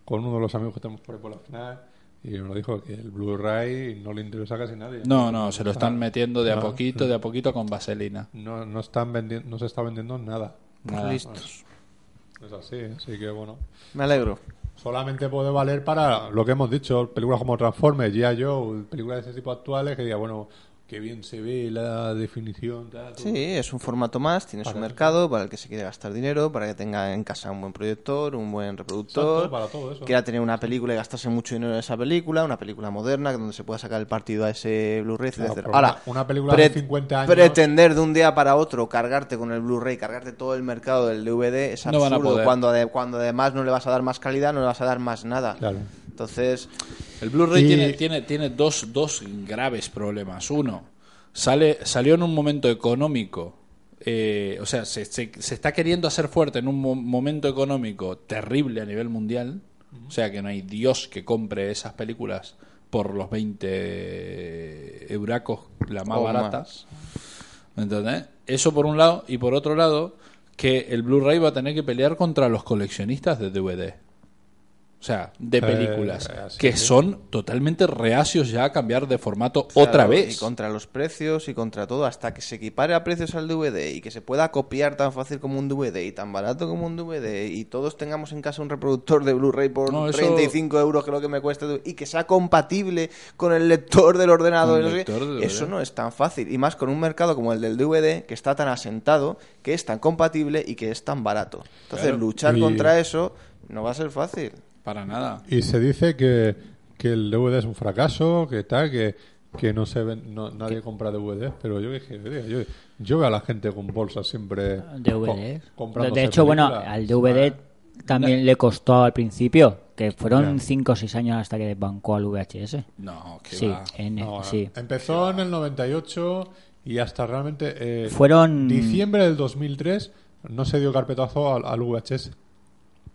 con uno de los amigos que tenemos por ahí por la final y me lo dijo que el Blu-ray no le interesa a casi nadie.
No, no, se lo están metiendo de a
No.
poquito, de a poquito con vaselina.
No, no están vendi- no se está vendiendo nada.
É.
Nada.
pues.
Listos.
Es así, así que bueno.
Me alegro.
Solamente puede valer para lo que hemos dicho, películas como Transformers, G.I. Joe, películas de ese tipo actuales que diga, bueno, qué bien se ve la definición. tal, todo.
Sí, es un formato más, tiene su mercado para el que se quiere gastar dinero, para que tenga en casa un buen proyector, un buen reproductor,
Exacto, para todo eso.
quiera tener una película y gastarse mucho dinero en esa película, una película moderna donde se pueda sacar el partido a ese Blu-ray,
Claro,
etcétera.
pero
Ahora,
una- una película de 50 años-
pretender de un día para otro cargarte con el Blu-ray, cargarte todo el mercado del DVD es
No van a
absurdo
poder.
cuando, ade- cuando además no le vas a dar más calidad, no le vas a dar más nada.
Claro.
Entonces,
El Blu-ray
Y-
tiene, tiene, tiene dos, dos graves problemas. Uno, sale, salió en un momento económico. eh, o sea, se, se- se está queriendo hacer fuerte en un mo- momento económico terrible a nivel mundial. O sea, que no hay Dios que compre esas películas por los 20 euracos, la más
O
barata.
más.
¿Me entendés? Eso por un lado. Y por otro lado, que el Blu-ray va a tener que pelear contra los coleccionistas de DVD. O sea, de películas.
eh, así
que
es.
son totalmente reacios ya a cambiar de formato otra
Claro,
vez.
Y contra los precios y contra todo, hasta que se equipare a precios al DVD y que se pueda copiar tan fácil como un DVD y tan barato como un DVD y todos tengamos en casa un reproductor de Blu-ray por
No, eso-
35 euros, que es lo que me cuesta, y que sea compatible con el lector del ordenador.
Con el
no sé qué,
lector del
eso
DVD.
no es tan fácil. Y más con un mercado como el del DVD, que está tan asentado, que es tan compatible y que es tan barato. Entonces, luchar
Y-
contra eso no va a ser fácil.
Para nada.
Y se dice que, que el DVD es un fracaso, que tal, que, que no se ven, no- nadie compra DVDs, pero yo dije, oye, yo, yo veo a la gente con bolsas siempre
DVD.
co- comprándose
de hecho, bueno,
películas.
al DVD también le costó al principio, que fueron 5 o 6 años hasta que desbancó al VHS.
No, eh, que
Sí,
va.
en-
No,
sí.
Empezó en el 98 y hasta realmente eh,
Fueron-
diciembre del 2003 no se dio carpetazo al, al VHS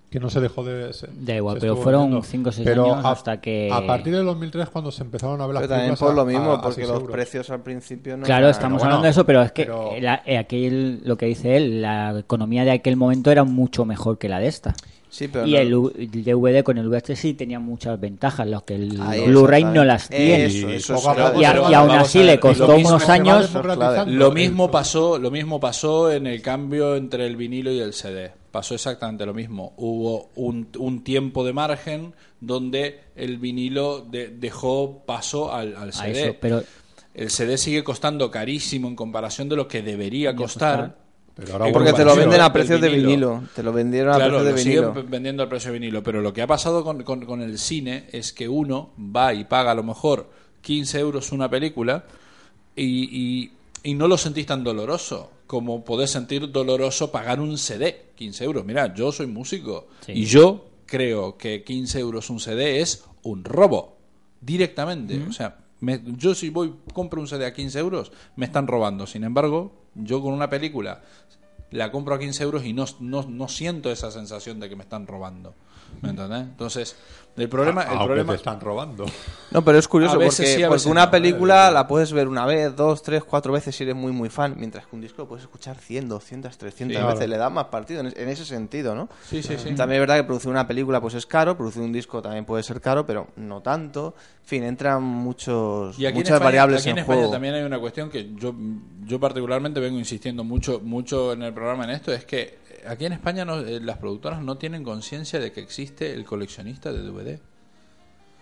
que no se dejó de se-
Da igual,
se
pero
estuvo
fueron
vendiendo.
cinco o seis
Pero
años hasta que-
a partir del 2003 cuando se empezaron a ver las
Pero también
películas
por
a-
lo
a-
mismo,
a
porque
seis
los
euros.
precios al principio no...
Claro,
eran-
estamos
bueno,
hablando de eso, pero es que
pero-
la- eh, aquel, lo que dice él, la economía de aquel momento era mucho mejor que la de esta.
Sí, pero
y
no-
el, U- el DVD con el VHS sí tenía muchas ventajas, los que el
Ahí,
Blu-ray no
exactamente.
las tiene.
Eso, eso
poco a
es
poco
clave.
y, a-
se va-
y aún
vamos
así
a ver,
le
lo
costó
mismo
unos
se va
años.
democratizando.
Lo mismo pasó, lo mismo pasó en el cambio entre el vinilo y el CD. Pasó exactamente lo mismo. Hubo un, un tiempo de margen donde el vinilo de- dejó paso al, al
A
CD.
eso, pero
El CD sigue costando carísimo en comparación de lo que debería costar.
Pero ahora
En
Porque te lo
comparación
Bueno,
venden
del
a precios de vinilo. Te lo vendieron a
Claro,
precios de
lo siguen
vinilo.
p- vendiendo al precio de vinilo. Pero lo que ha pasado con, con- con el cine es que uno va y paga a lo mejor 15 euros una película y, y- y no lo sentís tan doloroso como podés sentir doloroso pagar un CD. 15 euros. Mira, yo soy músico
Sí.
y yo creo que 15 euros un CD es un robo directamente. O sea, me- yo si voy compro un CD a 15 euros, me están robando. Sin embargo, yo con una película la compro a 15 euros y no, no, no siento esa sensación de que me están robando. ¿Me entendés? Entonces, el problema, el
aunque
problema
Ah, te están robando
No, pero es curioso
A
porque,
veces sí, a
porque
veces
una
no,
película
eh.
la puedes ver una vez, dos, tres, cuatro veces si eres muy, muy fan. Mientras que un disco lo puedes escuchar 100, 200, 300
Sí,
veces.
claro.
Le da más partido en, es- en ese sentido, ¿no?
Sí, sí, sí.
También es verdad que producir una película pues es caro, producir un disco también puede ser caro, pero no tanto. En fin, entran muchos,
Y aquí en
muchas
España-
variables
aquí en,
en,
España
juego.
también hay una cuestión que yo, yo particularmente vengo insistiendo mucho, mucho en el programa en esto, es que aquí en España no- eh, las productoras no tienen conciencia de que existe el coleccionista de DVD.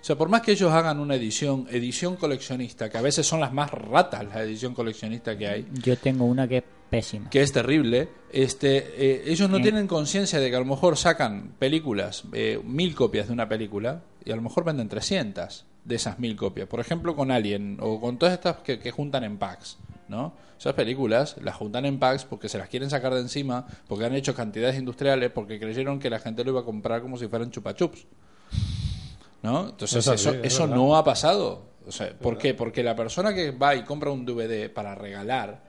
O sea, por más que ellos hagan una edición, edición coleccionista, que a veces son las más ratas la edición coleccionista que hay,
yo tengo una que es pésima.
que es terrible, este, eh, ellos no tienen conciencia de que a lo mejor sacan películas, eh, mil copias de una película, y a lo mejor venden 300 de esas mil copias. Por ejemplo, con Alien, o con todas estas que, que juntan en packs, ¿no? Esas películas las juntan en packs porque se las quieren sacar de encima, porque han hecho cantidades industriales, porque creyeron que la gente lo iba a comprar como si fueran chupachups. ¿No? Entonces,
Es así,
eso,
es
eso
verdad.
no ha pasado. O sea, ¿Por qué? Porque la persona que va y compra un DVD para regalar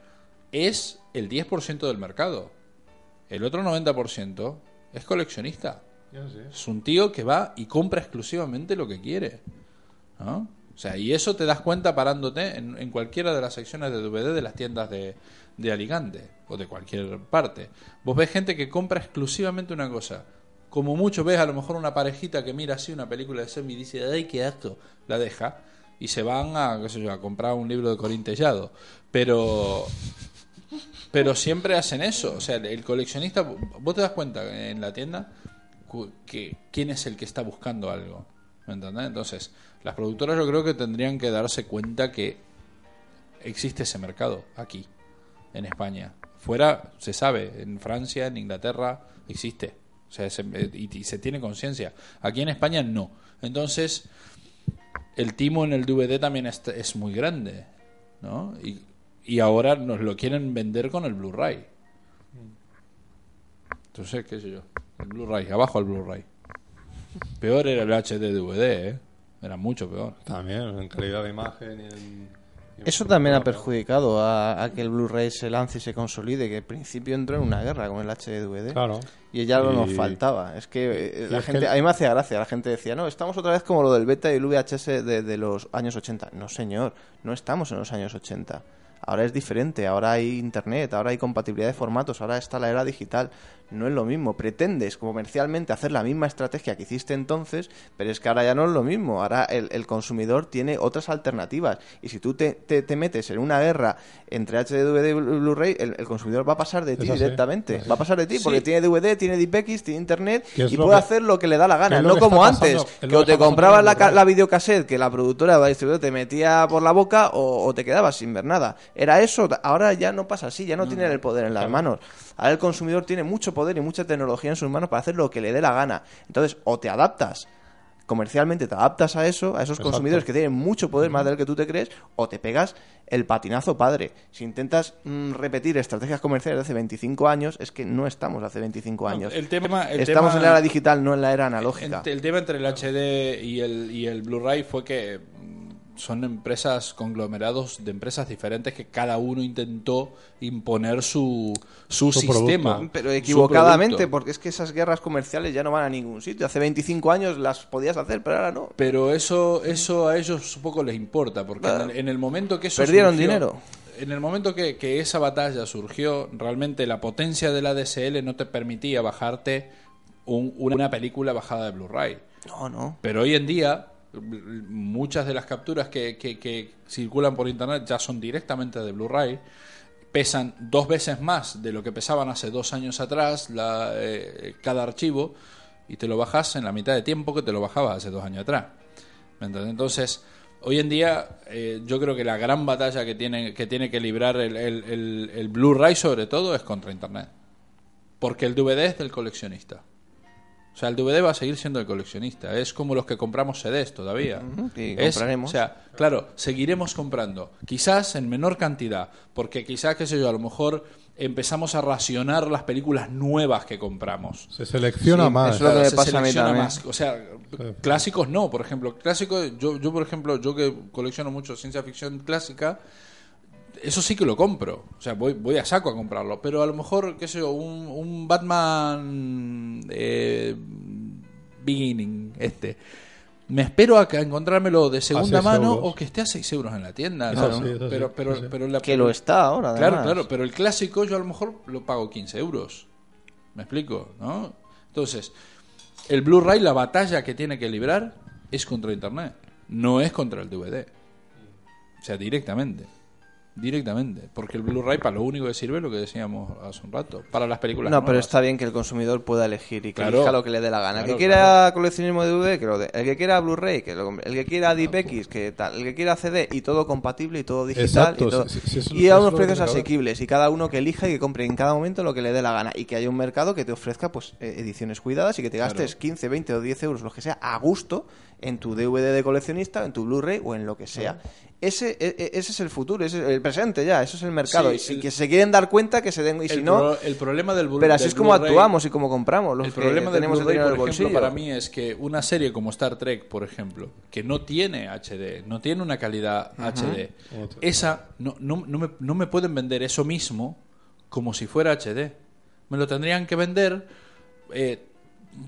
es el 10% del mercado. El otro 90% es coleccionista. Es un tío que va y compra exclusivamente lo que quiere. ¿no? O sea, y eso te das cuenta parándote en, en cualquiera de las secciones de DVD de las tiendas de, de Alicante o de cualquier parte. Vos ves gente que compra exclusivamente una cosa. Como mucho ves a lo mejor una parejita que mira así una película de semi y dice, ay, qué asco, la deja. Y se van a, qué sé yo, a comprar un libro de corintellado. Pero pero siempre hacen eso. O sea, el coleccionista, vos te das cuenta en la tienda cu- que, quién es el que está buscando algo. ¿Me entendés? Entonces, las productoras yo creo que tendrían que darse cuenta que existe ese mercado aquí, en España. Fuera, se sabe, en Francia, en Inglaterra, existe. O sea, se- eh, y, y se tiene conciencia. Aquí en España no. Entonces, el timo en el DVD también es, es muy grande, ¿no? Y, y ahora nos lo quieren vender con el Blu-ray. Entonces, qué sé yo. El Blu-ray, abajo el Blu-ray. Peor era el HD DVD, ¿eh? Era mucho peor.
También, en calidad de imagen y en- y en
Eso también ha
fotografía.
perjudicado a, a que el Blu-ray se lance y se consolide, que al principio entró en una guerra con el HDVD.
Claro.
Y ya lo nos
Y-
faltaba. Es que eh,
y
la
es que
gente,
el-
a mí me hacía gracia, la gente decía, no, estamos otra vez como lo del beta y el VHS de, de los años 80. No, señor, no estamos en los años 80. Ahora es diferente, ahora hay internet, ahora hay compatibilidad de formatos, ahora está la era digital. No es lo mismo. Pretendes comercialmente hacer la misma estrategia que hiciste entonces, pero es que ahora ya no es lo mismo. Ahora el, el consumidor tiene otras alternativas. Y si tú te, te- te metes en una guerra entre HDVD y Blu- Blu-ray, el, el consumidor va a pasar de ti
Es así,
directamente.
es así.
Va a pasar de ti porque tiene DVD, tiene DPX, tiene internet
Que es
y
lo
puede
que-
hacer lo que le da la
que
gana,
es lo
no
que
como
está pasando,
antes,
es lo
que,
que
o
está
te
pasando
comprabas
con
la,
el
ca-
Blu-ray.
la videocassette que la productora o la distribuidora te metía por la boca o, o te quedabas sin ver nada. Era eso, ta- ahora ya no pasa así, ya no,
Mm.
tienen el poder en las manos. Ahora el consumidor tiene mucho poder y mucha tecnología en sus manos para hacer lo que le dé la gana. Entonces, o te adaptas comercialmente te adaptas a eso, a esos
Exacto.
consumidores que tienen mucho poder más del que tú te crees, o te pegas el patinazo padre. Si intentas mm, repetir estrategias comerciales de hace 25 años, es que no estamos hace 25 años.
El tema, el
Estamos
tema-
en la era digital, no en la era analógica.
El, el tema entre el HD y el, y el Blu-ray fue que mm, son empresas, conglomerados de empresas diferentes que cada uno intentó imponer su, su,
Su
sistema.
producto.
Pero
su
equivocadamente,
producto.
porque es que esas guerras comerciales ya no van a ningún sitio. Hace 25 años las podías hacer, pero ahora no.
Pero eso, eso a ellos poco les importa, porque en, el, en el momento que eso
Perdieron
surgió-
dinero.
En el momento que, que esa batalla surgió, realmente la potencia de la DSL no te permitía bajarte un- una película bajada de Blu-ray.
No, no.
Pero hoy en día, muchas de las capturas que, que- que circulan por internet ya son directamente de Blu-ray. Pesan dos veces más de lo que pesaban hace dos años atrás la, eh, cada archivo y te lo bajas en la mitad de tiempo que te lo bajabas hace dos años atrás. ¿Me entendés? Entonces, hoy en día eh, yo creo que la gran batalla que tiene que, tiene que librar el, el- el- el Blu-ray sobre todo es contra Internet. Porque el DVD es del coleccionista. O sea, el DVD va a seguir siendo el coleccionista. Es como los que compramos CDs todavía.
y
Es-
compraremos.
O sea, claro, seguiremos comprando. Quizás en menor cantidad. Porque quizás, qué sé yo, a lo mejor empezamos a racionar las películas nuevas que compramos.
Se selecciona
Sí,
más.
eso- es lo que
se
me pasa a mí
selecciona
también.
más. O sea, clásicos no, por ejemplo. Clásicos, yo, yo, por ejemplo, yo que colecciono mucho ciencia ficción clásica, eso sí que lo compro. O sea, voy, voy a saco a comprarlo. Pero a lo mejor, qué sé yo, un, un Batman eh, Beginning, este. Me espero a que- a encontrármelo de segunda
seis
mano
euros.
o que esté a 6 euros en la tienda.
Eso
¿no?
sí, eso sí,
pero, pero,
eso sí.
pero la-
Que lo está ahora.
Claro,
además.
claro, pero el clásico yo a lo mejor lo pago 15 euros. ¿Me explico? ¿No? Entonces, el Blu-ray, la batalla que tiene que librar es contra Internet, no es contra el DVD. O sea, directamente. Directamente. Porque el Blu-ray para lo único que sirve es lo que decíamos hace un rato, para las películas.
No, pero
nuevas.
está bien que el consumidor pueda elegir y que
Claro.
elija lo que le dé la gana. el
Claro,
que quiera coleccionismo de DVD, que lo dé. El que quiera Blu-ray, que lo compre. El que quiera
Ah, pues.
DPX, que tal. El que quiera CD y todo compatible y todo digital.
Exacto,
y todo.
sí, sí, eso-
y a
eso
unos
es lo que
precios
tiene que haber.
asequibles. Y cada uno que elija y que compre en cada momento lo que le dé la gana. Y que haya un mercado que te ofrezca pues eh, ediciones cuidadas y que te gastes 15, 20 o 10 euros, lo que sea, a gusto en tu DVD de coleccionista, en tu Blu-ray o en lo que sea. Ese, e- e- ese es el futuro, ese es el presente ya, eso es el mercado.
Sí,
y si
el-
que se quieren dar cuenta, que se den. Y
el,
si no,
pro- el problema del Blu-
pero así
del
es como
Blu-ray-
actuamos y como compramos. Los
el
que
problema del
tenemos el
Blu-ray,
dinero en
por
el
ejemplo,
bolsillo.
para mí es que una serie como Star Trek, por ejemplo, que no tiene HD, no tiene una calidad HD,
Otro.
esa no, no, no me, no me pueden vender eso mismo como si fuera HD. Me lo tendrían que vender eh,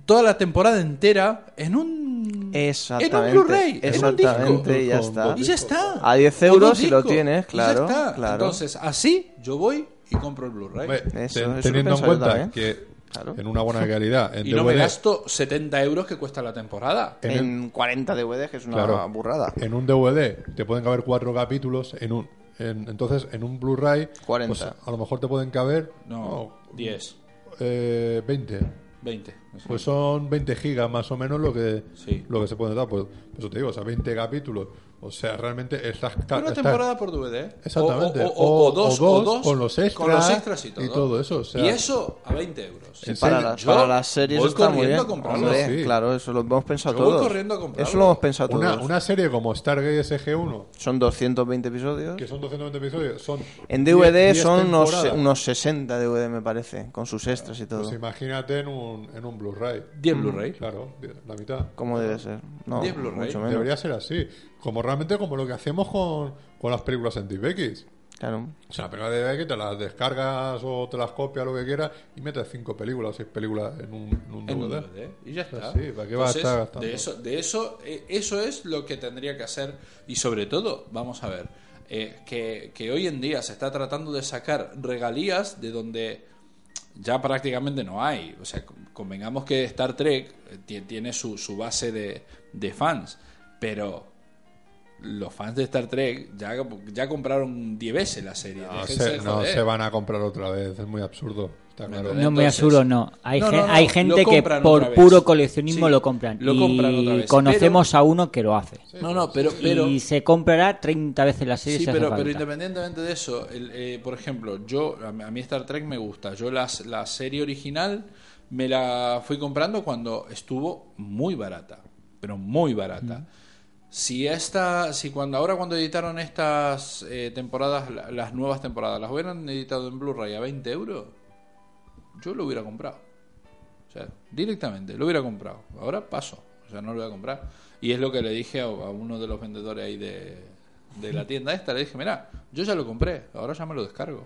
toda la temporada entera en un
Exactamente.
En un Blu-ray, en un disco.
Exactamente, y ya
Con-
está.
con
Y ya está.
A 10
Con
euros
un
si lo
disco.
tienes,
Y Ya
claro,
está.
claro.
Entonces, así yo voy y compro el Blu-ray.
Hombre,
Eso,
ten-
eso lo
teniendo en
pensaba yo
cuenta
también.
que
Claro.
en una buena calidad, en
Y no me
DVD,
gasto 70 euros que cuesta la temporada.
en, un-
En 40 DVDs, que es una
Claro.
burrada.
en un DVD te pueden caber cuatro capítulos, en un en- entonces en un Blu-ray,
40.
pues, a lo mejor te pueden caber Oh.
No, 10,
eh, 20.
20. no sé.
Pues son 20 gigas más o menos lo que,
Sí.
lo que se puede dar. Pues, eso te digo, o sea, 20 capítulos. O sea, realmente estás... ca-
Una
estás-
temporada por DVD.
Exactamente.
O, o- o- o
O-
dos,
o dos,
o dos,
con los extras
los extras y todo.
y todo eso, o sea-
y eso a 20 euros.
¿En
Para,
serio?
las-
Yo
para las series
voy
está muy
corriendo
bien.
a comprarlo.
Hombre,
Sí.
Claro, eso lo hemos pensado
Yo voy
todos.
corriendo a comprarlo.
Eso lo hemos pensado
Una,
todos.
una serie como Stargate SG-1,
Son 220 episodios.
que son 290 episodios, son...
En DVD
10 10
son unos,
temporadas.
unos 60 DVD, me parece, con sus extras y todo.
Pues imagínate en un, en un Blu-ray.
10 Blu-ray.
Claro, la mitad.
¿Cómo debe ser? No,
10 Blu-ray.
mucho menos.
Debería ser así. Como realmente como lo que hacemos con, con las películas en DivX.
Claro.
O sea, la película de DivX te las descargas o te las copias, lo que quieras, y metes cinco películas o seis películas en un, en un
En un
DVD.
DVD, Y ya está.
Pues sí, ¿para qué vas a estar gastando?
de eso, de eso, eh, eso es lo que tendría que hacer. Y sobre todo, vamos a ver, eh, que, que hoy en día se está tratando de sacar regalías de donde ya prácticamente no hay. O sea, con- convengamos que Star Trek eh, ti- tiene su, su base de, de fans, pero los fans de Star Trek ya, ya compraron 10 veces la serie.
No,
déjense de
se, no
joder.
se van a comprar otra vez, es muy absurdo. Está claro.
Entonces-
No me asuro, no. Hay, gen- hay
lo
gente que
compran otra
por
vez.
puro coleccionismo
Sí,
lo compran.
Lo
y
compran otra vez.
conocemos a uno que lo hace.
Pero- no, no, pero, pero,
y se comprará 30 veces la serie
Sí,
si hace
pero,
falta.
pero independientemente de eso, el, eh, por ejemplo, yo a mí- a mí Star Trek me gusta. Yo las, la serie original me la fui comprando cuando estuvo muy barata, pero muy barata. Si esta, si cuando ahora cuando editaron estas eh, temporadas, la- las nuevas temporadas, las hubieran editado en Blu-ray a 20 euros, yo lo hubiera comprado. O sea, directamente, lo hubiera comprado. Ahora paso, o sea, no lo voy a comprar. Y es lo que le dije a, a uno de los vendedores ahí de, de la tienda esta. Le dije, mira, yo ya lo compré, ahora ya me lo descargo.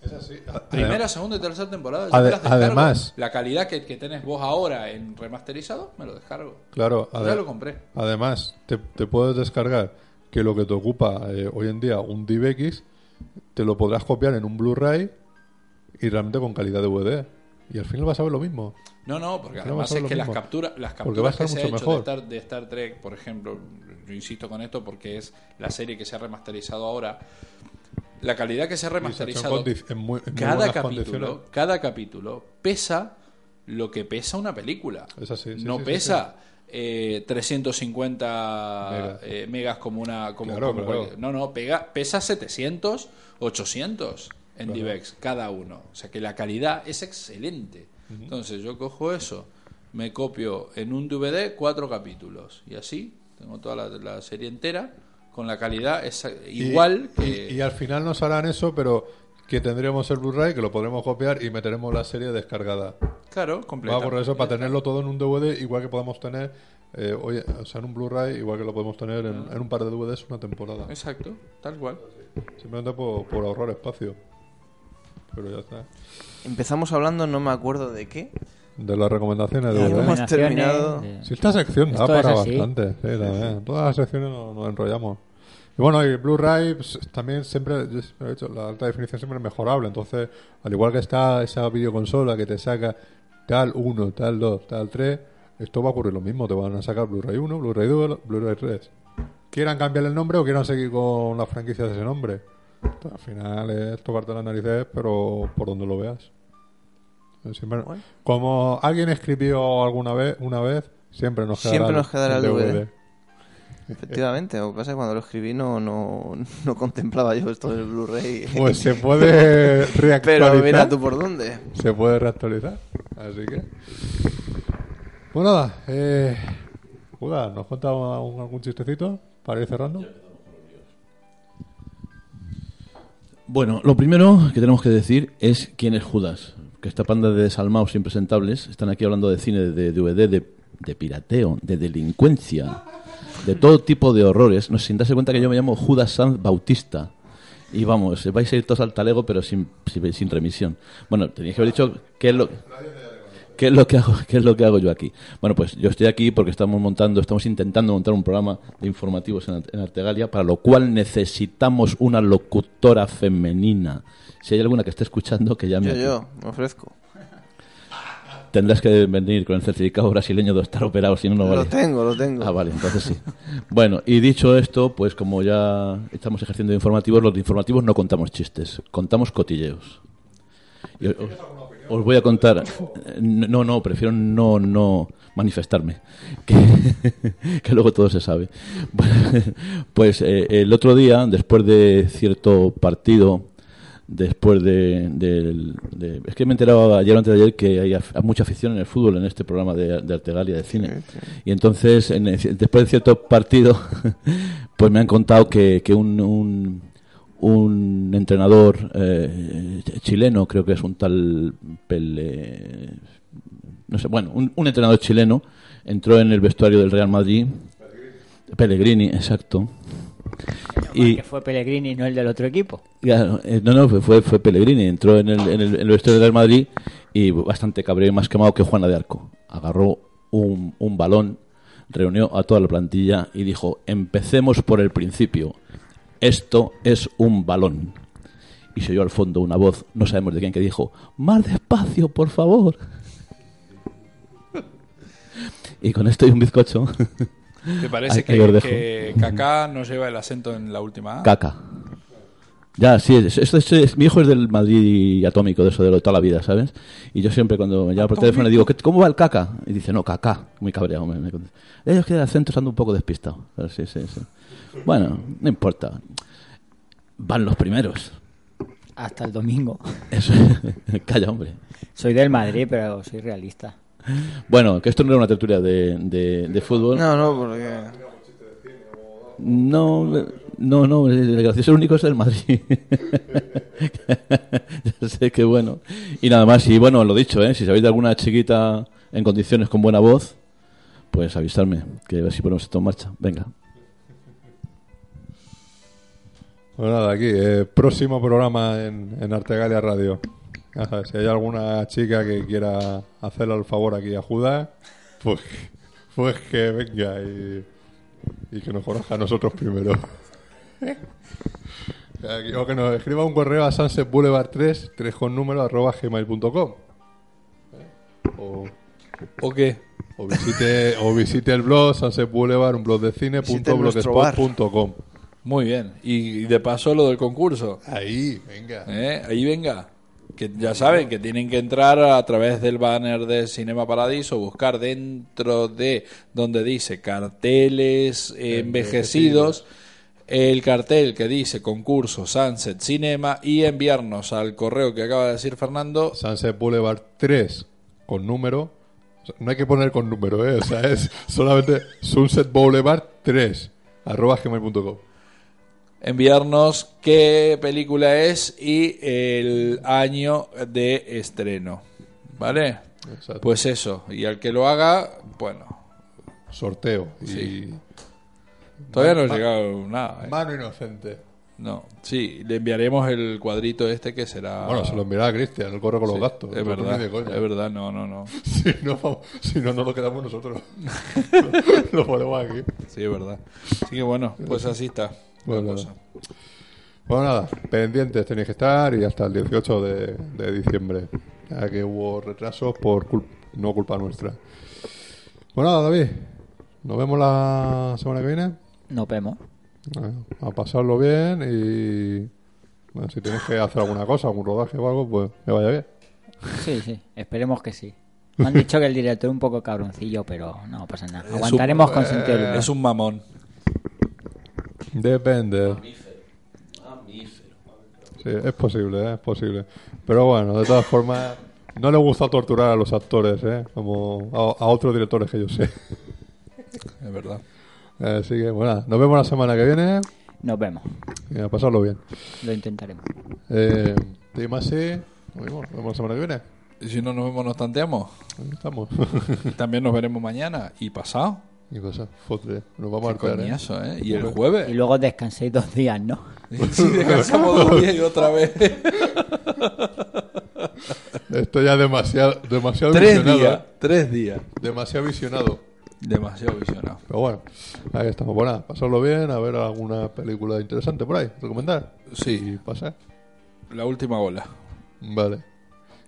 Es así.
Primera,
Además,
segunda y tercera temporada. ya
Ade-
me las descargo.
además-
La calidad que, que tenés vos ahora en remasterizado, me lo descargo.
claro,
ya
ade-
lo compré.
además te, te puedes descargar que lo que te ocupa eh, hoy en día un DivX te lo podrás copiar en un Blu-ray y realmente con calidad DVD. Y al final vas a ver lo mismo.
No, no, porque
Pero va a
además
ser
es
lo
que las
mismo.
capturas, las
Porque va a
capturas que
estar
se ha hecho
mucho
de
mejor.
Star, de Star Trek, por ejemplo, yo insisto con esto porque es la serie que se ha remasterizado ahora. La calidad que se ha
Y se ha hecho en
remasterizado
condi- en muy- en muy
cada
buenas
capítulo,
condiciones.
cada capítulo pesa lo que pesa una película.
Es así, sí,
no
sí, sí,
pesa eh, 350
Megas.
eh, megas como una como,
Claro,
como
claro.
cualquier- No, no, pega, pesa 700, 800 en DivX cada uno. O sea que la calidad es excelente. Entonces yo cojo eso, me copio en un DVD cuatro capítulos y así tengo toda la, la serie entera con la calidad esa-
Y-
igual
y,
que
y al final nos harán eso, pero que tendremos el Blu-ray, que lo podremos copiar y meteremos la serie descargada.
claro, completa.
Va por eso para tenerlo todo en un DVD, igual que podemos tener, eh, hoy- o sea, en un Blu-ray, igual que lo podemos tener en, en un par de DVDs una temporada.
Exacto, tal cual.
Simplemente por, por ahorrar espacio. Pero ya está.
Empezamos hablando, no me acuerdo de qué.
De las recomendaciones de
Y
DVD.
hemos
Recomendaciones
terminado.
de-
Si esta sección da
Esto es
para
así.
bastante, sí, también. Todas las secciones nos, nos enrollamos. Y bueno, y Blu-ray pues, también siempre, yo siempre lo he dicho, la alta definición siempre es mejorable. Entonces, al igual que está esa videoconsola que te saca tal 1, tal 2, tal 3, esto va a ocurrir lo mismo. Te van a sacar Blu-ray 1, Blu-ray 2, Blu-ray 3. Quieran cambiar el nombre o quieran seguir con la franquicia de ese nombre. Entonces, al final es tocarte las narices, pero por donde lo veas. Eh, Siempre-
Bueno.
Como alguien escribió alguna vez, una vez, siempre nos quedará,
Siempre nos quedará el DVD. Efectivamente, lo que pasa es que cuando lo escribí no, no, no contemplaba yo esto del Blu-ray.
Pues se puede reactualizar.
Pero mira tú por dónde.
Se puede reactualizar. Así que. Pues nada, eh. Uda, ¿nos cuenta un- algún chistecito para ir cerrando?
Bueno, lo primero que tenemos que decir es quién es Judas. Que esta panda de desalmados impresentables están aquí hablando de cine, de DVD, de, de pirateo, de delincuencia, de todo tipo de horrores. No sé, sin darse cuenta que yo me llamo Judas Sanz Bautista. Y vamos, vais a ir todos al talego, pero sin, sin, sin remisión. Bueno, teníais que haber dicho qué es lo, ¿Qué es lo que hago? ¿Qué es lo que hago yo aquí? Bueno, pues yo estoy aquí porque estamos montando, estamos intentando montar un programa de informativos en, Arte- en Artegalia, para lo cual necesitamos una locutora femenina. Si hay alguna que esté escuchando, que llame.
Yo,
aquí.
yo, me ofrezco.
Tendrás que venir con el certificado brasileño de estar operado, si no, no
Lo
vale.
tengo, lo tengo.
Ah, vale, entonces sí. Bueno, y dicho esto, pues como ya estamos ejerciendo de informativos, los de informativos no contamos chistes, contamos cotilleos. Y os, os voy a contar. eh, No, no, prefiero no, no manifestarme, que, que luego todo se sabe. Pues eh, el otro día, después de cierto partido, después de, del- de- Es que me enteraba ayer o antes de ayer que hay af- mucha afición en el fútbol en este programa de, de Artegalia de cine. Y entonces, en el- después de cierto partido, pues me han contado que, que un, un, un entrenador eh, chileno, creo que es un tal Pele... No sé, bueno, un, un entrenador chileno entró en el vestuario del Real Madrid. Pellegrini, exacto. Y,
Que fue Pellegrini, no el del otro equipo.
Claro, eh, no, no, fue- fue, fue Pellegrini. Entró en el, en el, en el vestuario del Real Madrid y bastante cabreo y más quemado que Juana de Arco. Agarró un, un balón, reunió a toda la plantilla y dijo: Empecemos por el principio. Esto es un balón. Y se oyó al fondo una voz, no sabemos de quién, que dijo: Más despacio, por favor. Y con esto y un bizcocho.
Me
ahí-
parece
ahí os
que,
dejo.
que Kaká no lleva el acento en la última A.
Caca. Ya, sí, es- esto es, es- mi hijo es del Madrid atómico, de eso de, lo de toda la vida, ¿sabes? Y yo siempre cuando me llama por teléfono le digo, "¿Qué- ¿cómo va el caca? Y dice, no, caca. Muy cabreado. Me, me contesta. "Ya, yo es que el acento ando un poco despistado. Pero sí, sí, sí. Bueno, no importa. Van los primeros.
Hasta el domingo.
Eso. Calla, hombre.
Soy del Madrid, pero soy realista.
Bueno, que esto no era una tertulia de, de- de fútbol.
No, no, porque.
No, no, no, el gracioso único es el Madrid. ya sé que bueno. Y nada más, y bueno, lo dicho, ¿eh? si sabéis de alguna chiquita en condiciones con buena voz, pues avisarme, que a ver si ponemos esto en marcha. Venga.
Pues nada, aquí, eh, próximo programa en, en Artegalia Radio. Ya sabes, si hay alguna chica que quiera hacerle el favor aquí a Judas, pues, pues que venga y, y que nos conozca a nosotros primero. Aquí, O que nos escriba un correo a sunsetboulevard 3, 3 con número, arroba gmail.com. Eh, O,
¿O qué?
o visite, o visite el blog sunsetboulevard, un blog de cine, punto
Visite nuestro bar.
blogspot.com.
Muy bien. Y, y de paso lo del concurso.
Ahí, venga.
¿eh? Ahí venga. Que ya saben que tienen que entrar a través del banner de Cinema Paradiso, buscar dentro de donde dice carteles eh, envejecidos, el cartel que dice concurso Sunset Cinema y enviarnos al correo que acaba de decir Fernando
Sunset Boulevard 3 con número. O sea, no hay que poner con número, ¿eh? O sea, es solamente Sunset Boulevard 3 arroba gmail.com.
enviarnos qué película es y el año de estreno. ¿Vale?
Exacto.
Pues eso. Y al que lo haga, bueno.
Sorteo. Y
Sí. Todavía no ha llegado nada. ¿eh?
Mano inocente.
No. Sí, le enviaremos el cuadrito este que será.
Bueno, se lo enviará a Cristian, él corre con los
Sí,
gastos.
Es
Nosotros
verdad.
ni de coña.
Es verdad, no, no, no.
Si no, vamos- si no, no lo quedamos nosotros. lo ponemos aquí.
Sí, es verdad. Así que bueno, pues así está. la
Bueno,
cosa.
nada. Bueno, nada, pendientes tenéis que estar y hasta el 18 de, de diciembre. Ya que hubo retrasos por cul- no culpa nuestra. Bueno, nada, David, nos vemos la semana que viene.
No vemos.
Bueno, A pasarlo bien y. Bueno, si tienes que hacer alguna cosa, algún rodaje o algo, pues que vaya bien.
Sí, sí, esperemos que sí. Me han dicho que el director es un poco cabroncillo, pero no pasa nada.
un- eh,
Aguantaremos con sentido del humor.
Es un mamón.
Depende. Sí, es posible, ¿eh? es posible. Pero bueno, de todas formas, no le gusta torturar a los actores, ¿eh? como a, a otros directores que yo sé.
Es verdad.
Así que bueno, nos vemos la semana que viene
Nos vemos.
y a pasarlo bien.
Lo intentaremos.
Eh, Tim Massey, nos vemos, nos vemos la semana que viene.
Y si no nos vemos, nos tanteamos.
Ahí estamos.
También nos veremos mañana y pasado.
y cosas, fotre, nos vamos a
Qué
hartar, ¿eh?
coñazo, ¿eh? Y el
Y
jueves.
luego descanséis dos días, ¿no?
Sí, descansamos dos días y otra vez.
Esto ya demasiado, demasiado
Tres
visionado.
días,
¿eh?
tres días.
Demasiado visionado.
Demasiado visionado.
Pero bueno, ahí estamos. Bueno, pasarlo bien, a ver alguna película interesante por ahí, recomendar.
Sí.
Y pasar.
La última ola.
Vale.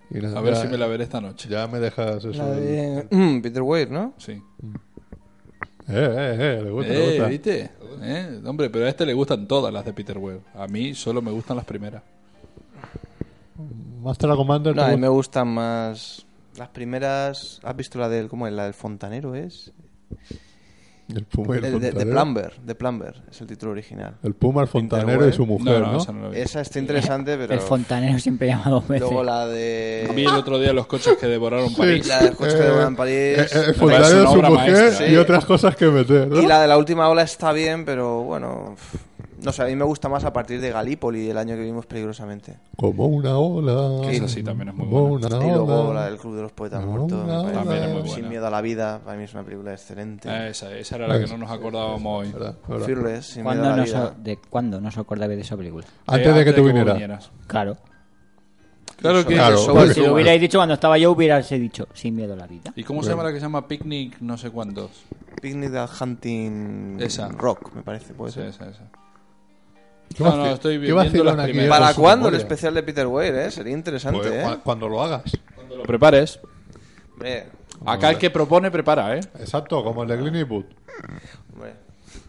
Y nada,
A ver
ya-
si me la veré esta noche.
Ya me dejas eso.
La
del- Eh,
de mm, Peter Weir, ¿no?
Sí.
eh, eh, le gusta, le
Eh,
gusta.
¿viste? Eh, hombre, pero a este le gustan todas las de Peter Webb. A mí solo me gustan las primeras.
Master and Commander.
No, a
¿te gusta?
mí me gustan más las primeras. ¿Has visto la del cómo es la del fontanero es?
El Puma y el,
El de, de
fontanero.
Plumber, de Plumber es el título original.
El Puma, el fontanero y
Weir.
su mujer,
no,
¿no?
no, esa no la vi.
Esa está interesante, pero
El fontanero siempre llamado veces.
luego la de
Vi el otro día los coches que devoraron París. Ah,
la del coche que devoran en París.
Eh, eh, el
Me
fontanero
parece
de
una
su
obra
mujer
maestra,
y
¿eh?
otras cosas que meter, ¿no?
Y la de la última ola está bien, pero bueno, no sé, a mí me gusta más a partir de Galípoli, el año que vimos peligrosamente.
Como una ola.
Que esa sí también es muy
Como
buena.
una
y luego
ola.
la del Club de los Poetas
No,
Muertos, me
no,
parece.
También es muy
buena.
Sin Miedo a la Vida, para mí es una película excelente.
Ah, Esa, esa era la que no nos acordábamos hoy.
Verdad, verdad.
Fearless, Sin Miedo a
¿Cuándo
la
no
Vida.
so- ¿De cuándo no os acordáis de esa película?
Antes de que tú
vos
vinieras.
vinieras.
Claro.
Claro que
Claro,
eso-
porque-
Si lo hubierais dicho cuando estaba yo, hubierais dicho sin miedo a la vida.
¿Y cómo se llama la que se llama Picnic no sé cuántos?
Picnic at Hunting
Esa.
Rock, me parece, puede
Esa,
ser.
esa, esa.
¿Qué
No,
vaci-
no, estoy
qué
viendo
vacilón
las
aquí
primeras.
era
¿Para
su
cuándo el
memoria?
especial de Peter Weir, eh? Sería interesante,
Pues,
eh.
cua- Cuando lo hagas.
Cuando lo prepares.
Hombre,
Acá el que propone, prepara, ¿eh?
Exacto, como el de Clint Eastwood.
hombre,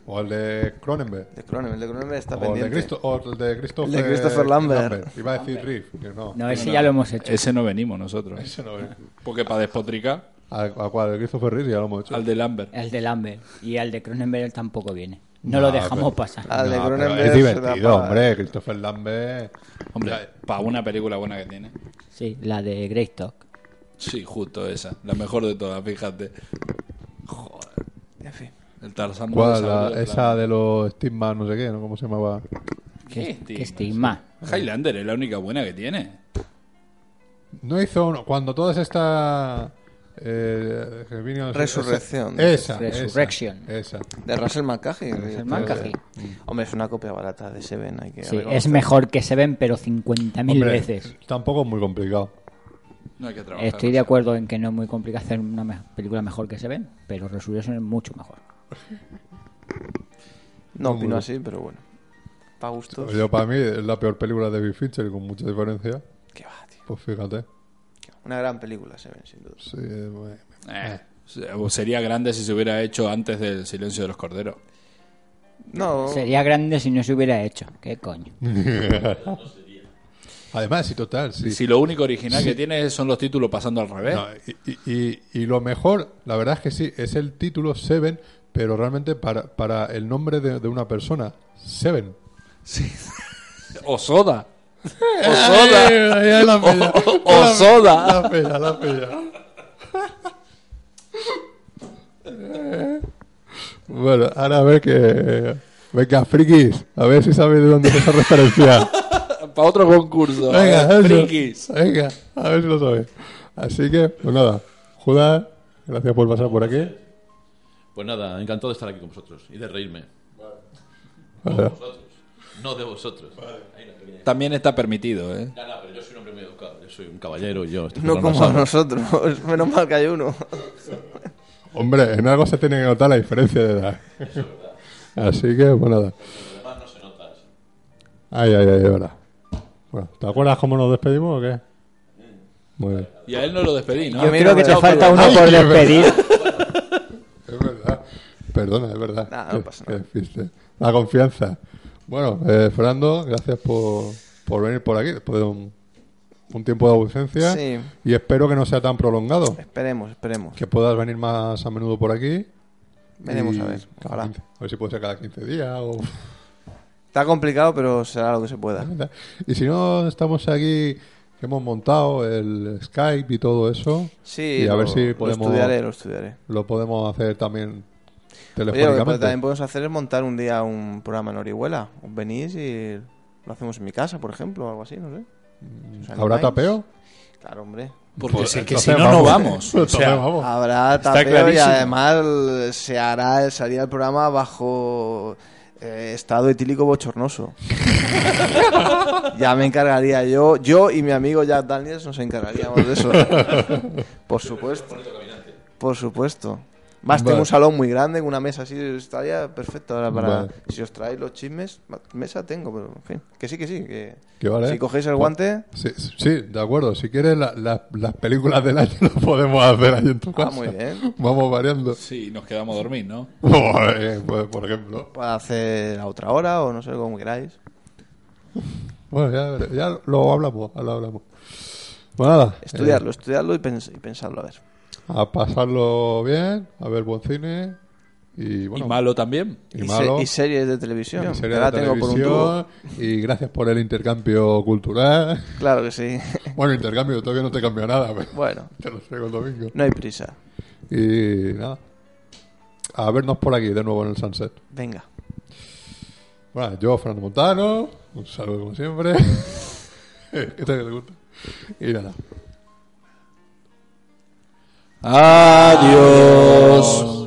O el de Cronenberg.
de Cronenberg, de Cronenberg está
O el
pendiente.
de, Cristo, o el de Christopher,
El de Christopher Lambert.
Iba a decir Riff, que no.
No, ese ya lo hemos hecho.
Ese no venimos nosotros.
Ese no es.
Porque para despotricar,
¿A, a cuál? ¿El Christopher Riff? Ya lo hemos hecho.
al de Lambert.
El de Lambert y el de Cronenberg tampoco viene. No,
No,
lo dejamos
pero-
pasar.
Ah, el de
No, pero
Cronenberg
es
se da
divertido,
pa-
hombre. Christopher Lambert.
Hombre, para una película buena que tiene.
Sí, la de Greystock.
Sí, justo esa. La mejor de todas, fíjate. Joder.
En fin.
El Tarzán no
¿Cuál?
desarrolló
La-
el
esa de los Stigman, no sé qué, ¿no? ¿Cómo se llamaba?
plan.
¿Qué,
estigma?
qué estigma?
Highlander es la única buena que tiene.
No hizo uno. Cuando todas estas. Eh, que vinieron-
Resurrección.
Esa. esa,
Resurrection.
Esa.
De Russell McCahy.
Russell McCahy.
Hombre, es una copia barata de Seven, hay que
Sí, es
reconocer.
mejor que se ven, pero 50.000
Hombre,
veces.
Tampoco es muy complicado.
No hay que trabajar.
Estoy de acuerdo en que no es muy complicado hacer una me- película mejor que se ven, pero Resurrection es mucho mejor.
No opino así, pero bueno. Pa' gustos.
Pues Yo, para mí, es la peor película de David Fincher, con mucha diferencia.
Qué va, tío.
Pues fíjate.
Una gran película, Seven, sin duda.
Sí, bueno.
Eh, sería grande si se hubiera hecho antes del Silencio de los Corderos. Oh.
No,
Sería grande si no se hubiera hecho. ¿Qué coño?
Además, y total, sí.
Si lo único original que tiene son los títulos pasando al
¿eh?
revés.
No, y, y- y- y lo mejor, la verdad es que sí, es el título Seven, pero realmente para, para el nombre de, de una persona. Seven.
O Soda. O
Ay,
Soda.
ay, ay, la pilla.
O- o soda.
La pilla, la pilla. Bueno, ahora a ver que... Venga, frikis, a ver si sabéis de dónde es esa referencia.
Para otro concurso.
Venga, eso.
Frikis.
Venga, a ver si lo sabéis. Así que, pues nada, Judas, gracias por pasar por aquí.
Pues nada, encantado de estar aquí con vosotros y de reírme.
Bueno,
No de vosotros.
También está permitido, ¿eh?
Ya, nada, pero yo soy un hombre muy educado. Yo soy un caballero y yo. este
no
programa
como
es algo-
nosotros. Menos mal que hay uno.
Hombre, en algo se tiene que notar la diferencia de edad. Así que, pues nada. Ay, ay, ay, de verdad. Bueno, ¿te acuerdas cómo nos despedimos o qué? Muy bien.
Y a él no lo despedí, ¿no?
Yo
Creo que te
Chao,
falta
Pedro.
uno
Ay,
por
qué
despedir.
Es verdad. Perdona, es verdad.
Nah, no pasa nada.
Qué despiste. La confianza. Bueno, eh, Fernando, gracias por, por venir por aquí después de un, un tiempo de ausencia.
Sí.
Y espero que no sea tan prolongado.
Esperemos, esperemos.
Que puedas venir más a menudo por aquí.
Veremos
Y
a ver.
cada
Ojalá.
15 A ver si puede ser cada 15 días o...
Está complicado, pero será lo que se pueda.
Y si no, estamos aquí, que hemos montado el Skype y todo eso.
Sí,
Y a ver
lo-
si
lo
podemos-
estudiaré, lo estudiaré.
Lo podemos hacer también
Oye, lo que pues,
telefónicamente.
también podemos hacer es montar un día un programa en Orihuela. Os venís y lo hacemos en mi casa, por ejemplo, o algo así, no sé. ¿Os
¿Habrá
animáis?
tapeo?
Claro, hombre.
Porque
Pues
si, que
entonces
si no, no vamos. O
Entonces
sea,
vamos.
Habrá
Está
tapeo y
clarísimo.
además el- se hará, salirá el programa bajo eh, estado etílico bochornoso. Ya me encargaría yo, yo y mi amigo Jack Daniels nos encargaríamos de eso. Por supuesto. Por supuesto. Más tengo
Vale.
un salón muy grande, con una mesa así, estaría perfecto ahora para...
Vale.
Si os traéis los chismes, ma- mesa tengo, pero en fin. Que sí, que sí. Que,
Que vale.
Si cogéis el
Pa-
guante...
Sí, sí, de acuerdo. Si quieres, la- la- las películas del año las podemos hacer ahí en tu casa.
Ah, muy bien.
Vamos variando.
Sí, nos quedamos a dormir, ¿no?
Pues, pues, por ejemplo.
Para hacer a otra hora o no sé, como queráis.
Bueno, ya, ya lo hablamos, ya lo hablamos. Bueno, nada.
Estudiarlo,
eh,
estudiarlo y, pens- y pensarlo, a ver.
a pasarlo bien, a ver buen cine. Y bueno.
Y malo también.
Y,
Y, se-
malo.
y series de televisión.
y
que
series
la
de
tengo por un tubo.
televisión, Y gracias por el intercambio cultural.
Claro que sí.
Bueno, intercambio, todavía no te cambia nada. pero
bueno,
Te lo traigo el domingo.
no hay prisa.
Y nada. A vernos por aquí de nuevo en el Sunset.
Venga.
Bueno, yo, Fernando Montano, un saludo como siempre. ¿Qué tal que te gusta? Y nada.
Adiós.